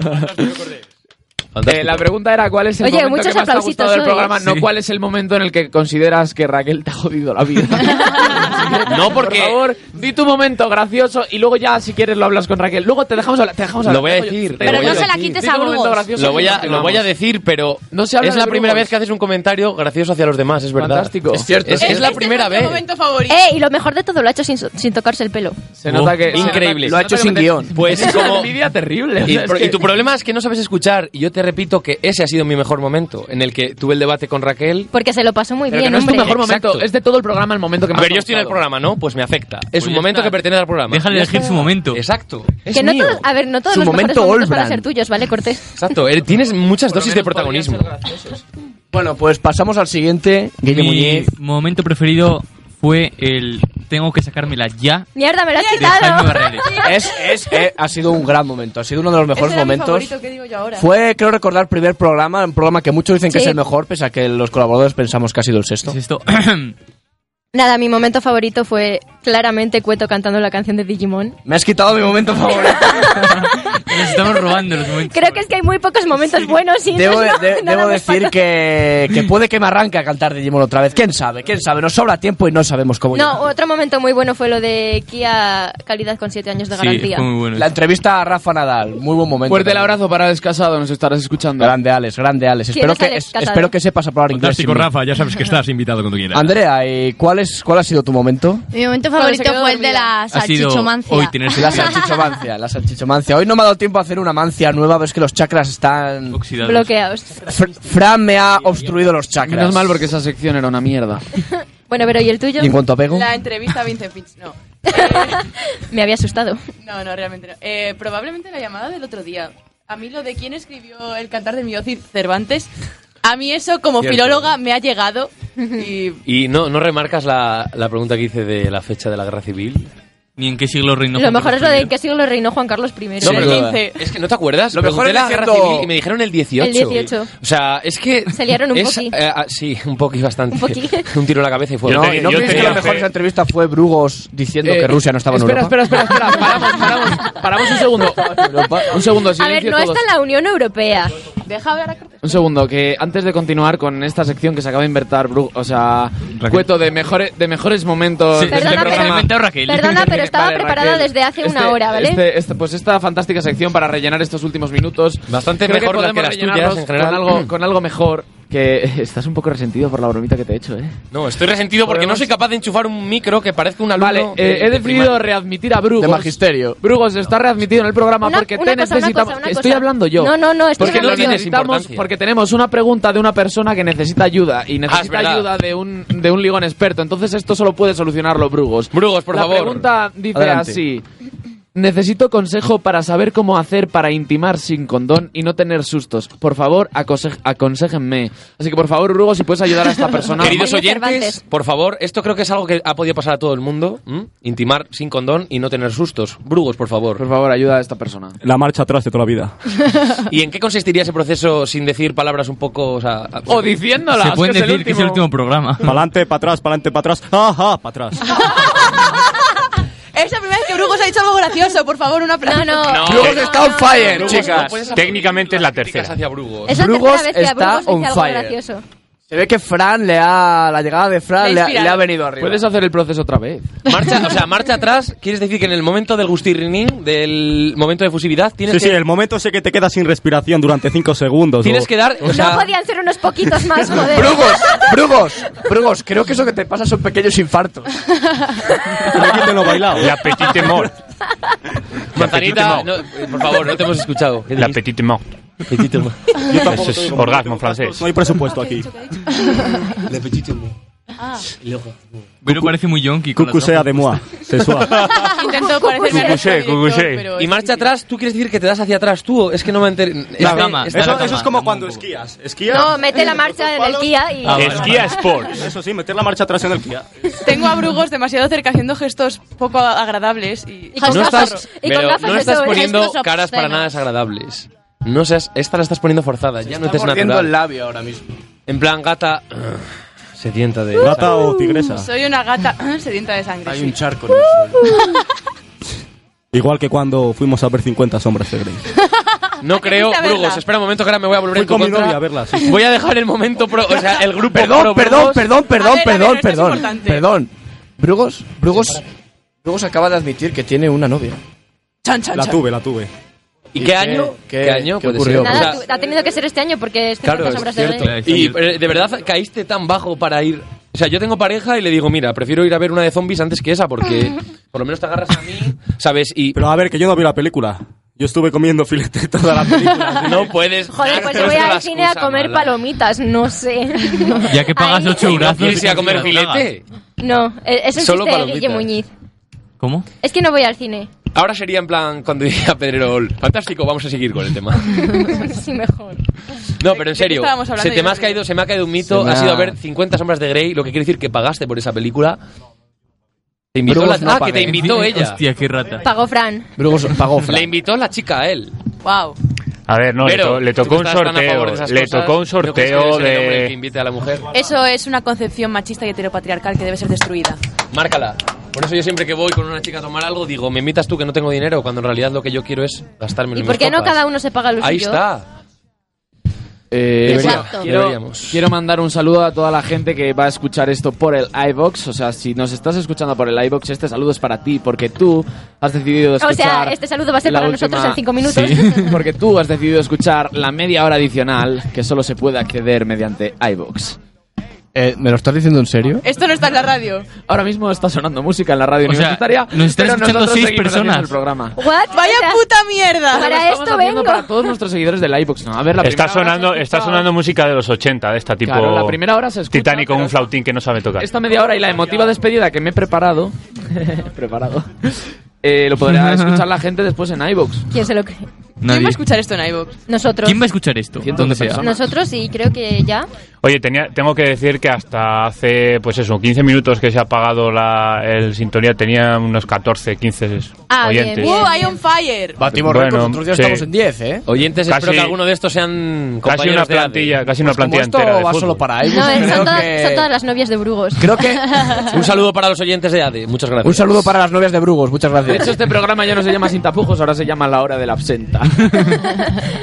[SPEAKER 2] Eh, la pregunta era cuál es el
[SPEAKER 7] Oye,
[SPEAKER 2] momento
[SPEAKER 7] muchos
[SPEAKER 2] que más te ha
[SPEAKER 7] aplausitos
[SPEAKER 2] gustado del
[SPEAKER 7] hoy,
[SPEAKER 2] programa,
[SPEAKER 7] ¿eh?
[SPEAKER 2] no
[SPEAKER 7] Sí.
[SPEAKER 2] cuál es el momento en el que consideras que Raquel te ha jodido la vida.
[SPEAKER 1] no, porque...
[SPEAKER 2] Por favor, di tu momento gracioso y luego ya, si quieres, lo hablas con Raquel. Luego te dejamos hablar. Te dejamos
[SPEAKER 1] Lo
[SPEAKER 2] hablar,
[SPEAKER 1] voy a
[SPEAKER 2] te dejo yo-
[SPEAKER 1] decir.
[SPEAKER 2] te
[SPEAKER 1] lo
[SPEAKER 2] dejo
[SPEAKER 1] voy
[SPEAKER 2] yo
[SPEAKER 1] a
[SPEAKER 2] decir.
[SPEAKER 1] decir.
[SPEAKER 2] Di tu momento gracioso
[SPEAKER 1] Lo
[SPEAKER 2] y
[SPEAKER 1] voy, a, lo
[SPEAKER 2] continuamos.
[SPEAKER 1] voy a decir, pero
[SPEAKER 2] No se habla
[SPEAKER 1] es
[SPEAKER 2] de
[SPEAKER 1] la
[SPEAKER 2] Brugos.
[SPEAKER 1] primera vez que haces un comentario gracioso hacia los demás, es verdad.
[SPEAKER 2] Fantástico.
[SPEAKER 1] Es cierto. Es,
[SPEAKER 2] Es-
[SPEAKER 1] es la
[SPEAKER 2] este
[SPEAKER 1] primera vez.
[SPEAKER 7] Eh, y lo mejor de todo, lo ha hecho sin, sin tocarse el pelo.
[SPEAKER 2] Se nota
[SPEAKER 1] Oh,
[SPEAKER 2] que.
[SPEAKER 1] increíble.
[SPEAKER 2] se nota que- se nota que no te-
[SPEAKER 1] Pues
[SPEAKER 2] Es una
[SPEAKER 1] como
[SPEAKER 2] envidia terrible. o
[SPEAKER 1] Y,
[SPEAKER 2] sea, es
[SPEAKER 1] pro- y
[SPEAKER 2] que-
[SPEAKER 1] tu problema es que no sabes escuchar. Y yo te repito que ese ha sido mi mejor momento, en el que tuve el debate con Raquel.
[SPEAKER 7] Porque se lo pasó muy
[SPEAKER 2] Pero que
[SPEAKER 7] bien,
[SPEAKER 2] no es tu
[SPEAKER 7] hombre.
[SPEAKER 2] mejor
[SPEAKER 1] Exacto.
[SPEAKER 2] momento. Es de todo el programa el momento que
[SPEAKER 1] A
[SPEAKER 2] más
[SPEAKER 1] ver,
[SPEAKER 2] te
[SPEAKER 1] yo
[SPEAKER 2] ha
[SPEAKER 1] estoy en el
[SPEAKER 2] gustado.
[SPEAKER 1] programa, ¿no? Pues me afecta. Es
[SPEAKER 6] Pues
[SPEAKER 1] un
[SPEAKER 6] ya
[SPEAKER 1] momento
[SPEAKER 6] está.
[SPEAKER 1] que pertenece al programa.
[SPEAKER 6] Déjale
[SPEAKER 1] Ya
[SPEAKER 6] elegir
[SPEAKER 1] está.
[SPEAKER 6] su momento.
[SPEAKER 1] Exacto. Es
[SPEAKER 7] Que no
[SPEAKER 1] mío.
[SPEAKER 7] todos, a ver, no todos
[SPEAKER 3] Su
[SPEAKER 7] los mejores
[SPEAKER 3] momento
[SPEAKER 7] momentos van a
[SPEAKER 3] Olbran.
[SPEAKER 7] ser tuyos, ¿vale, Cortés?
[SPEAKER 1] Exacto. Eh, Tienes muchas dosis de protagonismo.
[SPEAKER 3] Bueno, pues pasamos al siguiente. Guille
[SPEAKER 6] Mi
[SPEAKER 3] Muñiz.
[SPEAKER 6] momento preferido fue el tengo que sacármela ya
[SPEAKER 7] Mierda, me lo has
[SPEAKER 6] de Jaime
[SPEAKER 7] quitado.
[SPEAKER 6] Barreles.
[SPEAKER 3] Es, es, eh, ha sido un gran momento, ha sido uno de los mejores
[SPEAKER 8] Ese era mi
[SPEAKER 3] momentos.
[SPEAKER 8] favorito que digo yo ahora.
[SPEAKER 3] Fue, creo recordar, primer programa, un programa que muchos dicen que
[SPEAKER 7] Sí.
[SPEAKER 3] es el mejor, pese a que los colaboradores pensamos que ha sido el sexto.
[SPEAKER 7] Nada, mi momento favorito fue claramente Cueto cantando la canción de Digimon.
[SPEAKER 3] Me has quitado mi momento favorito.
[SPEAKER 6] Nos estamos robando los momentos.
[SPEAKER 7] Creo que es que hay muy pocos momentos buenos y
[SPEAKER 3] Debo,
[SPEAKER 7] no,
[SPEAKER 3] de- de-
[SPEAKER 7] no
[SPEAKER 3] debo
[SPEAKER 7] damos
[SPEAKER 3] decir
[SPEAKER 7] paso.
[SPEAKER 3] que, que puede que me arranque a cantar Digimon otra vez. ¿Quién sabe? ¿Quién sabe? Nos sobra tiempo y no sabemos cómo
[SPEAKER 7] No,
[SPEAKER 3] llegar.
[SPEAKER 7] otro momento muy bueno fue lo de Kia calidad con 7 años de garantía.
[SPEAKER 6] bueno.
[SPEAKER 3] La entrevista a Rafa Nadal, muy buen momento.
[SPEAKER 2] Fuerte el abrazo para Descasado, nos estarás escuchando.
[SPEAKER 3] Grande Alex, grande Alex.
[SPEAKER 7] ¿Quién
[SPEAKER 3] Espero
[SPEAKER 7] es
[SPEAKER 3] que,
[SPEAKER 7] Alex
[SPEAKER 3] es-
[SPEAKER 7] Casado?
[SPEAKER 3] espero que sepas hablar inglés.
[SPEAKER 5] Fantástico,
[SPEAKER 3] sin mí.
[SPEAKER 5] Rafa, ya sabes que estás invitado cuando quieras.
[SPEAKER 3] Andrea, ¿y cuál, es, ¿cuál ha sido tu momento?
[SPEAKER 11] Mi momento
[SPEAKER 8] Cuando se
[SPEAKER 11] favorito
[SPEAKER 8] quedó
[SPEAKER 11] fue el de
[SPEAKER 8] dormida.
[SPEAKER 11] la
[SPEAKER 6] Ha sido
[SPEAKER 11] salchichomancia.
[SPEAKER 6] hoy tener
[SPEAKER 3] La salchichomancia, la salchichomancia. Hoy no me ha dado tiempo a hacer una mancia nueva, ves que los chakras están...
[SPEAKER 6] oxidados.
[SPEAKER 7] Bloqueados.
[SPEAKER 3] Fr- Fran me ha obstruido los chakras.
[SPEAKER 2] Menos mal porque esa sección era una mierda.
[SPEAKER 7] Bueno, pero ¿y el tuyo?
[SPEAKER 3] ¿Y en cuanto a pego?
[SPEAKER 8] La entrevista a Vincent Finch. No.
[SPEAKER 7] Me había asustado.
[SPEAKER 8] No, no, realmente no. Eh, probablemente la llamada del otro día. A mí lo de quién escribió el cantar de mi Cid Cervantes, a mí eso como
[SPEAKER 1] Cierto.
[SPEAKER 8] filóloga me ha llegado y
[SPEAKER 1] Y no, no remarcas la, la pregunta que hice de la fecha de la guerra civil.
[SPEAKER 6] Ni en qué siglo reinó.
[SPEAKER 7] lo
[SPEAKER 6] Juan
[SPEAKER 7] mejor es
[SPEAKER 6] Carlos
[SPEAKER 7] lo de
[SPEAKER 6] I.
[SPEAKER 7] en qué siglo reinó Juan Carlos I.
[SPEAKER 1] No, pero-
[SPEAKER 3] duda.
[SPEAKER 1] es que no te acuerdas.
[SPEAKER 3] Lo mejor
[SPEAKER 1] Pregunté
[SPEAKER 3] es
[SPEAKER 1] la guerra
[SPEAKER 3] diciendo-
[SPEAKER 1] civil y me dijeron el 18.
[SPEAKER 7] El 18.
[SPEAKER 1] O sea, es que.
[SPEAKER 7] Se liaron un
[SPEAKER 1] es-
[SPEAKER 7] poqui.
[SPEAKER 1] eh, ah, sí, un poqui bastante.
[SPEAKER 7] Un poqui.
[SPEAKER 1] Un tiro en la cabeza y fue.
[SPEAKER 3] No,
[SPEAKER 10] te-
[SPEAKER 3] ¿y no
[SPEAKER 10] yo
[SPEAKER 3] crees que
[SPEAKER 10] tenía
[SPEAKER 3] la mejor
[SPEAKER 10] fe.
[SPEAKER 3] esa entrevista fue Brugos diciendo que
[SPEAKER 2] Eh,
[SPEAKER 3] Rusia no estaba en
[SPEAKER 2] espera,
[SPEAKER 3] Europa?
[SPEAKER 2] Espera, espera, espera, paramos, paramos, paramos un segundo. Un segundo, de
[SPEAKER 7] A ver,
[SPEAKER 2] silencio
[SPEAKER 7] no
[SPEAKER 2] todos.
[SPEAKER 7] está en la Unión Europea.
[SPEAKER 8] deja hablar a Cortés.
[SPEAKER 2] Un segundo, que antes de continuar con esta sección que se acaba de inventar, Bru- o sea, cueto de mejores, de mejores momentos
[SPEAKER 6] Sí,
[SPEAKER 2] de este
[SPEAKER 7] Perdona,
[SPEAKER 6] pero-
[SPEAKER 2] programa.
[SPEAKER 6] inventado Raquel.
[SPEAKER 7] Perdona, pero estaba
[SPEAKER 2] Vale,
[SPEAKER 7] preparada
[SPEAKER 2] Raquel.
[SPEAKER 7] desde hace una
[SPEAKER 2] Este-
[SPEAKER 7] hora, ¿vale?
[SPEAKER 2] este- este- pues esta fantástica sección para rellenar estos últimos minutos.
[SPEAKER 1] Bastante
[SPEAKER 2] Creo
[SPEAKER 1] mejor
[SPEAKER 2] que
[SPEAKER 1] las que
[SPEAKER 2] podemos
[SPEAKER 1] las tuyas,
[SPEAKER 2] rellenarlos
[SPEAKER 1] en general.
[SPEAKER 2] Con algo, con algo mejor. que estás un poco resentido por la bromita que te he hecho, ¿eh?
[SPEAKER 1] No, estoy resentido porque no soy capaz de enchufar un micro que parezca un alumno.
[SPEAKER 2] Vale, eh, he decidido readmitir a Brugos.
[SPEAKER 1] De magisterio.
[SPEAKER 2] Brugos está readmitido en el programa
[SPEAKER 7] Una-
[SPEAKER 2] porque
[SPEAKER 7] una
[SPEAKER 2] te
[SPEAKER 7] cosa, una
[SPEAKER 2] necesitamos.
[SPEAKER 7] cosa, una
[SPEAKER 2] estoy
[SPEAKER 7] cosa.
[SPEAKER 2] hablando yo.
[SPEAKER 7] No, no, no, estoy
[SPEAKER 2] porque
[SPEAKER 7] hablando yo.
[SPEAKER 2] necesitamos porque tenemos una pregunta de una persona que necesita ayuda y
[SPEAKER 1] Ah, es
[SPEAKER 2] necesita
[SPEAKER 1] verdad.
[SPEAKER 2] ayuda de un de un ligón experto. Entonces esto solo puede solucionarlo Brugos.
[SPEAKER 1] Brugos, por
[SPEAKER 2] La
[SPEAKER 1] favor.
[SPEAKER 2] pregunta dice
[SPEAKER 1] Adelante.
[SPEAKER 2] así. Necesito consejo para saber cómo hacer para intimar sin condón y no tener sustos. Por favor, aconse- aconséjenme. Así que por favor, Brugos, si puedes ayudar a esta persona.
[SPEAKER 1] Queridos oyentes, por favor, esto creo que es algo que ha podido pasar a todo el mundo. ¿m? Intimar sin condón y no tener sustos. Brugos, por favor. Por
[SPEAKER 2] favor, ayuda a esta persona.
[SPEAKER 13] La marcha atrás de toda la vida.
[SPEAKER 1] ¿Y en qué consistiría ese proceso sin decir palabras un poco... O, sea, a-
[SPEAKER 2] O diciéndolas,
[SPEAKER 13] Se pueden que es el decir que es el último.
[SPEAKER 6] programa.
[SPEAKER 13] Pa'lante, para atrás, pa'lante, para atrás. Ajá, para atrás.
[SPEAKER 17] Es la primera vez que Brugos ha dicho algo gracioso. Por favor, un aplauso.
[SPEAKER 10] No.
[SPEAKER 17] Brugos
[SPEAKER 10] está on
[SPEAKER 17] fire,
[SPEAKER 10] chicas. Técnicamente es la tercera.
[SPEAKER 17] Es la
[SPEAKER 14] Brugos
[SPEAKER 17] tercera vez que a
[SPEAKER 14] está
[SPEAKER 17] Brugos dice
[SPEAKER 14] on
[SPEAKER 17] algo
[SPEAKER 14] fire.
[SPEAKER 17] gracioso.
[SPEAKER 14] Se ve que Fran le ha. La llegada de Fran
[SPEAKER 17] Le
[SPEAKER 14] le
[SPEAKER 17] ha
[SPEAKER 14] ha, le ha venido arriba.
[SPEAKER 2] Puedes hacer el proceso otra vez.
[SPEAKER 1] marcha, o sea, marcha atrás, ¿quieres decir que en el momento del gustirrinín, del momento de fusividad, tienes
[SPEAKER 13] Sí,
[SPEAKER 1] que...
[SPEAKER 13] sí, el momento sé que te quedas sin respiración durante 5 segundos.
[SPEAKER 1] Tienes que dar-
[SPEAKER 13] o
[SPEAKER 7] no
[SPEAKER 13] sea-
[SPEAKER 7] podían ser unos poquitos más, joder.
[SPEAKER 14] Brugos, Brugos, Brugos, creo que eso que te pasa son pequeños infartos.
[SPEAKER 13] lo bailado.
[SPEAKER 10] La Petite Mort.
[SPEAKER 1] Manzanita, no, eh, por favor, no te hemos escuchado.
[SPEAKER 10] La Petite Mort.
[SPEAKER 1] Petite Mort.
[SPEAKER 13] Yo tampoco
[SPEAKER 10] Eso es
[SPEAKER 13] tengo-
[SPEAKER 10] orgasmo en francés.
[SPEAKER 13] No hay presupuesto aquí.
[SPEAKER 10] La Petite Mort.
[SPEAKER 2] Ah.
[SPEAKER 6] Pero parece muy yonki. con las
[SPEAKER 13] Cucusea
[SPEAKER 6] gafas
[SPEAKER 13] de moi, sexual.
[SPEAKER 8] Intento parecerme a
[SPEAKER 13] Cucuché,
[SPEAKER 8] nuestro director,
[SPEAKER 13] cucuché.
[SPEAKER 8] pero
[SPEAKER 1] Y marcha atrás, ¿tú quieres decir que te das hacia atrás tú? Es que no me entero.
[SPEAKER 13] La cama, está Eso- la eso cama, es como cuando esquías. Esquías.
[SPEAKER 7] No, mete la marcha en el Kia y...
[SPEAKER 13] Esquía Sports. Eso sí, meter la marcha atrás en el Kia.
[SPEAKER 8] Tengo a Brugos demasiado cerca haciendo gestos poco agradables y,
[SPEAKER 1] No estás, pero no estás poniendo caras para nada desagradables. No seas, esta la estás poniendo forzada, ya no te es natural.
[SPEAKER 14] labio ahora mismo.
[SPEAKER 1] En plan, gata. Sedienta de.
[SPEAKER 13] Gata o tigresa.
[SPEAKER 8] Mm, Soy una gata sedienta de sangre. sí.
[SPEAKER 14] charco
[SPEAKER 13] Igual que cuando fuimos a ver 50 sombras de Grey.
[SPEAKER 1] No creo,
[SPEAKER 8] Dijiste
[SPEAKER 1] Brugos,
[SPEAKER 8] verla.
[SPEAKER 1] espera un momento que ahora me voy a volver
[SPEAKER 13] Fui
[SPEAKER 1] en tu
[SPEAKER 13] con mi
[SPEAKER 1] contra.
[SPEAKER 13] novia a verla, sí.
[SPEAKER 1] Voy a dejar el momento pro, o sea, el grupo pro
[SPEAKER 14] Perdón, perdón,
[SPEAKER 1] Brugos.
[SPEAKER 14] perdón, perdón,
[SPEAKER 1] A ver, a ver,
[SPEAKER 14] perdón,
[SPEAKER 1] esto es
[SPEAKER 14] perdón.
[SPEAKER 1] importante.
[SPEAKER 14] Perdón. Brugos, Brugos, Brugos acaba de admitir que tiene una novia.
[SPEAKER 17] Chan, chan,
[SPEAKER 13] La
[SPEAKER 17] chan.
[SPEAKER 13] tuve, la tuve.
[SPEAKER 1] ¿Y qué año? ¿Qué, año puede
[SPEAKER 14] ocurrió?
[SPEAKER 1] ser?
[SPEAKER 7] Nada,
[SPEAKER 1] O sea,
[SPEAKER 7] tú- ha tenido que ser este año porque es que
[SPEAKER 1] Claro,
[SPEAKER 7] tantas
[SPEAKER 1] es
[SPEAKER 7] obras de
[SPEAKER 1] cierto.
[SPEAKER 7] Disney.
[SPEAKER 1] Y eh, de verdad caíste tan bajo para ir. O sea, yo tengo pareja y le digo, mira, prefiero ir a ver una de zombies antes que esa porque por lo menos te agarras a mí, ¿sabes? Y
[SPEAKER 13] Pero a ver, que yo no vi la película. Yo estuve comiendo filete toda la película.
[SPEAKER 1] no puedes.
[SPEAKER 7] Joder, pues yo voy al cine a comer palomitas, no sé.
[SPEAKER 6] Ya que pagas
[SPEAKER 7] Ahí-
[SPEAKER 6] 8 euros.
[SPEAKER 1] ¿Quieres ir a comer filete?
[SPEAKER 7] No, eh, es un
[SPEAKER 1] Solo
[SPEAKER 7] chiste de
[SPEAKER 1] palomitas.
[SPEAKER 7] Guille Muñiz.
[SPEAKER 6] ¿Cómo?
[SPEAKER 7] Es que no voy al cine.
[SPEAKER 1] Ahora sería en plan cuando diría Pedrero, fantástico, vamos a seguir con el tema.
[SPEAKER 7] sí, mejor.
[SPEAKER 1] No, pero
[SPEAKER 7] qué
[SPEAKER 1] en serio,
[SPEAKER 7] estábamos hablando?
[SPEAKER 1] se te
[SPEAKER 7] Yo
[SPEAKER 1] me,
[SPEAKER 7] no
[SPEAKER 1] has caído, se me ha caído un mito,
[SPEAKER 14] Se me
[SPEAKER 1] has ido a
[SPEAKER 14] ha-
[SPEAKER 1] ver 50 sombras de Grey, lo que quiere decir que pagaste por esa película. Te invitó
[SPEAKER 14] Brugos
[SPEAKER 1] la-
[SPEAKER 14] no
[SPEAKER 1] ah, que
[SPEAKER 14] pagué.
[SPEAKER 1] te invitó ella.
[SPEAKER 6] Hostia, qué rata.
[SPEAKER 7] Pagó Fran.
[SPEAKER 14] Brugos pagó
[SPEAKER 1] Le invitó la chica a él.
[SPEAKER 8] Wow.
[SPEAKER 10] A ver, no, le
[SPEAKER 1] Pero,
[SPEAKER 10] to- le,
[SPEAKER 1] tú que
[SPEAKER 10] tocó un
[SPEAKER 1] estás tan a
[SPEAKER 10] sorteo.
[SPEAKER 1] favor de esas
[SPEAKER 10] Le
[SPEAKER 1] cosas,
[SPEAKER 10] tocó un
[SPEAKER 1] ¿no crees que
[SPEAKER 10] sorteo
[SPEAKER 1] debe ser el hombre el que
[SPEAKER 10] de.
[SPEAKER 1] invite a la mujer.
[SPEAKER 17] Eso es una concepción machista y heteropatriarcal que debe ser destruida.
[SPEAKER 1] Márcala. Por eso yo siempre que voy con una chica a tomar algo digo, me invitas tú que no tengo dinero, cuando en realidad lo que yo quiero es gastarme
[SPEAKER 7] ¿Y por qué no cada uno se paga lo
[SPEAKER 1] Ahí
[SPEAKER 7] suyo?
[SPEAKER 1] está.
[SPEAKER 7] Exacto.
[SPEAKER 2] Eh, quiero,
[SPEAKER 1] Deberíamos.
[SPEAKER 2] quiero mandar un saludo a toda la gente que va a escuchar esto por el iBox. O sea, si nos estás escuchando por el iBox, este saludo es para ti, porque tú has decidido
[SPEAKER 7] O
[SPEAKER 2] escuchar.
[SPEAKER 7] sea, este saludo va a ser
[SPEAKER 2] la
[SPEAKER 7] para nosotros
[SPEAKER 2] última-
[SPEAKER 7] en cinco minutos.
[SPEAKER 2] Sí, porque tú has decidido escuchar la media hora adicional que solo se puede acceder mediante iBox.
[SPEAKER 14] Eh, ¿Me lo estás diciendo en serio?
[SPEAKER 8] Esto no está en la radio.
[SPEAKER 2] Ahora mismo está sonando música en la radio
[SPEAKER 6] O sea,
[SPEAKER 2] universitaria.
[SPEAKER 6] nos están
[SPEAKER 2] pero
[SPEAKER 6] escuchando
[SPEAKER 2] nosotros
[SPEAKER 6] seis
[SPEAKER 2] seguimos haciendo El
[SPEAKER 6] personas.
[SPEAKER 2] programa.
[SPEAKER 7] What?
[SPEAKER 8] Vaya puta mierda.
[SPEAKER 7] Para esto vengo.
[SPEAKER 2] Para todos nuestros seguidores del iBox, no. A ver, la
[SPEAKER 10] Está
[SPEAKER 2] primera hora
[SPEAKER 10] sonando,
[SPEAKER 2] se
[SPEAKER 10] está
[SPEAKER 2] escucha-
[SPEAKER 10] sonando música de los 80, de esta tipo.
[SPEAKER 2] Claro, la primera hora se escucha,
[SPEAKER 10] Titanic con
[SPEAKER 2] pero
[SPEAKER 10] un flautín que no sabe tocar.
[SPEAKER 2] Esta media hora y la emotiva despedida que me he preparado. preparado. eh, lo podrá escuchar la gente después en iBox.
[SPEAKER 7] ¿Quién se lo cree?
[SPEAKER 8] ¿Quién va
[SPEAKER 6] Nadie.
[SPEAKER 8] a escuchar esto en iVoox?
[SPEAKER 7] Nosotros.
[SPEAKER 6] ¿Quién va a escuchar esto? ¿Dónde sea?
[SPEAKER 7] Nosotros y creo que ya.
[SPEAKER 10] Oye, tenía, tengo que decir que hasta hace, pues eso, 15 minutos que se ha apagado la, el sintonía, tenía unos 14, 15
[SPEAKER 8] Ah,
[SPEAKER 10] oyentes.
[SPEAKER 8] bien, bien. Uh, I on fire.
[SPEAKER 14] Batimos
[SPEAKER 10] Bueno,
[SPEAKER 14] récords, otros días
[SPEAKER 10] sí.
[SPEAKER 14] estamos en 10, ¿eh?
[SPEAKER 1] Oyentes, espero
[SPEAKER 10] Casi-
[SPEAKER 1] que alguno de estos sean
[SPEAKER 10] Casi
[SPEAKER 1] compañeros
[SPEAKER 10] una
[SPEAKER 1] de ADE.
[SPEAKER 10] plantilla, casi una
[SPEAKER 14] Pues como
[SPEAKER 10] plantilla
[SPEAKER 14] esto
[SPEAKER 10] entera de
[SPEAKER 14] va
[SPEAKER 10] fútbol.
[SPEAKER 14] solo para iBox,
[SPEAKER 7] No, son,
[SPEAKER 14] creo
[SPEAKER 7] todas,
[SPEAKER 14] que-
[SPEAKER 7] son todas las novias de Brugos.
[SPEAKER 14] Creo que...
[SPEAKER 1] Un saludo para los oyentes de ADE. Muchas gracias.
[SPEAKER 14] Un saludo para las novias de Brugos, muchas
[SPEAKER 2] De hecho,
[SPEAKER 14] gracias.
[SPEAKER 2] este programa ya no se llama Sin Tapujos, ahora se llama La Hora del Absenta.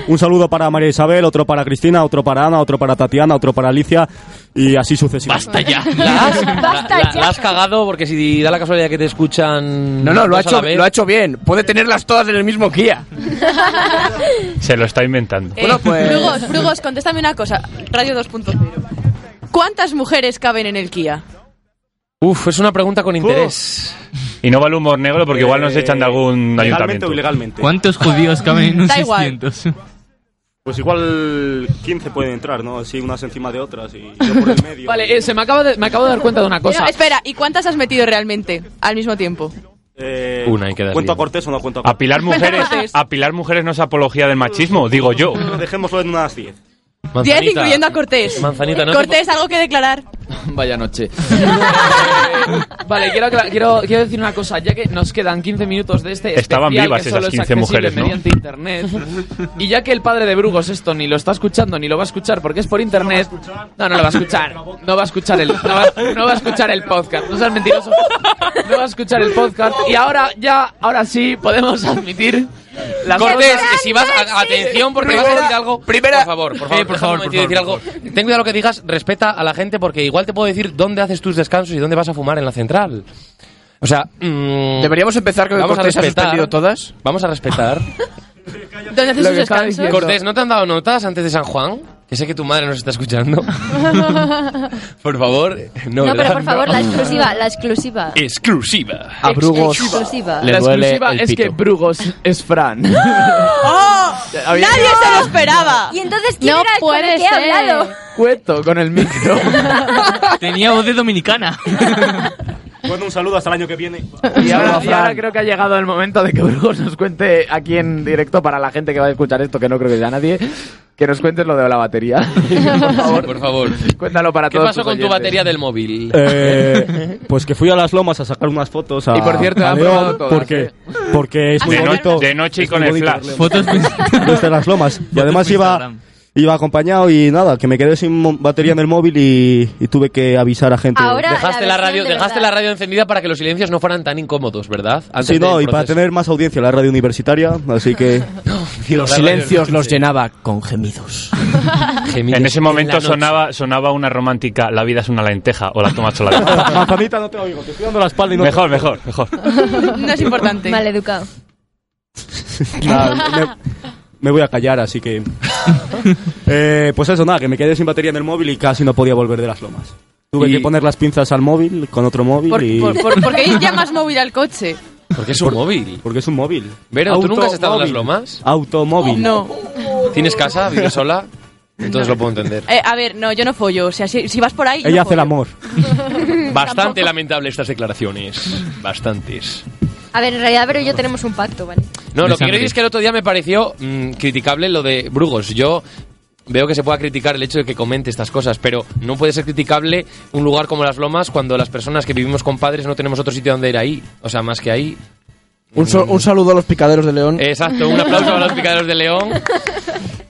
[SPEAKER 13] Un saludo para María Isabel, otro para Cristina, otro para Ana, otro para Tatiana, otro para para Alicia y así sucesivamente.
[SPEAKER 1] Basta ya. La has, la- la- la has cagado porque si da la casualidad que te escuchan.
[SPEAKER 3] No, no, lo ha,
[SPEAKER 1] dos a la
[SPEAKER 3] hecho,
[SPEAKER 1] vez-
[SPEAKER 3] lo ha hecho bien. Puede tenerlas todas en el mismo Kia.
[SPEAKER 10] Se lo está inventando.
[SPEAKER 8] Eh,
[SPEAKER 1] pues-
[SPEAKER 13] pues,
[SPEAKER 8] Brugos, Brugos, contéstame una cosa. Radio 2.0. ¿Cuántas mujeres caben en el Kia?
[SPEAKER 1] Uf, es una pregunta con interés.
[SPEAKER 10] Y no vale humor negro porque igual nos
[SPEAKER 1] Eh,
[SPEAKER 10] echan de algún
[SPEAKER 13] legalmente
[SPEAKER 10] Mm, ayuntamiento.
[SPEAKER 13] o ilegalmente.
[SPEAKER 6] ¿Cuántos judíos caben en un
[SPEAKER 10] Da
[SPEAKER 6] 600?
[SPEAKER 13] Pues igual 15 pueden entrar, ¿no? Así unas encima de otras y yo por el medio.
[SPEAKER 2] Vale, eh, se me, acaba de, me acabo de dar cuenta de una cosa.
[SPEAKER 8] Pero, espera, ¿y cuántas has metido realmente al mismo tiempo?
[SPEAKER 13] Eh,
[SPEAKER 1] Una hay que darle.
[SPEAKER 13] ¿Cuento a Cortés o no cuento a Cortés?
[SPEAKER 10] Apilar mujeres, apilar mujeres no es apología del machismo, digo yo.
[SPEAKER 13] Dejémoslo en unas 10.
[SPEAKER 8] Diez incluyendo a Cortés.
[SPEAKER 10] Manzanita,
[SPEAKER 1] no te
[SPEAKER 8] Cortés, algo que declarar.
[SPEAKER 2] Vaya noche. Eh, vale, quiero, acla- quiero, quiero decir una cosa. Ya que nos quedan 15 minutos de este
[SPEAKER 10] Estaban
[SPEAKER 2] especial
[SPEAKER 10] vivas
[SPEAKER 2] que solo
[SPEAKER 10] esas
[SPEAKER 2] es
[SPEAKER 10] 15
[SPEAKER 2] accesible
[SPEAKER 10] mujeres, ¿no?
[SPEAKER 2] mediante internet. Y ya que el padre de Brugos esto ni lo está escuchando ni lo va a escuchar porque es por internet. No, no lo va a escuchar. No va a escuchar el, no va, no va a escuchar el podcast. No seas mentiroso. No va a escuchar el podcast. Y ahora ya, ahora sí podemos admitir. las
[SPEAKER 1] Cortés,
[SPEAKER 2] cosas-
[SPEAKER 1] que si vas, a- atención porque vas a decir algo. Primera, por favor, por favor,
[SPEAKER 2] Eh, por
[SPEAKER 1] déjame
[SPEAKER 2] favor,
[SPEAKER 1] un
[SPEAKER 2] por
[SPEAKER 1] momentito decir
[SPEAKER 2] favor,
[SPEAKER 1] algo. Ten cuidado lo que digas, respeta a la gente porque igual te puedo decir dónde haces tus descansos y dónde vas a fumar en la central. O sea, mm,
[SPEAKER 3] Deberíamos empezar con que
[SPEAKER 1] vamos a
[SPEAKER 3] Cortés ha
[SPEAKER 1] respetar-
[SPEAKER 3] suspendido todas.
[SPEAKER 1] Vamos a respetar.
[SPEAKER 8] ¿Dónde haces sus descansos?
[SPEAKER 1] Cortés, ¿no te han dado notas antes de San Juan? Que sé que tu madre nos está escuchando. Por favor, eh, no,
[SPEAKER 7] No, pero
[SPEAKER 1] ¿verdad?
[SPEAKER 7] por favor, la exclusiva, la exclusiva.
[SPEAKER 1] Exclusiva.
[SPEAKER 7] A Brugos. Exclusiva.
[SPEAKER 1] Le
[SPEAKER 2] la
[SPEAKER 1] duele
[SPEAKER 2] exclusiva
[SPEAKER 1] el
[SPEAKER 2] es que
[SPEAKER 1] pito.
[SPEAKER 2] Brugos es Fran.
[SPEAKER 8] ¡Oh!
[SPEAKER 2] Había-
[SPEAKER 8] ¡Nadie se lo esperaba!
[SPEAKER 7] ¿Y entonces quién
[SPEAKER 11] No
[SPEAKER 7] era el con el
[SPEAKER 11] puede
[SPEAKER 7] que he
[SPEAKER 11] ser.
[SPEAKER 7] hablado?
[SPEAKER 2] Cueto con el micro.
[SPEAKER 6] Tenía voz de dominicana.
[SPEAKER 13] Bueno, un saludo hasta el año que viene.
[SPEAKER 2] Y ahora, y ahora creo que ha llegado el momento de que Brugos nos cuente aquí en directo para la gente que va a escuchar esto, que no creo que sea nadie, que nos cuentes lo de la batería.
[SPEAKER 1] Por favor, por favor.
[SPEAKER 2] Cuéntalo para
[SPEAKER 1] ¿Qué
[SPEAKER 2] todos.
[SPEAKER 1] pasó
[SPEAKER 2] tus
[SPEAKER 1] con tu
[SPEAKER 2] oyentes.
[SPEAKER 1] batería del móvil?
[SPEAKER 13] Eh, pues que fui a las lomas a sacar unas fotos a
[SPEAKER 2] Y por cierto,
[SPEAKER 13] a
[SPEAKER 2] han
[SPEAKER 13] León,
[SPEAKER 2] probado todas,
[SPEAKER 13] porque, porque es muy
[SPEAKER 10] De no-
[SPEAKER 13] bonito.
[SPEAKER 10] de noche y
[SPEAKER 13] es
[SPEAKER 10] con
[SPEAKER 13] muy
[SPEAKER 10] el
[SPEAKER 13] bonito
[SPEAKER 10] flash.
[SPEAKER 13] verlo.
[SPEAKER 10] Fotos
[SPEAKER 13] desde las lomas. Y además iba, iba acompañado y nada, que me quedé sin mo- batería en el móvil y, y tuve que avisar a gente.
[SPEAKER 1] dejaste
[SPEAKER 7] la
[SPEAKER 1] la, radio,
[SPEAKER 7] versión de
[SPEAKER 1] dejaste
[SPEAKER 7] verdad.
[SPEAKER 1] la radio encendida para que los silencios no fueran tan incómodos, ¿verdad? Antes
[SPEAKER 13] Sí, no,
[SPEAKER 1] del
[SPEAKER 13] y para
[SPEAKER 1] proceso.
[SPEAKER 13] tener más audiencia la radio universitaria, así que...
[SPEAKER 3] Los silencios los llenaba con gemidos.
[SPEAKER 10] En ese
[SPEAKER 1] en la
[SPEAKER 10] momento
[SPEAKER 1] noche.
[SPEAKER 10] sonaba, sonaba una romántica, la vida es una lenteja o la tomas sola.
[SPEAKER 13] Manzanita, no te oigo, te estoy dando la espalda y no
[SPEAKER 10] Mejor, mejor, mejor.
[SPEAKER 8] No es importante.
[SPEAKER 7] Mal educado.
[SPEAKER 13] Nada, me, me voy a callar, así que... Eh, pues eso, nada, que me quedé sin batería en el móvil y casi no podía volver de las lomas. Tuve
[SPEAKER 1] Y-
[SPEAKER 13] que poner las pinzas al móvil, con otro móvil
[SPEAKER 8] ¿Por,
[SPEAKER 13] y...
[SPEAKER 8] por, por- por qué llamas móvil al coche?
[SPEAKER 1] Porque es un móvil.
[SPEAKER 13] Porque es un móvil.
[SPEAKER 1] Vero, ¿tú nunca has estado en las
[SPEAKER 13] Automóvil.
[SPEAKER 1] lomas?
[SPEAKER 13] Automóvil.
[SPEAKER 8] No.
[SPEAKER 1] ¿Tienes casa? ¿Vives sola? Entonces lo puedo entender.
[SPEAKER 8] Eh, a ver, no, yo no follo. O sea, si, si vas por ahí. yo
[SPEAKER 13] Ella
[SPEAKER 8] no
[SPEAKER 13] hace el
[SPEAKER 8] follo.
[SPEAKER 13] amor.
[SPEAKER 1] Bastante lamentable estas declaraciones. Bastantes.
[SPEAKER 7] A ver, en realidad, pero yo tenemos un pacto, ¿vale?
[SPEAKER 1] No,
[SPEAKER 6] De
[SPEAKER 1] lo que
[SPEAKER 6] sangre.
[SPEAKER 1] quiero decir es que el otro día me pareció mm, criticable lo de Brugos. Yo veo que se pueda criticar el hecho de que comente estas cosas, pero no puede ser criticable un lugar como las Lomas cuando las personas que vivimos con padres no tenemos otro sitio donde ir ahí. O sea, más que ahí.
[SPEAKER 3] Un, so- un saludo a los picaderos de León.
[SPEAKER 1] Exacto, un aplauso a los picaderos de León.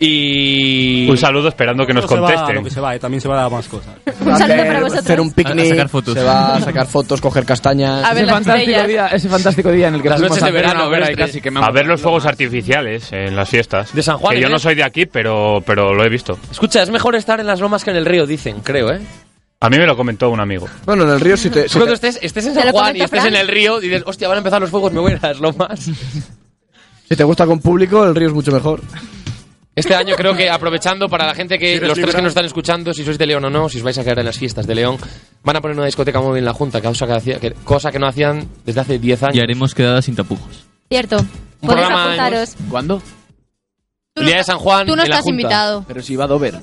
[SPEAKER 1] Y.
[SPEAKER 10] Un saludo esperando que nos
[SPEAKER 13] No se va
[SPEAKER 10] contesten.
[SPEAKER 13] lo que se va, eh, también se va a dar más cosas.
[SPEAKER 7] Un saludo para vosotros.
[SPEAKER 3] Eh, Hacer un picnic.
[SPEAKER 10] A sacar fotos.
[SPEAKER 3] Se va a sacar fotos, coger castañas.
[SPEAKER 8] A ver,
[SPEAKER 2] ese
[SPEAKER 8] las
[SPEAKER 2] fantástico,
[SPEAKER 8] estrellas.
[SPEAKER 2] día, ese fantástico día en el que
[SPEAKER 1] Las
[SPEAKER 2] nos
[SPEAKER 1] noches
[SPEAKER 2] fuimos
[SPEAKER 1] de
[SPEAKER 2] hacer
[SPEAKER 1] verano,
[SPEAKER 2] una
[SPEAKER 1] ver
[SPEAKER 2] ópera y
[SPEAKER 1] estrellas.
[SPEAKER 2] casi que me
[SPEAKER 10] A ver los fuegos artificiales en las fiestas.
[SPEAKER 1] De San Juan,
[SPEAKER 10] Que yo
[SPEAKER 1] ¿eh?
[SPEAKER 10] no soy de aquí, pero, pero lo he visto.
[SPEAKER 1] Escucha, es mejor estar en las Lomas que en el río, dicen, creo, ¿eh?
[SPEAKER 10] A mí me lo comentó un amigo.
[SPEAKER 3] Bueno, en el río si te...
[SPEAKER 1] Es
[SPEAKER 3] si
[SPEAKER 1] cuando
[SPEAKER 3] te-
[SPEAKER 1] estés, estés en
[SPEAKER 7] ¿Te
[SPEAKER 1] San
[SPEAKER 7] lo
[SPEAKER 1] Juan y
[SPEAKER 7] comenta
[SPEAKER 1] estés
[SPEAKER 7] Fran?
[SPEAKER 1] en el río y dices, hostia, van a empezar los fuegos, me voy a ir a las Lomas.
[SPEAKER 3] Si te gusta con público, el río es mucho mejor.
[SPEAKER 1] Este año creo que aprovechando para la gente que,
[SPEAKER 13] ¿Quieres
[SPEAKER 1] los tres
[SPEAKER 13] librar?
[SPEAKER 1] que nos están escuchando, si sois de León o no, si os vais a quedar en las fiestas de León, van a poner una discoteca móvil en la Junta, causa que hacía- que- cosa que no hacían desde hace 10
[SPEAKER 6] Y
[SPEAKER 1] años.
[SPEAKER 6] haremos quedadas sin tapujos.
[SPEAKER 7] Cierto.
[SPEAKER 1] Un
[SPEAKER 7] Podéis
[SPEAKER 1] programa
[SPEAKER 7] apuntaros.
[SPEAKER 2] ¿Cuándo?
[SPEAKER 1] El día de San Juan.
[SPEAKER 11] Tú no
[SPEAKER 1] en la
[SPEAKER 11] estás
[SPEAKER 1] Junta.
[SPEAKER 11] invitado.
[SPEAKER 2] Pero si va a Dover.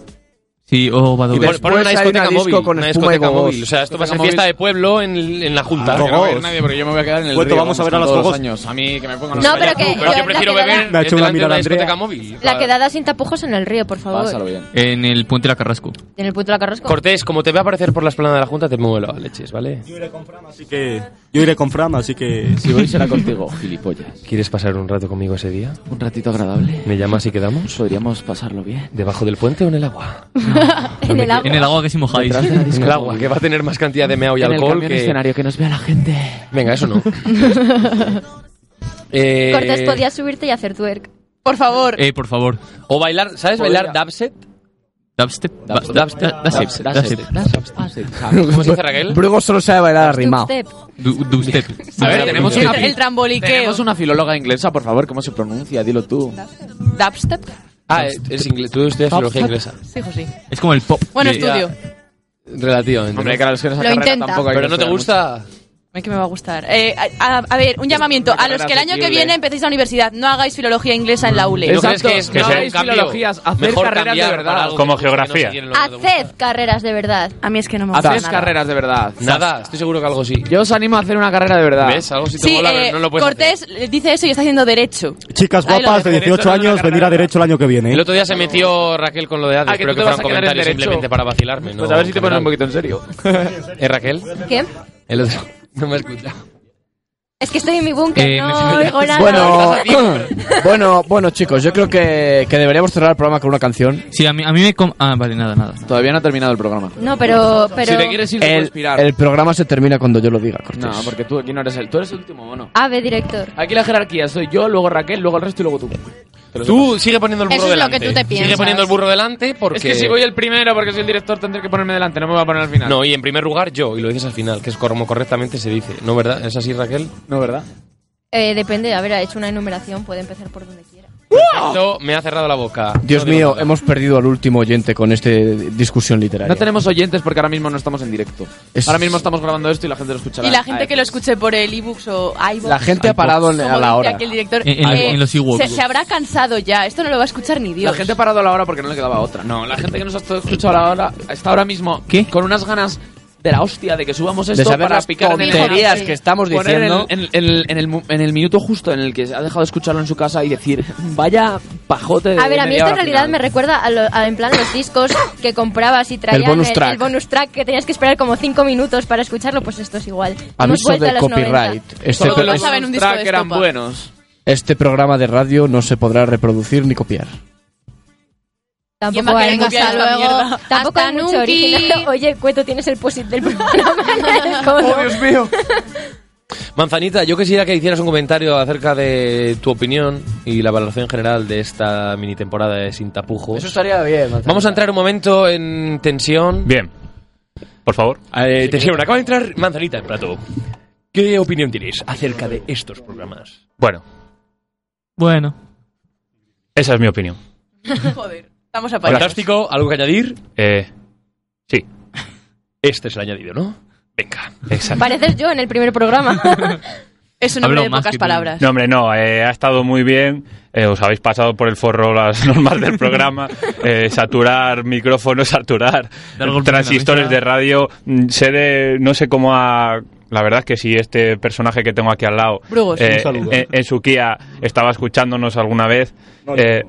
[SPEAKER 6] Sí, o va a
[SPEAKER 1] Y
[SPEAKER 6] doler.
[SPEAKER 1] pon- ponen una
[SPEAKER 3] hay una
[SPEAKER 1] discoteca
[SPEAKER 3] disco
[SPEAKER 1] móvil.
[SPEAKER 3] con espuma
[SPEAKER 1] una
[SPEAKER 3] y
[SPEAKER 1] discoteca
[SPEAKER 3] gogos.
[SPEAKER 1] móvil. O sea, esto va a ser
[SPEAKER 2] Discoteca
[SPEAKER 1] fiesta de pueblo en, en la Junta.
[SPEAKER 2] no va a ver nadie porque yo me voy a quedar en el
[SPEAKER 13] Cueto,
[SPEAKER 2] río.
[SPEAKER 13] vamos a ver a los
[SPEAKER 2] todos
[SPEAKER 13] fuegos.
[SPEAKER 2] años. A mí que me pongan los
[SPEAKER 7] No, pero que.
[SPEAKER 1] Pero
[SPEAKER 7] yo-
[SPEAKER 1] yo prefiero
[SPEAKER 7] la quedada-
[SPEAKER 1] beber
[SPEAKER 13] Me ha hecho una
[SPEAKER 1] delante de
[SPEAKER 13] mirada,
[SPEAKER 1] una
[SPEAKER 13] Andrea.
[SPEAKER 1] discoteca móvil.
[SPEAKER 7] La quedada sin tapujos en el río, por
[SPEAKER 2] Pásalo
[SPEAKER 7] favor.
[SPEAKER 2] bien.
[SPEAKER 6] En el puente de la Carrasco.
[SPEAKER 7] En el puto la carrasco.
[SPEAKER 1] Cortés, como te va a aparecer por la esplanada de la Junta, te muevo la leches, ¿vale?
[SPEAKER 13] Yo iré con Fran, así que... Yo iré con Fran, así que...
[SPEAKER 2] Si voy será contigo, gilipollas.
[SPEAKER 1] ¿Quieres pasar un rato conmigo ese día?
[SPEAKER 2] Un ratito agradable. Pues
[SPEAKER 1] ¿Me llamas y quedamos?
[SPEAKER 2] Podríamos pasarlo bien.
[SPEAKER 1] ¿Debajo del puente o en el agua?
[SPEAKER 7] En el agua.
[SPEAKER 6] En el agua que sí mojáis.
[SPEAKER 2] Detrás de la
[SPEAKER 1] En
[SPEAKER 2] disco.
[SPEAKER 1] el agua, que va a tener más cantidad de meao y
[SPEAKER 2] en el
[SPEAKER 1] alcohol
[SPEAKER 2] camión
[SPEAKER 1] que...
[SPEAKER 2] escenario, que nos vea la gente.
[SPEAKER 1] Venga, eso no. Eh,
[SPEAKER 7] Cortés, podías subirte y hacer twerk.
[SPEAKER 8] Por favor.
[SPEAKER 6] Eh, por favor.
[SPEAKER 1] O bailar, ¿sabes
[SPEAKER 2] Podría.
[SPEAKER 1] bailar dubstep?
[SPEAKER 6] Dubstep.
[SPEAKER 1] Dubstep.
[SPEAKER 6] Dubstep.
[SPEAKER 1] Dubstep.
[SPEAKER 6] Dubstep. Dubstep.
[SPEAKER 1] Dubstep. Ah, ¿Cómo se dice Raquel?
[SPEAKER 3] Brugo solo sabe bailar arrimado.
[SPEAKER 7] Dubstep.
[SPEAKER 6] Du- Dubstep.
[SPEAKER 2] A ver, tenemos una,
[SPEAKER 8] El tramboliqueo.
[SPEAKER 2] tenemos una filóloga inglesa, por favor, ¿cómo se pronuncia? Dilo tú.
[SPEAKER 8] Dubstep.
[SPEAKER 1] Ah, es, es inglés. Tú estudias filología inglesa.
[SPEAKER 8] Sí, José.
[SPEAKER 6] Es como el pop.
[SPEAKER 8] Bueno,
[SPEAKER 1] Sí,
[SPEAKER 8] estudio.
[SPEAKER 1] Relativamente.
[SPEAKER 2] Hombre, claro, es que en esa
[SPEAKER 8] Lo carrera intenta. tampoco hay
[SPEAKER 1] Pero
[SPEAKER 8] que
[SPEAKER 1] no te
[SPEAKER 8] estudiar
[SPEAKER 1] gusta.
[SPEAKER 8] Es que me va a gustar. Eh, a, a- a ver, un llamamiento. A los que el año que
[SPEAKER 1] asequible.
[SPEAKER 8] viene empecéis la universidad, no hagáis filología inglesa en la E. ULE.
[SPEAKER 1] ¿No crees que es
[SPEAKER 10] Que
[SPEAKER 1] mejor
[SPEAKER 10] seáis
[SPEAKER 1] cambio?
[SPEAKER 10] filologías, hacer
[SPEAKER 1] Mejor
[SPEAKER 10] carreras de
[SPEAKER 1] cambiar
[SPEAKER 10] verdad.
[SPEAKER 1] para algo
[SPEAKER 10] Como
[SPEAKER 1] que te guste, que no
[SPEAKER 10] geografía.
[SPEAKER 1] se llene los dedos.
[SPEAKER 7] Haced carreras de verdad.
[SPEAKER 8] A mí es que no me
[SPEAKER 2] Haced carreras de verdad.
[SPEAKER 1] Nada, estoy seguro que algo sí.
[SPEAKER 2] Yo os animo a hacer una carrera de verdad.
[SPEAKER 1] ¿Ves? Algo sí te
[SPEAKER 8] Sí,
[SPEAKER 1] mola,
[SPEAKER 8] eh,
[SPEAKER 1] pero no lo puedes hacer.
[SPEAKER 8] Cortés eh, dice eso y está haciendo derecho.
[SPEAKER 13] Chicas
[SPEAKER 8] Ahí lo
[SPEAKER 13] guapas de
[SPEAKER 8] dejo.
[SPEAKER 13] 18 años, venir a derecho el año que viene. ¿eh?
[SPEAKER 1] El otro día se metió Raquel con lo de Hades,
[SPEAKER 2] Ah, que
[SPEAKER 1] pero
[SPEAKER 2] tú
[SPEAKER 1] que
[SPEAKER 2] te
[SPEAKER 1] fueron
[SPEAKER 2] vas a quedar en
[SPEAKER 1] comentarios
[SPEAKER 2] derecho.
[SPEAKER 1] simplemente para vacilarme.
[SPEAKER 2] Pues a ver si te pones un poquito en serio.
[SPEAKER 1] poquito. ¿Eh, Raquel?
[SPEAKER 7] ¿Qué?
[SPEAKER 1] El otro. No me escucha.
[SPEAKER 7] Es que estoy en mi búnker,
[SPEAKER 1] Eh,
[SPEAKER 7] no
[SPEAKER 1] me-
[SPEAKER 7] oigo nada.
[SPEAKER 3] Bueno, bueno, bueno, chicos, yo creo que, que deberíamos cerrar el programa con una canción.
[SPEAKER 6] Sí, a mí, a mí me... com- Ah, vale, nada, nada.
[SPEAKER 2] Todavía no ha terminado el programa.
[SPEAKER 7] No, pero... pero...
[SPEAKER 3] el, el programa se termina cuando yo lo diga, Cortés.
[SPEAKER 2] No, porque tú aquí no eres el... Tú eres el último mono.
[SPEAKER 7] Ave, director.
[SPEAKER 2] Aquí la jerarquía soy yo, luego Raquel, luego el resto y luego tú.
[SPEAKER 1] Tú sigue poniendo el burro
[SPEAKER 7] Eso es lo
[SPEAKER 1] delante.
[SPEAKER 7] que tú te
[SPEAKER 1] Sigue
[SPEAKER 7] piensas.
[SPEAKER 1] poniendo el burro delante porque...
[SPEAKER 2] Es que si voy el primero, porque soy el director, tendré que ponerme delante, no me voy a poner al final.
[SPEAKER 1] No, y en primer lugar yo, y lo dices al final, que es como correctamente se dice. ¿No, verdad? ¿Es así, Raquel?
[SPEAKER 2] No, ¿verdad?
[SPEAKER 7] Eh, depende, a ver, ha hecho una enumeración, puede empezar por donde quiera.
[SPEAKER 1] Esto me ha cerrado la boca.
[SPEAKER 3] Dios mío, hemos perdido al último oyente con esta discusión
[SPEAKER 2] No
[SPEAKER 3] literaria.
[SPEAKER 2] tenemos oyentes porque ahora mismo no estamos en directo.
[SPEAKER 3] Es-
[SPEAKER 2] Ahora mismo estamos grabando esto y la gente lo escuchará.
[SPEAKER 8] Y la gente que lo escuche por el ebooks o iVoox.
[SPEAKER 2] La gente ha parado en-
[SPEAKER 8] como
[SPEAKER 2] a la
[SPEAKER 8] dice
[SPEAKER 2] hora.
[SPEAKER 8] Aquel director,
[SPEAKER 2] En- en los-
[SPEAKER 8] eh,
[SPEAKER 2] en los iVoox.
[SPEAKER 8] se, se habrá cansado ya. Esto no lo va a escuchar ni Dios.
[SPEAKER 2] La gente ha parado a la hora porque no le quedaba otra. No, la gente que nos ha estado escuchando ahora está ahora mismo con unas ganas de la hostia de que subamos esto
[SPEAKER 3] saber
[SPEAKER 2] para
[SPEAKER 3] las
[SPEAKER 2] picar en el
[SPEAKER 3] tonterías
[SPEAKER 2] Sí.
[SPEAKER 3] que estamos
[SPEAKER 2] Poner
[SPEAKER 3] diciendo.
[SPEAKER 2] en, el- en el, en el mu- en el minuto justo en el que se ha dejado de escucharlo en su casa y decir vaya pajote de
[SPEAKER 7] A ver, a mí
[SPEAKER 2] media
[SPEAKER 7] esto en
[SPEAKER 2] hora
[SPEAKER 7] realidad
[SPEAKER 2] final".
[SPEAKER 7] me recuerda a, lo- a, en plan los discos que comprabas y traían
[SPEAKER 2] El bonus track.
[SPEAKER 7] bonus track que tenías que esperar como 5 minutos para escucharlo, pues esto es igual. Hemos
[SPEAKER 3] Aviso
[SPEAKER 7] vuelto a
[SPEAKER 3] de
[SPEAKER 7] los
[SPEAKER 3] copyright.
[SPEAKER 7] 90.
[SPEAKER 3] Este,
[SPEAKER 2] Todos los
[SPEAKER 3] este-
[SPEAKER 2] bonus
[SPEAKER 8] un disco
[SPEAKER 2] track
[SPEAKER 8] de
[SPEAKER 2] eran
[SPEAKER 8] estopa.
[SPEAKER 2] buenos.
[SPEAKER 3] este programa de radio no se podrá reproducir ni copiar.
[SPEAKER 8] ¿Quién
[SPEAKER 7] Tampoco
[SPEAKER 8] va a
[SPEAKER 7] hay
[SPEAKER 8] querer
[SPEAKER 7] mucho
[SPEAKER 8] copiar esta
[SPEAKER 7] luego.
[SPEAKER 8] mierda?
[SPEAKER 7] Tampoco
[SPEAKER 11] Hasta
[SPEAKER 7] hay mucho
[SPEAKER 11] nunca.
[SPEAKER 7] original. Oye, Cueto, tienes el posit del programa. en el codo.
[SPEAKER 2] Oh, mío.
[SPEAKER 1] Manzanita, yo quisiera que hicieras un comentario acerca de tu opinión y la valoración general de esta mini temporada de Sin Tapujos.
[SPEAKER 3] estaría bien.
[SPEAKER 1] Vamos a entrar un momento en tensión.
[SPEAKER 10] Bien. Por favor.
[SPEAKER 1] Eh, tensión, acaba de entrar Manzanita en plato. ¿Qué opinión tienes acerca de estos programas?
[SPEAKER 10] Bueno,
[SPEAKER 6] Bueno.
[SPEAKER 10] esa es mi opinión.
[SPEAKER 8] Joder, estamos apañados.
[SPEAKER 1] Fantástico, ¿algo que añadir?
[SPEAKER 10] Eh, sí,
[SPEAKER 1] Este es el añadido, ¿no? Venga.
[SPEAKER 10] exacto.
[SPEAKER 7] Pareces yo en el primer programa.
[SPEAKER 8] Es un
[SPEAKER 10] Hablo
[SPEAKER 8] hombre de
[SPEAKER 10] más
[SPEAKER 8] pocas
[SPEAKER 10] que tú.
[SPEAKER 8] palabras.
[SPEAKER 10] No, hombre, no. eh, ha estado muy bien. eh, os habéis pasado por el forro las normas del programa. eh, saturar micrófonos, saturar
[SPEAKER 6] Dar golpes en la
[SPEAKER 10] transistores
[SPEAKER 6] mesa.
[SPEAKER 10] de radio. mm, Sé de... No sé cómo ha... La verdad es que si este personaje que tengo aquí al lado,
[SPEAKER 8] Brugos.
[SPEAKER 10] eh,
[SPEAKER 8] Un saludo.
[SPEAKER 10] en, en su Kia, estaba escuchándonos alguna vez,
[SPEAKER 8] No,
[SPEAKER 10] eh,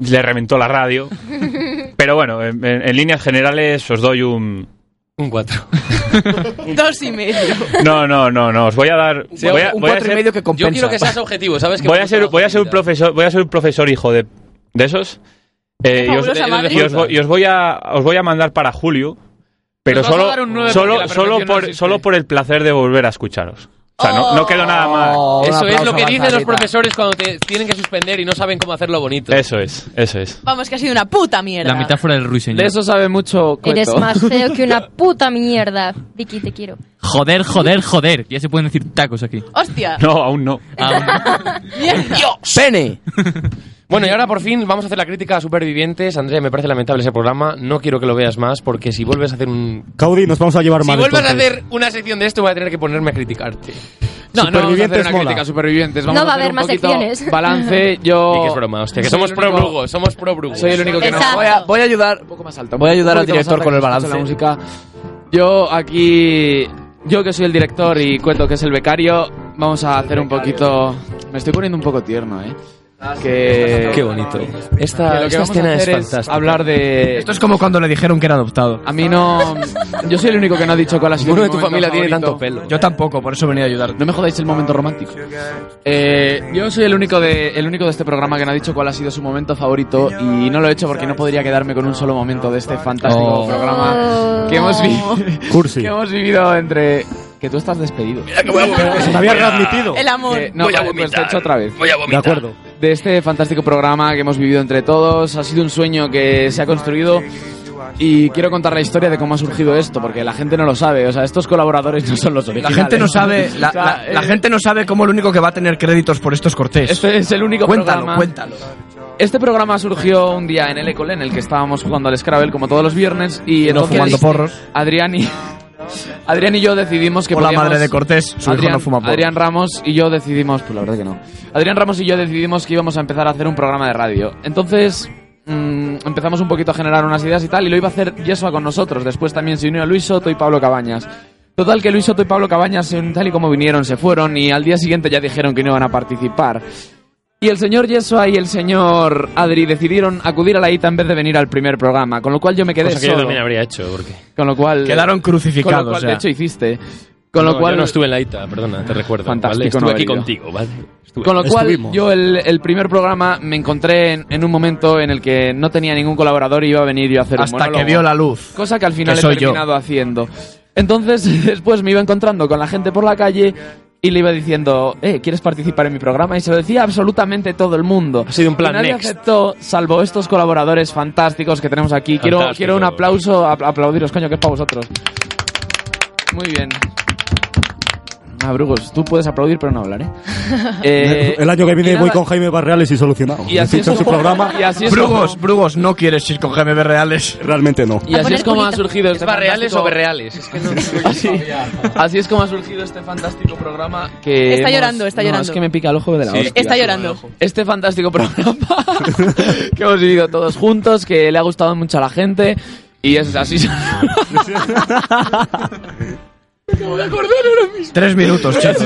[SPEAKER 10] le reventó la radio. Pero bueno, en, en- en líneas generales os doy un...
[SPEAKER 1] Un 4.
[SPEAKER 8] Dos y medio.
[SPEAKER 10] No, no, no, no. Os voy a dar... voy a- voy a ser-
[SPEAKER 1] Yo quiero que seas objetivo, ¿sabes? Que
[SPEAKER 10] voy
[SPEAKER 1] me
[SPEAKER 10] a
[SPEAKER 1] gusta
[SPEAKER 10] ser
[SPEAKER 1] la
[SPEAKER 10] voy a ser un
[SPEAKER 1] objetividad.
[SPEAKER 10] profesor voy a ser un profesor hijo de, de esos Eh, y, os,
[SPEAKER 1] Fabulosa
[SPEAKER 10] y os-
[SPEAKER 1] madre.
[SPEAKER 10] y os voy, y os voy a os voy a mandar para julio pero
[SPEAKER 2] Nos vas a
[SPEAKER 10] solo
[SPEAKER 2] dar un nueve porque
[SPEAKER 10] solo
[SPEAKER 2] la
[SPEAKER 10] solo
[SPEAKER 2] perfección no
[SPEAKER 10] por
[SPEAKER 2] existe.
[SPEAKER 10] solo por el placer de volver a escucharos o sea no, no quedó
[SPEAKER 2] Oh,
[SPEAKER 10] nada más
[SPEAKER 1] Eso es lo que dicen los
[SPEAKER 8] Manzanita.
[SPEAKER 1] profesores cuando te tienen que suspender y no saben cómo hacerlo bonito.
[SPEAKER 10] eso es eso es
[SPEAKER 8] Vamos, que ha sido una puta mierda.
[SPEAKER 6] metáfora del ruiseñor.
[SPEAKER 2] De eso sabe mucho Coeto.
[SPEAKER 7] Eres más feo que una puta mierda. Vicky, te quiero.
[SPEAKER 6] Joder, joder, joder. Ya se pueden decir tacos aquí.
[SPEAKER 8] ¡Hostia!
[SPEAKER 10] no aún no
[SPEAKER 3] ¡Pene!
[SPEAKER 1] Bueno, y ahora por fin vamos a hacer la crítica a Supervivientes. Andrea, me parece lamentable ese programa. No quiero que lo veas más porque si vuelves a hacer un...
[SPEAKER 13] Caudi, nos vamos a llevar ¿eh?
[SPEAKER 1] Si
[SPEAKER 13] mal.
[SPEAKER 1] vuelves a
[SPEAKER 13] entonces.
[SPEAKER 1] hacer una sección de esto voy a tener que ponerme a criticarte.
[SPEAKER 2] No, no vamos a hacer
[SPEAKER 13] Supervivientes
[SPEAKER 2] una
[SPEAKER 13] mola.
[SPEAKER 2] crítica a supervivientes. Pues Vamos
[SPEAKER 7] No va
[SPEAKER 2] a
[SPEAKER 7] a
[SPEAKER 2] hacer
[SPEAKER 7] haber
[SPEAKER 2] un
[SPEAKER 7] más
[SPEAKER 2] poquito
[SPEAKER 7] secciones.
[SPEAKER 2] Balance, yo.
[SPEAKER 1] Y que es broma, hostia, que
[SPEAKER 2] Soy
[SPEAKER 1] somos
[SPEAKER 2] el único-
[SPEAKER 1] pro Brugos, somos pro Brugos.
[SPEAKER 2] Soy el único que no.
[SPEAKER 7] Exacto.
[SPEAKER 2] Voy a, voy a ayudar. Un poco más alto.
[SPEAKER 3] Voy a ayudar
[SPEAKER 2] un
[SPEAKER 3] al
[SPEAKER 2] poquito más
[SPEAKER 3] director con
[SPEAKER 2] alto que
[SPEAKER 3] el
[SPEAKER 2] se escuche
[SPEAKER 3] balance.
[SPEAKER 2] La música. Yo aquí. Yo que soy el director y cuento que es el becario, vamos a hacer un poquito. Me estoy poniendo un poco tierno, eh. Que.
[SPEAKER 1] Qué bonito.
[SPEAKER 2] que
[SPEAKER 1] Esta,
[SPEAKER 2] lo
[SPEAKER 1] esta
[SPEAKER 2] que vamos a
[SPEAKER 1] escena es
[SPEAKER 2] hacer
[SPEAKER 1] fantástica.
[SPEAKER 2] hablar de.
[SPEAKER 12] Esto es como cuando le dijeron que era adoptado.
[SPEAKER 2] A mí no. Yo soy el único que no ha dicho cuál ha sido.
[SPEAKER 1] Ninguno
[SPEAKER 2] mi
[SPEAKER 1] de tu
[SPEAKER 2] momento
[SPEAKER 1] familia tiene
[SPEAKER 2] favorito.
[SPEAKER 1] tanto pelo.
[SPEAKER 12] Yo tampoco, por eso venía a ayudar.
[SPEAKER 2] No me jodáis el momento romántico. Eh, yo soy el único, de, el único de este programa que no ha dicho cuál ha sido su momento favorito y no lo he hecho porque no podría quedarme con un solo momento de este fantástico
[SPEAKER 1] Oh.
[SPEAKER 2] programa que hemos, vi-
[SPEAKER 13] Cursi.
[SPEAKER 2] que hemos vivido entre... Que tú estás despedido.
[SPEAKER 13] Se me había readmitido.
[SPEAKER 8] El amor.
[SPEAKER 2] Que- no, pues, pues te he hecho otra vez.
[SPEAKER 13] De acuerdo.
[SPEAKER 2] de este fantástico programa que hemos vivido entre todos. Ha sido un sueño que se ha construido y quiero contar la historia de cómo ha surgido esto, porque la gente no lo sabe. O sea, estos colaboradores no son los
[SPEAKER 3] La
[SPEAKER 2] originales.
[SPEAKER 3] gente no sabe, la,
[SPEAKER 2] O sea,
[SPEAKER 3] la- la
[SPEAKER 2] eh,
[SPEAKER 3] gente no sabe cómo el único que va a tener créditos por estos cortés.
[SPEAKER 2] Este es el único
[SPEAKER 3] Pues, Cuéntalo,
[SPEAKER 2] programa.
[SPEAKER 3] cuéntalo.
[SPEAKER 2] Este programa surgió un día en el Ecole, en el que estábamos jugando al Scrabble como todos los viernes y
[SPEAKER 3] no
[SPEAKER 2] entonces
[SPEAKER 3] fumando porros.
[SPEAKER 2] Adrián y Adrián y yo decidimos que
[SPEAKER 3] O la
[SPEAKER 2] podíamos-
[SPEAKER 3] madre de Cortés, su hijo
[SPEAKER 2] Adrián,
[SPEAKER 3] no fuma porros.
[SPEAKER 2] Adrián Ramos y yo decidimos, pues la verdad que no. Adrián Ramos y yo decidimos que íbamos a empezar a hacer un programa de radio. Entonces mm, empezamos un poquito a generar unas ideas y tal y lo iba a hacer Yesua con nosotros. Después también se unió Luis Soto y Pablo Cabañas. Total que Luis Soto y Pablo Cabañas, en tal y como vinieron, se fueron y al día siguiente ya dijeron que no iban a participar. Y el señor Yesua y el señor Adri decidieron acudir a la ITA en vez de venir al primer programa, con lo cual yo me quedé
[SPEAKER 1] Cosa que yo
[SPEAKER 2] solo.
[SPEAKER 1] también habría hecho, porque...
[SPEAKER 2] Con lo cual.
[SPEAKER 1] Quedaron crucificados,
[SPEAKER 2] Con lo cual,
[SPEAKER 1] o sea.
[SPEAKER 2] de hecho, hiciste. Con lo
[SPEAKER 1] No,
[SPEAKER 2] cual.
[SPEAKER 1] Yo no estuve en la ITA, perdona, te recuerdo. ¿vale?
[SPEAKER 2] Fantástico,
[SPEAKER 1] Estuve
[SPEAKER 2] no
[SPEAKER 1] aquí
[SPEAKER 2] haber ido.
[SPEAKER 1] contigo, ¿vale? Estuve-
[SPEAKER 2] Con lo cual,
[SPEAKER 1] Estuvimos.
[SPEAKER 2] yo el, el primer programa me encontré en, en un momento en el que no tenía ningún colaborador y iba a venir yo a hacer un
[SPEAKER 3] Hasta que
[SPEAKER 2] monólogo.
[SPEAKER 3] vio la luz.
[SPEAKER 2] Cosa que al final
[SPEAKER 3] Que
[SPEAKER 2] he
[SPEAKER 3] soy yo.
[SPEAKER 2] terminado haciendo. Entonces, después me iba encontrando con la gente por la calle y le iba diciendo, eh, ¿quieres participar en mi programa? Y se lo decía absolutamente todo el mundo. Ha sido un
[SPEAKER 1] plan
[SPEAKER 2] Nadie
[SPEAKER 1] next.
[SPEAKER 2] aceptó, salvo estos colaboradores fantásticos que tenemos aquí. Quiero,
[SPEAKER 1] Fantástico.
[SPEAKER 2] quiero un aplauso, apl- aplaudiros, coño, que es para vosotros. Muy bien. Ah, Brugos, tú puedes aplaudir, pero no hablar, ¿eh? Eh,
[SPEAKER 13] el año que
[SPEAKER 2] y
[SPEAKER 13] viene
[SPEAKER 2] nada,
[SPEAKER 13] voy con Jaime Barreales y solucionado.
[SPEAKER 2] Y así
[SPEAKER 13] Ficha
[SPEAKER 2] es
[SPEAKER 13] su
[SPEAKER 2] como-
[SPEAKER 13] programa.
[SPEAKER 2] y así es
[SPEAKER 3] Brugos,
[SPEAKER 2] como-
[SPEAKER 3] Brugos, no quieres ir con GMB reales.
[SPEAKER 13] Realmente no.
[SPEAKER 2] Y así es como ha
[SPEAKER 1] culito.
[SPEAKER 2] surgido
[SPEAKER 1] ¿Es
[SPEAKER 2] este
[SPEAKER 1] barreales
[SPEAKER 2] fantástico-
[SPEAKER 1] o berreales? Es que no-
[SPEAKER 2] así, así es como ha surgido este fantástico programa que
[SPEAKER 17] Está
[SPEAKER 2] hemos-
[SPEAKER 17] llorando, está
[SPEAKER 2] No,
[SPEAKER 17] llorando.
[SPEAKER 2] es que me pica el ojo de la
[SPEAKER 17] Sí,
[SPEAKER 2] hostia.
[SPEAKER 17] está llorando.
[SPEAKER 2] Este fantástico programa que hemos vivido todos juntos, que le ha gustado mucho a la gente y es así.
[SPEAKER 3] Tres minutos, chicos.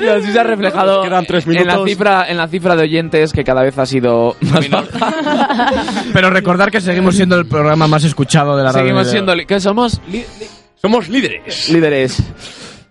[SPEAKER 2] Y así se ha reflejado en la
[SPEAKER 3] minutos.
[SPEAKER 2] cifra en la cifra de oyentes que cada vez ha sido más
[SPEAKER 3] Pero recordar que seguimos siendo el programa más escuchado de la radio.
[SPEAKER 2] Seguimos siendo. li- ¿Qué somos?
[SPEAKER 1] somos líderes.
[SPEAKER 2] Líderes.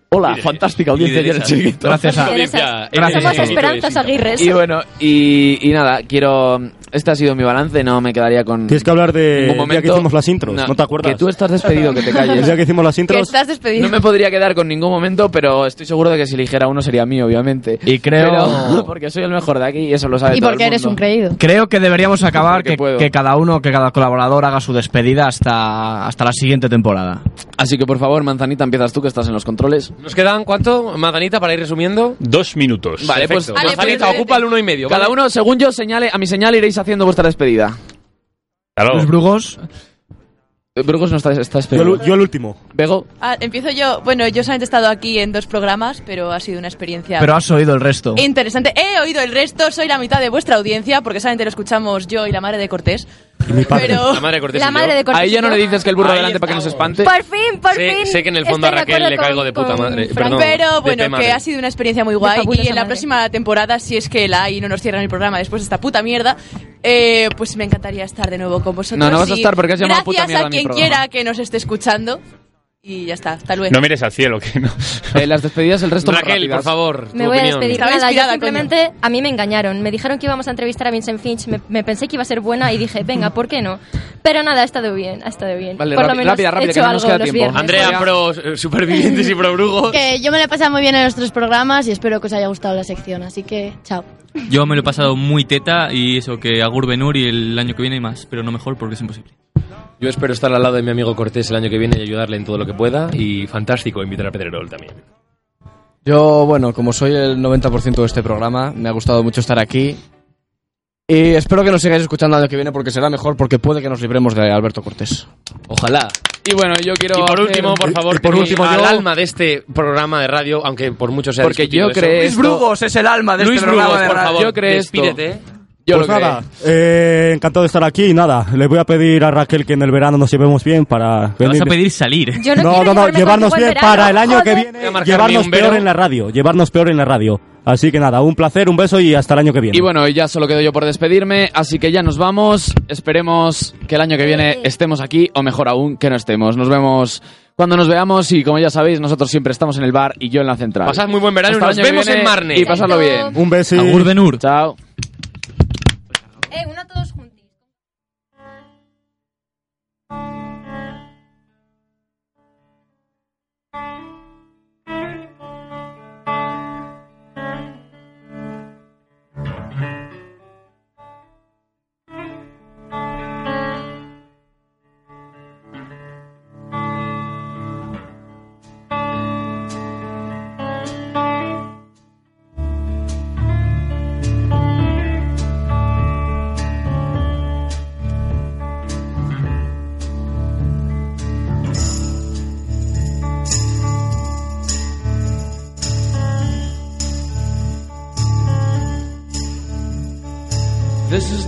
[SPEAKER 2] Hola, fantástica audiencia
[SPEAKER 1] Líderes,
[SPEAKER 2] ayer, chiquito.
[SPEAKER 3] Gracias a-
[SPEAKER 7] Líderes, Gracias. somos Esperanzas Aguirres.
[SPEAKER 2] Y bueno, y, y nada, quiero. Este ha sido mi balance, no me quedaría con.
[SPEAKER 13] Tienes que hablar de
[SPEAKER 2] ningún
[SPEAKER 13] el día que hicimos las intros, ¿no te acuerdas?
[SPEAKER 2] Que tú estás despedido, que te calles.
[SPEAKER 13] El día que hicimos las intros.
[SPEAKER 2] despedido. No me podría quedar con ningún momento, pero estoy seguro de que si eligiera uno sería mío, obviamente.
[SPEAKER 3] Y creo-
[SPEAKER 2] Pero- porque soy el mejor de aquí y eso lo sabe
[SPEAKER 11] Y
[SPEAKER 2] todo el
[SPEAKER 11] porque eres
[SPEAKER 2] mundo.
[SPEAKER 11] un creído.
[SPEAKER 3] Creo que deberíamos acabar
[SPEAKER 2] Porque
[SPEAKER 3] que,
[SPEAKER 2] puedo.
[SPEAKER 3] que cada uno, que cada colaborador haga su despedida hasta, hasta la siguiente temporada.
[SPEAKER 2] Así que por favor, Manzanita, empiezas tú que estás en los controles.
[SPEAKER 1] ¿Nos quedan cuánto, Maganita, para ir resumiendo?
[SPEAKER 10] Dos minutos.
[SPEAKER 2] Vale, pues
[SPEAKER 1] Perfecto. Manzanita, ocupa el uno y medio.
[SPEAKER 2] Cada
[SPEAKER 1] ¿vale?
[SPEAKER 2] uno, según yo, señale, a mi señal iréis haciendo vuestra despedida.
[SPEAKER 10] Los
[SPEAKER 3] Brugos.
[SPEAKER 2] Brugos no está, está
[SPEAKER 13] Yo,
[SPEAKER 2] esperando.
[SPEAKER 13] el- yo el último.
[SPEAKER 2] Bego.
[SPEAKER 8] Ah, empiezo yo. Bueno, yo solamente he estado aquí en dos programas, pero ha sido una experiencia
[SPEAKER 3] Pero has oído el resto.
[SPEAKER 8] interesante. He oído el resto, soy la mitad de vuestra audiencia, porque solamente lo escuchamos yo y la madre de Cortés. Pero-
[SPEAKER 1] La madre de Cortés.
[SPEAKER 8] La
[SPEAKER 1] y yo.
[SPEAKER 8] madre de Cortés
[SPEAKER 2] Ahí ya no
[SPEAKER 8] y yo.
[SPEAKER 2] le dices que el burro
[SPEAKER 1] Ahí
[SPEAKER 2] delante para que no se espante.
[SPEAKER 7] Por fin, por
[SPEAKER 1] Sé,
[SPEAKER 7] fin.
[SPEAKER 1] sé que en el fondo a
[SPEAKER 7] estoy de
[SPEAKER 1] Raquel le
[SPEAKER 7] acuerdo
[SPEAKER 1] caigo de
[SPEAKER 7] con-
[SPEAKER 1] puta
[SPEAKER 7] con
[SPEAKER 1] madre.
[SPEAKER 7] Fran.
[SPEAKER 1] Perdón,
[SPEAKER 8] Pero
[SPEAKER 1] de
[SPEAKER 8] bueno,
[SPEAKER 1] pe madre.
[SPEAKER 8] que ha sido una experiencia muy guay
[SPEAKER 7] fabulosa
[SPEAKER 8] y en la
[SPEAKER 7] madre.
[SPEAKER 8] próxima temporada, si es que la hay y no nos cierran el programa después de esta puta mierda, eh, pues me encantaría estar de nuevo con vosotros.
[SPEAKER 2] No, no vas a
[SPEAKER 8] y
[SPEAKER 2] estar porque has llamado
[SPEAKER 8] gracias
[SPEAKER 2] puta mierda a
[SPEAKER 8] a
[SPEAKER 2] mi
[SPEAKER 8] quien
[SPEAKER 2] programa.
[SPEAKER 8] quiera que nos esté escuchando y ya está, hasta luego.
[SPEAKER 10] No mires al cielo, que no.
[SPEAKER 2] Eh, las despedidas, el resto
[SPEAKER 1] Raquel, por favor.
[SPEAKER 7] Me
[SPEAKER 1] tu
[SPEAKER 7] voy a
[SPEAKER 1] opinión.
[SPEAKER 7] despedir.
[SPEAKER 8] Estaba
[SPEAKER 7] Nada, yo
[SPEAKER 8] inspirada,
[SPEAKER 7] simplemente a mí me engañaron. Me dijeron que íbamos a entrevistar a Vincent Finch. Me, me pensé que iba a ser buena y dije, venga, ¿por qué no? Pero nada, ha estado bien, ha estado bien.
[SPEAKER 2] Vale,
[SPEAKER 7] Por lo
[SPEAKER 2] rápi-
[SPEAKER 7] menos
[SPEAKER 2] rápida,
[SPEAKER 7] he
[SPEAKER 2] rápida,
[SPEAKER 7] hecho
[SPEAKER 2] que no nos
[SPEAKER 7] algo
[SPEAKER 2] queda
[SPEAKER 7] los
[SPEAKER 2] tiempo.
[SPEAKER 7] viernes.
[SPEAKER 1] Andrea,
[SPEAKER 7] Venga.
[SPEAKER 1] pro eh, supervivientes y pro brujos.
[SPEAKER 11] Que yo me lo he pasado muy bien en nuestros programas y espero que os haya gustado la sección, así que chao.
[SPEAKER 6] Yo me lo he pasado muy teta y eso, que a Gurbenur y el año que viene y más, pero no mejor porque es imposible.
[SPEAKER 1] Yo espero estar al lado de mi amigo Cortés el año que viene y ayudarle en todo lo que pueda. Y fantástico invitar a Pedrerol también.
[SPEAKER 3] Yo, bueno, como soy el 90% de este programa, me ha gustado mucho estar aquí. Y espero que nos sigáis escuchando el año que viene porque será mejor porque puede que nos libremos de Alberto Cortés.
[SPEAKER 1] Ojalá.
[SPEAKER 2] Y bueno, yo quiero.
[SPEAKER 1] Y por
[SPEAKER 2] hacer-
[SPEAKER 1] último, por favor,
[SPEAKER 3] por
[SPEAKER 1] por
[SPEAKER 3] último,
[SPEAKER 1] último, al
[SPEAKER 3] yo-
[SPEAKER 1] alma de este programa de radio, aunque por mucho sea
[SPEAKER 2] Porque yo
[SPEAKER 1] discutido
[SPEAKER 2] creo
[SPEAKER 1] eso.
[SPEAKER 2] esto- Brugos
[SPEAKER 3] es el alma este
[SPEAKER 1] Luis Brugos, por favor,
[SPEAKER 2] Yo creo esto.
[SPEAKER 1] despídete.
[SPEAKER 2] Yo
[SPEAKER 13] Pues
[SPEAKER 2] lo
[SPEAKER 13] nada,
[SPEAKER 2] creo.
[SPEAKER 13] eh, encantado de estar aquí y nada, le voy a pedir a Raquel que en el verano nos llevemos bien para...
[SPEAKER 6] Te vas
[SPEAKER 13] venir-
[SPEAKER 6] a pedir salir.
[SPEAKER 7] Yo no,
[SPEAKER 13] No, no,
[SPEAKER 7] quiero
[SPEAKER 13] no,
[SPEAKER 7] llevarme
[SPEAKER 13] llevarnos
[SPEAKER 7] contigo
[SPEAKER 13] bien
[SPEAKER 7] al verano,
[SPEAKER 13] para el año que
[SPEAKER 7] joder.
[SPEAKER 13] viene, llevarnos
[SPEAKER 1] un vero.
[SPEAKER 13] peor en la radio, llevarnos peor en la radio. Así que nada, un placer, un beso y hasta el año que viene.
[SPEAKER 2] Y bueno, ya solo quedo yo por despedirme, así que ya nos vamos. Esperemos que el año que viene estemos aquí, o mejor aún, que no estemos. Nos vemos cuando nos veamos y como ya sabéis, nosotros siempre estamos en el bar y yo en la central.
[SPEAKER 1] Pasad muy buen verano
[SPEAKER 2] Hasta
[SPEAKER 1] y
[SPEAKER 2] el
[SPEAKER 1] nos
[SPEAKER 2] año que
[SPEAKER 1] vemos
[SPEAKER 2] viene
[SPEAKER 1] en Marne.
[SPEAKER 2] Y pasadlo bien.
[SPEAKER 13] Un beso.
[SPEAKER 6] A Gurbenur.
[SPEAKER 2] Chao.
[SPEAKER 7] Eh, uno todos juntos.
[SPEAKER 4] is